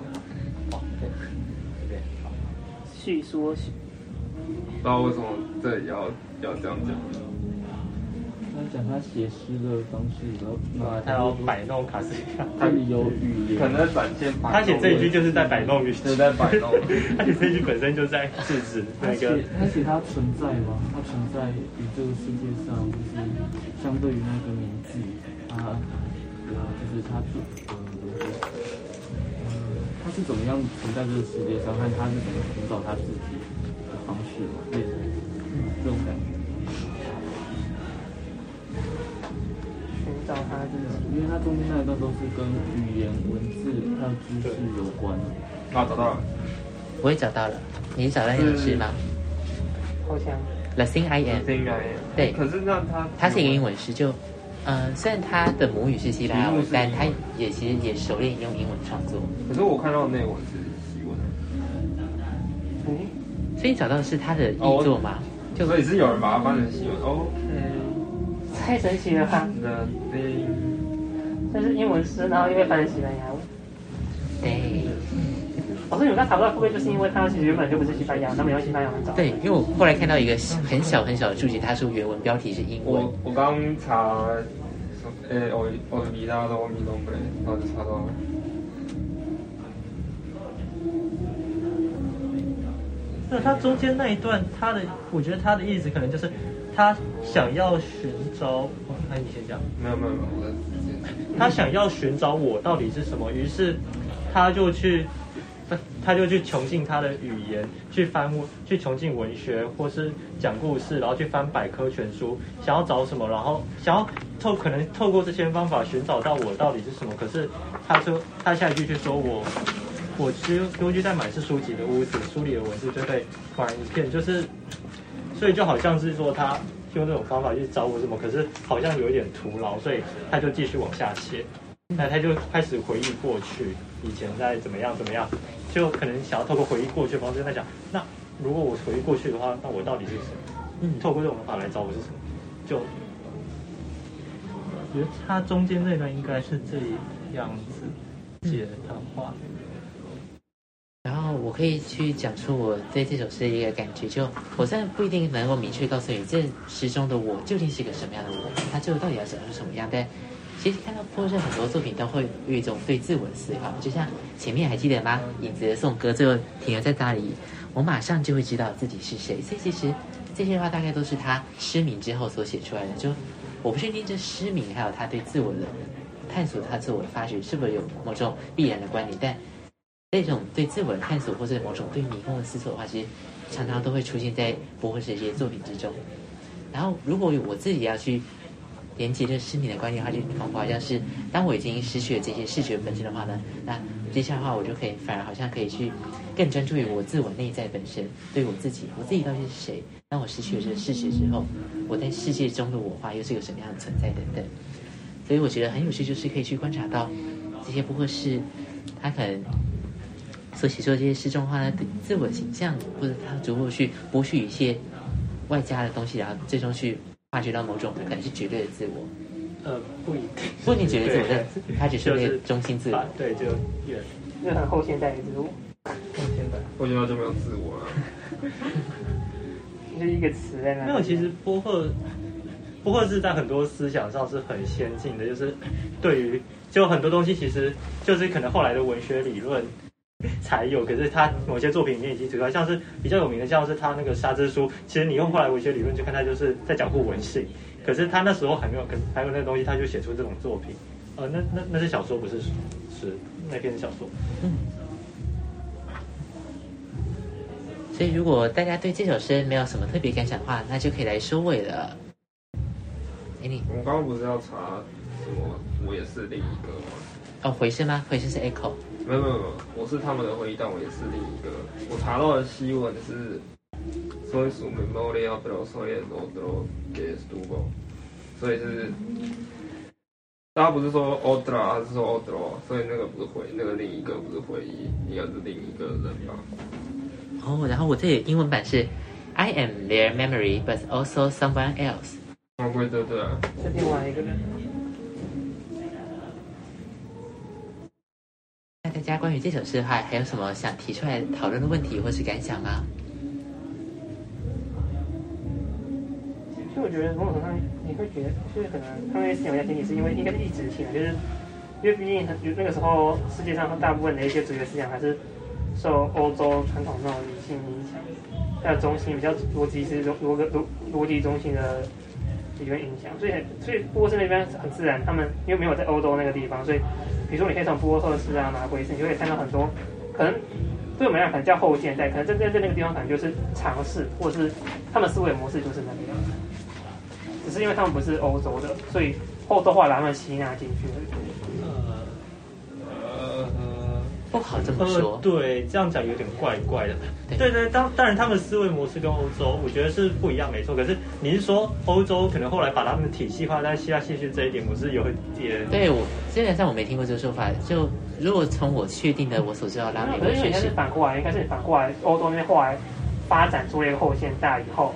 C: 叙说叙
D: 不知道为什么这里要要这样讲，
B: 他讲他写诗的方式，然后
F: 啊，他要摆弄卡斯蒂亚。
B: 他有语
D: 可
B: 言，
D: 能在展现摆弄
F: 他写这一句就是在摆弄语气
D: 就是在摆弄，
F: 他写这一句本身就在制止
B: 他
F: 那
B: 写
F: 个
B: 他写他存在吗？他存在于这个世界上，就是相对于那个名字，他呃，就是他是嗯，他是怎么样存在这个世界上，和他是怎么寻找他自己的方式嘛，类似这种感觉。
C: 寻找他自己。
B: 因为它中间那一段都是跟语言、文字还有知识有关的。
D: 啊，找到了，
A: 我也找到了，你找到那首诗吗
C: 好像
A: ？The thing I am，
D: 应该
A: 对
D: 可是那嗯他
A: 他是一个英文诗，就，呃，虽然他的母语是西班牙文
D: 题，目是
A: 但
D: 英文
A: 他也其实也熟练用英文创作，
D: 可是我看到的内文是西文，
C: 嗯
A: 所以找到的是他的译作嘛？
D: 就所以是有嗯人把它翻成西文。OK，哦
C: 太神奇了吧！
D: 那那
C: 这是英文诗，然后又被翻成西班牙文。
A: 对，
C: 我说你们刚查不到，会不会就是因为它其实原本就不是西班牙，他们用西班牙文找？
A: 对，因为我后来看到一个很小很小的注解，他说原文标题是英文
D: 我，我刚查，诶、我我离大家都米东北，然后就查到了。
F: 那他中间那一段，他的我觉得他的意思可能就是他想要寻找，哦哎，你先讲，
D: 没有没有没有，我在之前
F: 他想要寻找我到底是什么，于是他就去，他就去穷尽他的语言，去翻去穷尽文学或是讲故事，然后去翻百科全书，想要找什么，然后想要透可能透过这些方法寻找到我到底是什么。可是他说他下一句却说我。我居蜗居在满是书籍的屋子，书里的文字就被突然一片，就是，所以就好像是说他用这种方法去找我什么，可是好像有一点徒劳，所以他就继续往下切，那他就开始回忆过去以前在怎么样怎么样，就可能想要透过回忆过去的方式在想，那如果我回忆过去的话，那我到底是谁？嗯，透过这种方法来找我是什么？就，嗯我觉得他中间那段应该是这样子解的话。
A: 然后我可以去讲述我对这首诗的一个感觉，就我虽然不一定能够明确告诉你这诗中的我究竟是个什么样的我，他最后到底要讲出什么样，但其实看到波士很多作品都会有一种对自我的思考，就像前面还记得吗？影子的颂歌最后停留在那里，我马上就会知道自己是谁。所以其实这些话大概都是他失明之后所写出来的，就我不确定这失明还有他对自我的探索、他自我的发掘是不是有某种必然的关联，但。这种对自我的探索，或者某种对迷宫的思索的话，其实常常都会出现在博士这些作品之中。然后，如果我自己要去连接这失明的观念的话，就恐怕好像是当我已经失去了这些视觉本身的话呢，那接下来的话，我就可以反而好像可以去更专注于我自我内在本身，对我自己，我自己到底是谁？当我失去了这个视觉之后，我在世界中的我的话又是个什么样的存在等等。所以我觉得很有趣，就是可以去观察到这些博客是他可能所写作这些诗中的话呢，自我形象或者他逐步去剥去一些外加的东西，然后最终去发掘到某种可能是绝对的自我。
F: 呃，不一定。
A: 不过你觉得怎么
F: 对
A: 样？他只是
F: 就
A: 那
F: 是
A: 个中心自
F: 啊
A: 我，，
F: 对，就远。
C: 那很后现代的植物，
D: 我觉得就没有自我了。
C: 就是一个词在那。
F: 没有，其实波赫，波赫是在很多思想上是很先进的，就是对于就很多东西，其实就是可能后来的文学理论才有，可是他某些作品里面已经提出来，像是比较有名的，像是他那个《沙之书》，其实你用后来文学理论去看，他就是在讲互文性，可是他那时候还没有，可还有那个东西，他就写出这种作品，呃，那那那是小说，不是诗，是那篇是小说。
A: 所以如果大家对这首诗没有什么特别感想的话，那就可以来收尾了。哎，你
D: 我刚刚不是要查什么？我也是另一个吗？
A: 哦，回声吗？回声是 echo。
D: 没有没有没有，我是他们的回忆，但我也是另一个。我查到的西文是 “soy su memoria, pero soy el otro que estuvo”，所以是大家不是说 “otra”，还是说 “otro”，所以那个不是回，那个另一个不是回忆，应该是另一个人吧？
A: 哦，然后我这里英文版是 I am their memory, but also someone else。
D: 啊，对对对啊，
C: 是另外一个人。
A: 那大家关于这首诗的话，还有什么想提出来讨论的问题或是感想吗？
C: 其实我觉得某种程度上，你会觉得就是可能他们思想家群体是因为应该是一直性的，就是因为毕竟很就那个时候世界上大部分的一些主流思想还是受欧洲传统那种理性影响，还有中心比较逻辑是逻逻逻逻辑中心的理论影响，所以很所以波士那边很自然，他们因为没有在欧洲那个地方，所以比如说你可以从波赫斯啊、马奎斯，你就可以看到很多可能。对我们来讲，可能叫后现代，可能在在在那个地方，可能就是尝试，或者是他们思维模式就是那个样子。只是因为他们不是欧洲的，所以后都话把他们吸纳进去了。
F: 呃呃。
A: 不好啊这么
F: 呃，
A: 说，
F: 对，这样讲有点怪怪的。
A: 对
F: 对对，当当然他们思维模式跟欧洲，我觉得是不一样，没错。可是你是说欧洲可能后来把他们的体系化，但是希腊戏剧这一点，我是有一点。
A: 对我基本上我没听过这个说法。就如果从我确定的我所知道的拉美
C: 可
A: 文
C: 是因
A: 学
C: 为它是
A: 史，
C: 反过来，应该是反过来，欧洲那边后来发展出了一个后现代以后，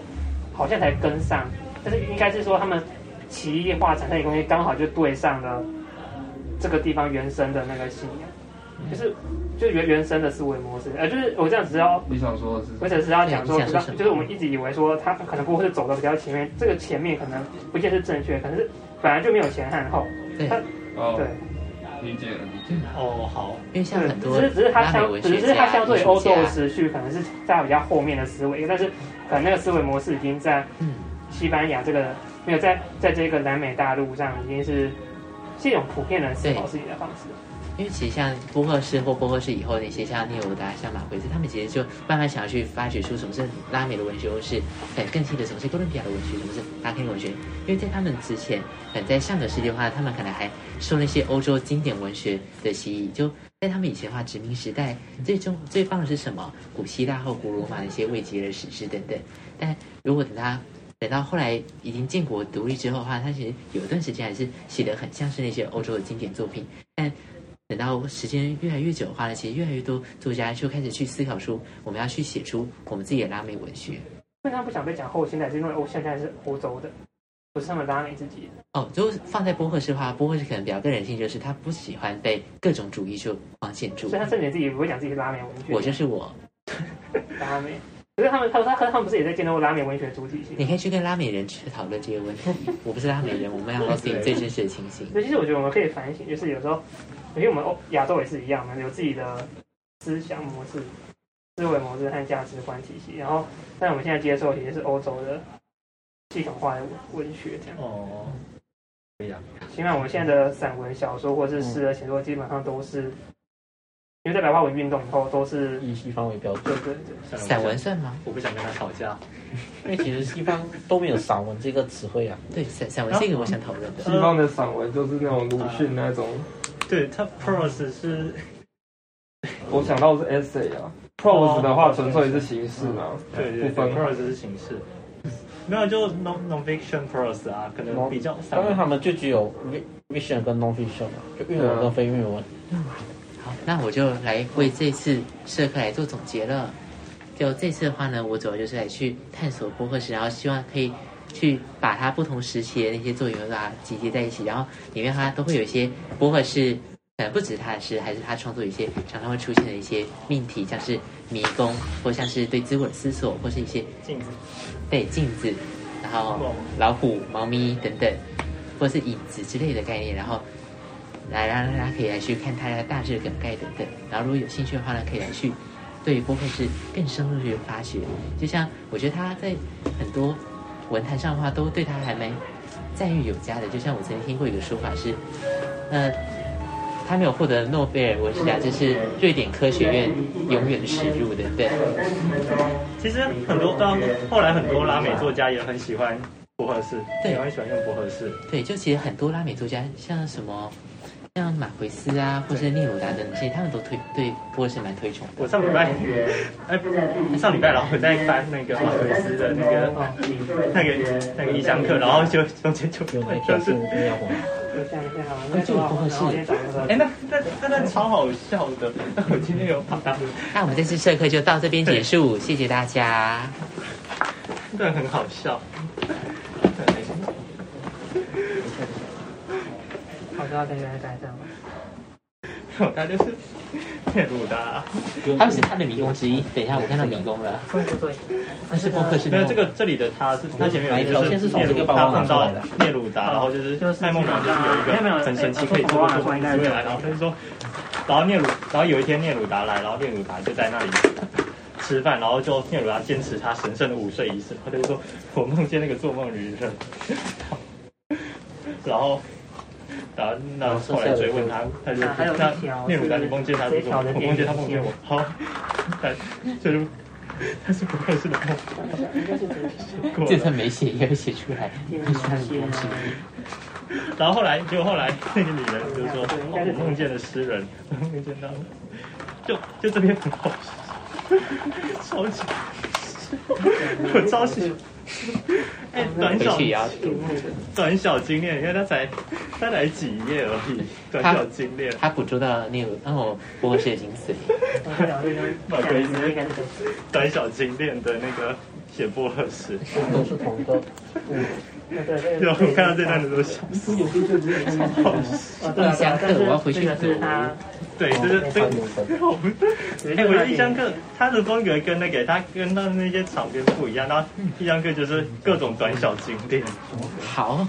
C: 好像才跟上。但是应该是说他们奇异化产生一个东西，刚好就对上了这个地方原生的那个信
A: 嗯
C: 仰，就是就原原生的思维模式。呃，就是我这样只要
D: 你想说的是什
C: 我
D: 么？
C: 只是要讲说，
A: 对你想说什么
C: 就是我们一直以为说他可能不会是走的比较前面，这个前面可能不见得是正确，可能是本来就没有前和后。
A: 对，
D: 哦
C: 对，，
D: 理解了，理解了。
F: 哦，好，
A: 因为像很多
C: 只是只是它
A: 拉美
C: 相，
A: 文
C: 只
A: 学
C: 是它
A: 家、
C: 相对
A: 艺
C: 于欧
A: 术
C: 洲的
A: 家，
C: 时序，可能是在比较后面的思维，但是可能那个思维模式已经在
A: 嗯
C: 西班牙这个没有在在这个南美大陆上已经是是一种普遍人思考事情的方式。
A: 因为其实像波赫士或波赫士以后那些像聂鲁达、像马奎斯，他们其实就慢慢想要去发掘出什么是拉美的文学，或是很更细的什么是哥伦比亚的文学，什么是拉丁文学。因为在他们之前，可能在上个世纪的话，他们可能还受那些欧洲经典文学的洗礼。就在他们以前的话，殖民时代最重最棒的是什么？古希腊或古罗马的一些未及的史诗等等。但如果等他等到后来已经建国独立之后的话，他其实有一段时间还是写的很像是那些欧洲的经典作品，但等到时间越来越久的话呢，其实越来越多作家就开始去思考出我们要去写出我们自己的拉美文学。
C: 因为他不想被讲后哦现代，是因为欧现代是欧洲的，不是他们拉美自己的。
A: 哦，如果放在波赫士的话，波赫士可能比较更人性，就是他不喜欢被各种主义所框限住
C: 所以。他甚至自己也不会讲自己是拉美文学，
A: 我就是我，
C: 拉美。可是他们，他说他他他们不是也在建构拉美文学主体性？
A: 你可以去跟拉美人去讨论这些问题。我不是拉美人，我 们要告诉你最真实的情形。
C: 所以其实我觉得我们可以反省，就是有时候，因为我们欧亚洲也是一样的，有自己的思想模式、思维模式和价值观体系。然后，但我们现在接受的其实是欧洲的系统化的文学，这样。
F: 哦，啊
C: 起码我们现在的散文、小说或是诗的写作，基本上都是，因为在白话文运动以后都是，
G: 以西方为标准，
C: 对对对，
F: 算了
A: 散文，算吗？
F: 我不想我不想跟他吵架。
G: 因为其实西方都没有散文这个词汇啊。
A: 对，散散文是一个我想讨论
F: 呃
A: 的。
D: 西方的散文就是那种鲁迅那种，
F: 对他 pros 是
D: 我想到是 essay 啊，prose 的话纯粹是形式嘛，
F: 对对
D: 不
F: 对
D: 分
F: ，pros 是形式，没有就 non nonfiction pros 啊，可能比较散
G: 当然
F: 文。
G: 他们就只有 vi- vision 跟 non vision 嘛，就韵文跟非啊韵文。
A: 好，那我就来为这次社课来做总结了。就这次的话呢，我主要就是来去探索博客史，然后希望可以去把它不同时期的那些作品把它集结在一起，然后里面它都会有一些不会是。呃，不止他的诗，还是他创作一些常常会出现的一些命题，像是迷宫，或像是对自我的思索，或是一些
F: 镜子，
A: 对镜子，然后老虎、猫咪等等，或是影子之类的概念，然后来让大家可以来去看它的大致梗概等等。然后如果有兴趣的话呢，可以来去对波克是更深入去发掘。就像我觉得他在很多文坛上的话，都对他还蛮赞誉有加的。就像我曾经听过一个说法是，呃。他没有获得诺贝尔文学奖，这是瑞典科学院永远耻辱的，对。
F: 其实很
A: 嗯
F: 多到后来很多拉美作家也很喜欢博合适，
A: 对
F: 也很喜欢用博合适。
A: 对，就其实很多拉美作家，像什么，像马奎斯啊，或是聂鲁达等，其实他们都推对波是蛮推崇的。
F: 我上礼拜，哎，上礼拜然后我在翻那个马奎斯的那个嗯那个那个异乡客，然后就中间就就是，
C: 我想一下啊，那个好，然后我先找一个。
F: 哎，那那那那超好笑的，那我今天有把它，
A: 那我们这次社课就到这边结束，谢谢大家。
F: 真的很好笑。
C: 好的，等一下来改一下吧。
F: 对他就是太鲁达，
A: 他们是他的迷宫之一，等一下我看到迷宫了，
C: 对对对，
A: 但是波克是
F: 没有这个这里的他是他前面有一个哎就是聂鲁他碰到聂鲁达，然后就是麦梦龙就是有一个很神奇可以透过各种机会来，然后他就说，然后聂鲁，然后有一天聂鲁达来，然后聂鲁达就在那里吃饭，然后就聂鲁达坚持他神圣的午睡仪式，他就说我梦见那个做梦的人，然后。然后，然后后来追问他，他就那聂鲁达就梦见他，就说我梦见他梦见我，好，他就是他是不认识的梦。
C: 应该是这个
F: 过
A: 这
F: 了
A: 次没写也有写出 来，
C: 天
A: 是他的迷宫之一。
C: 蝎
F: 然后后来，结果后来那个女人就说：“哦、我梦见了诗人， 我梦见到，就就这边很好笑，超级，我超喜欢。”哎、短
A: 回
F: 小
A: 去也要
C: 屏幕的，
F: 短小精炼，你看他才他才几页而已，短小精炼。
A: 他捕捉到聂鲁，然后波克是的精髓。
C: 我这两个人
F: 马奎斯
C: 应该是这个。
F: 短小精炼的那个写薄荷诗，
G: 都是同个。
C: 对对
F: 就
C: 对，
F: 我看到这段的时候笑死。好笑
C: 哦，对啊，对啊但是
A: 我要回去
C: 这个是他，
F: 对，就是这哦个。哎、我觉得异乡客他的风格跟那个他跟他的那些场边不一样，他异乡客就是各种短小精炼。
A: 好，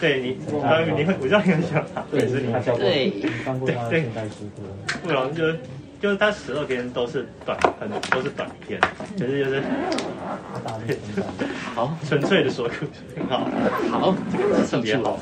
F: 对你，呃，你会，我知道你很喜欢他，对，是你，
A: 对，
B: 看过他的现代诗歌，
F: 不然就是就是他十二篇都是短，很都是短篇，可是就是
B: 大力生产。
A: 好，
F: 纯粹的说故事，很好，
A: 好，
F: 特别好，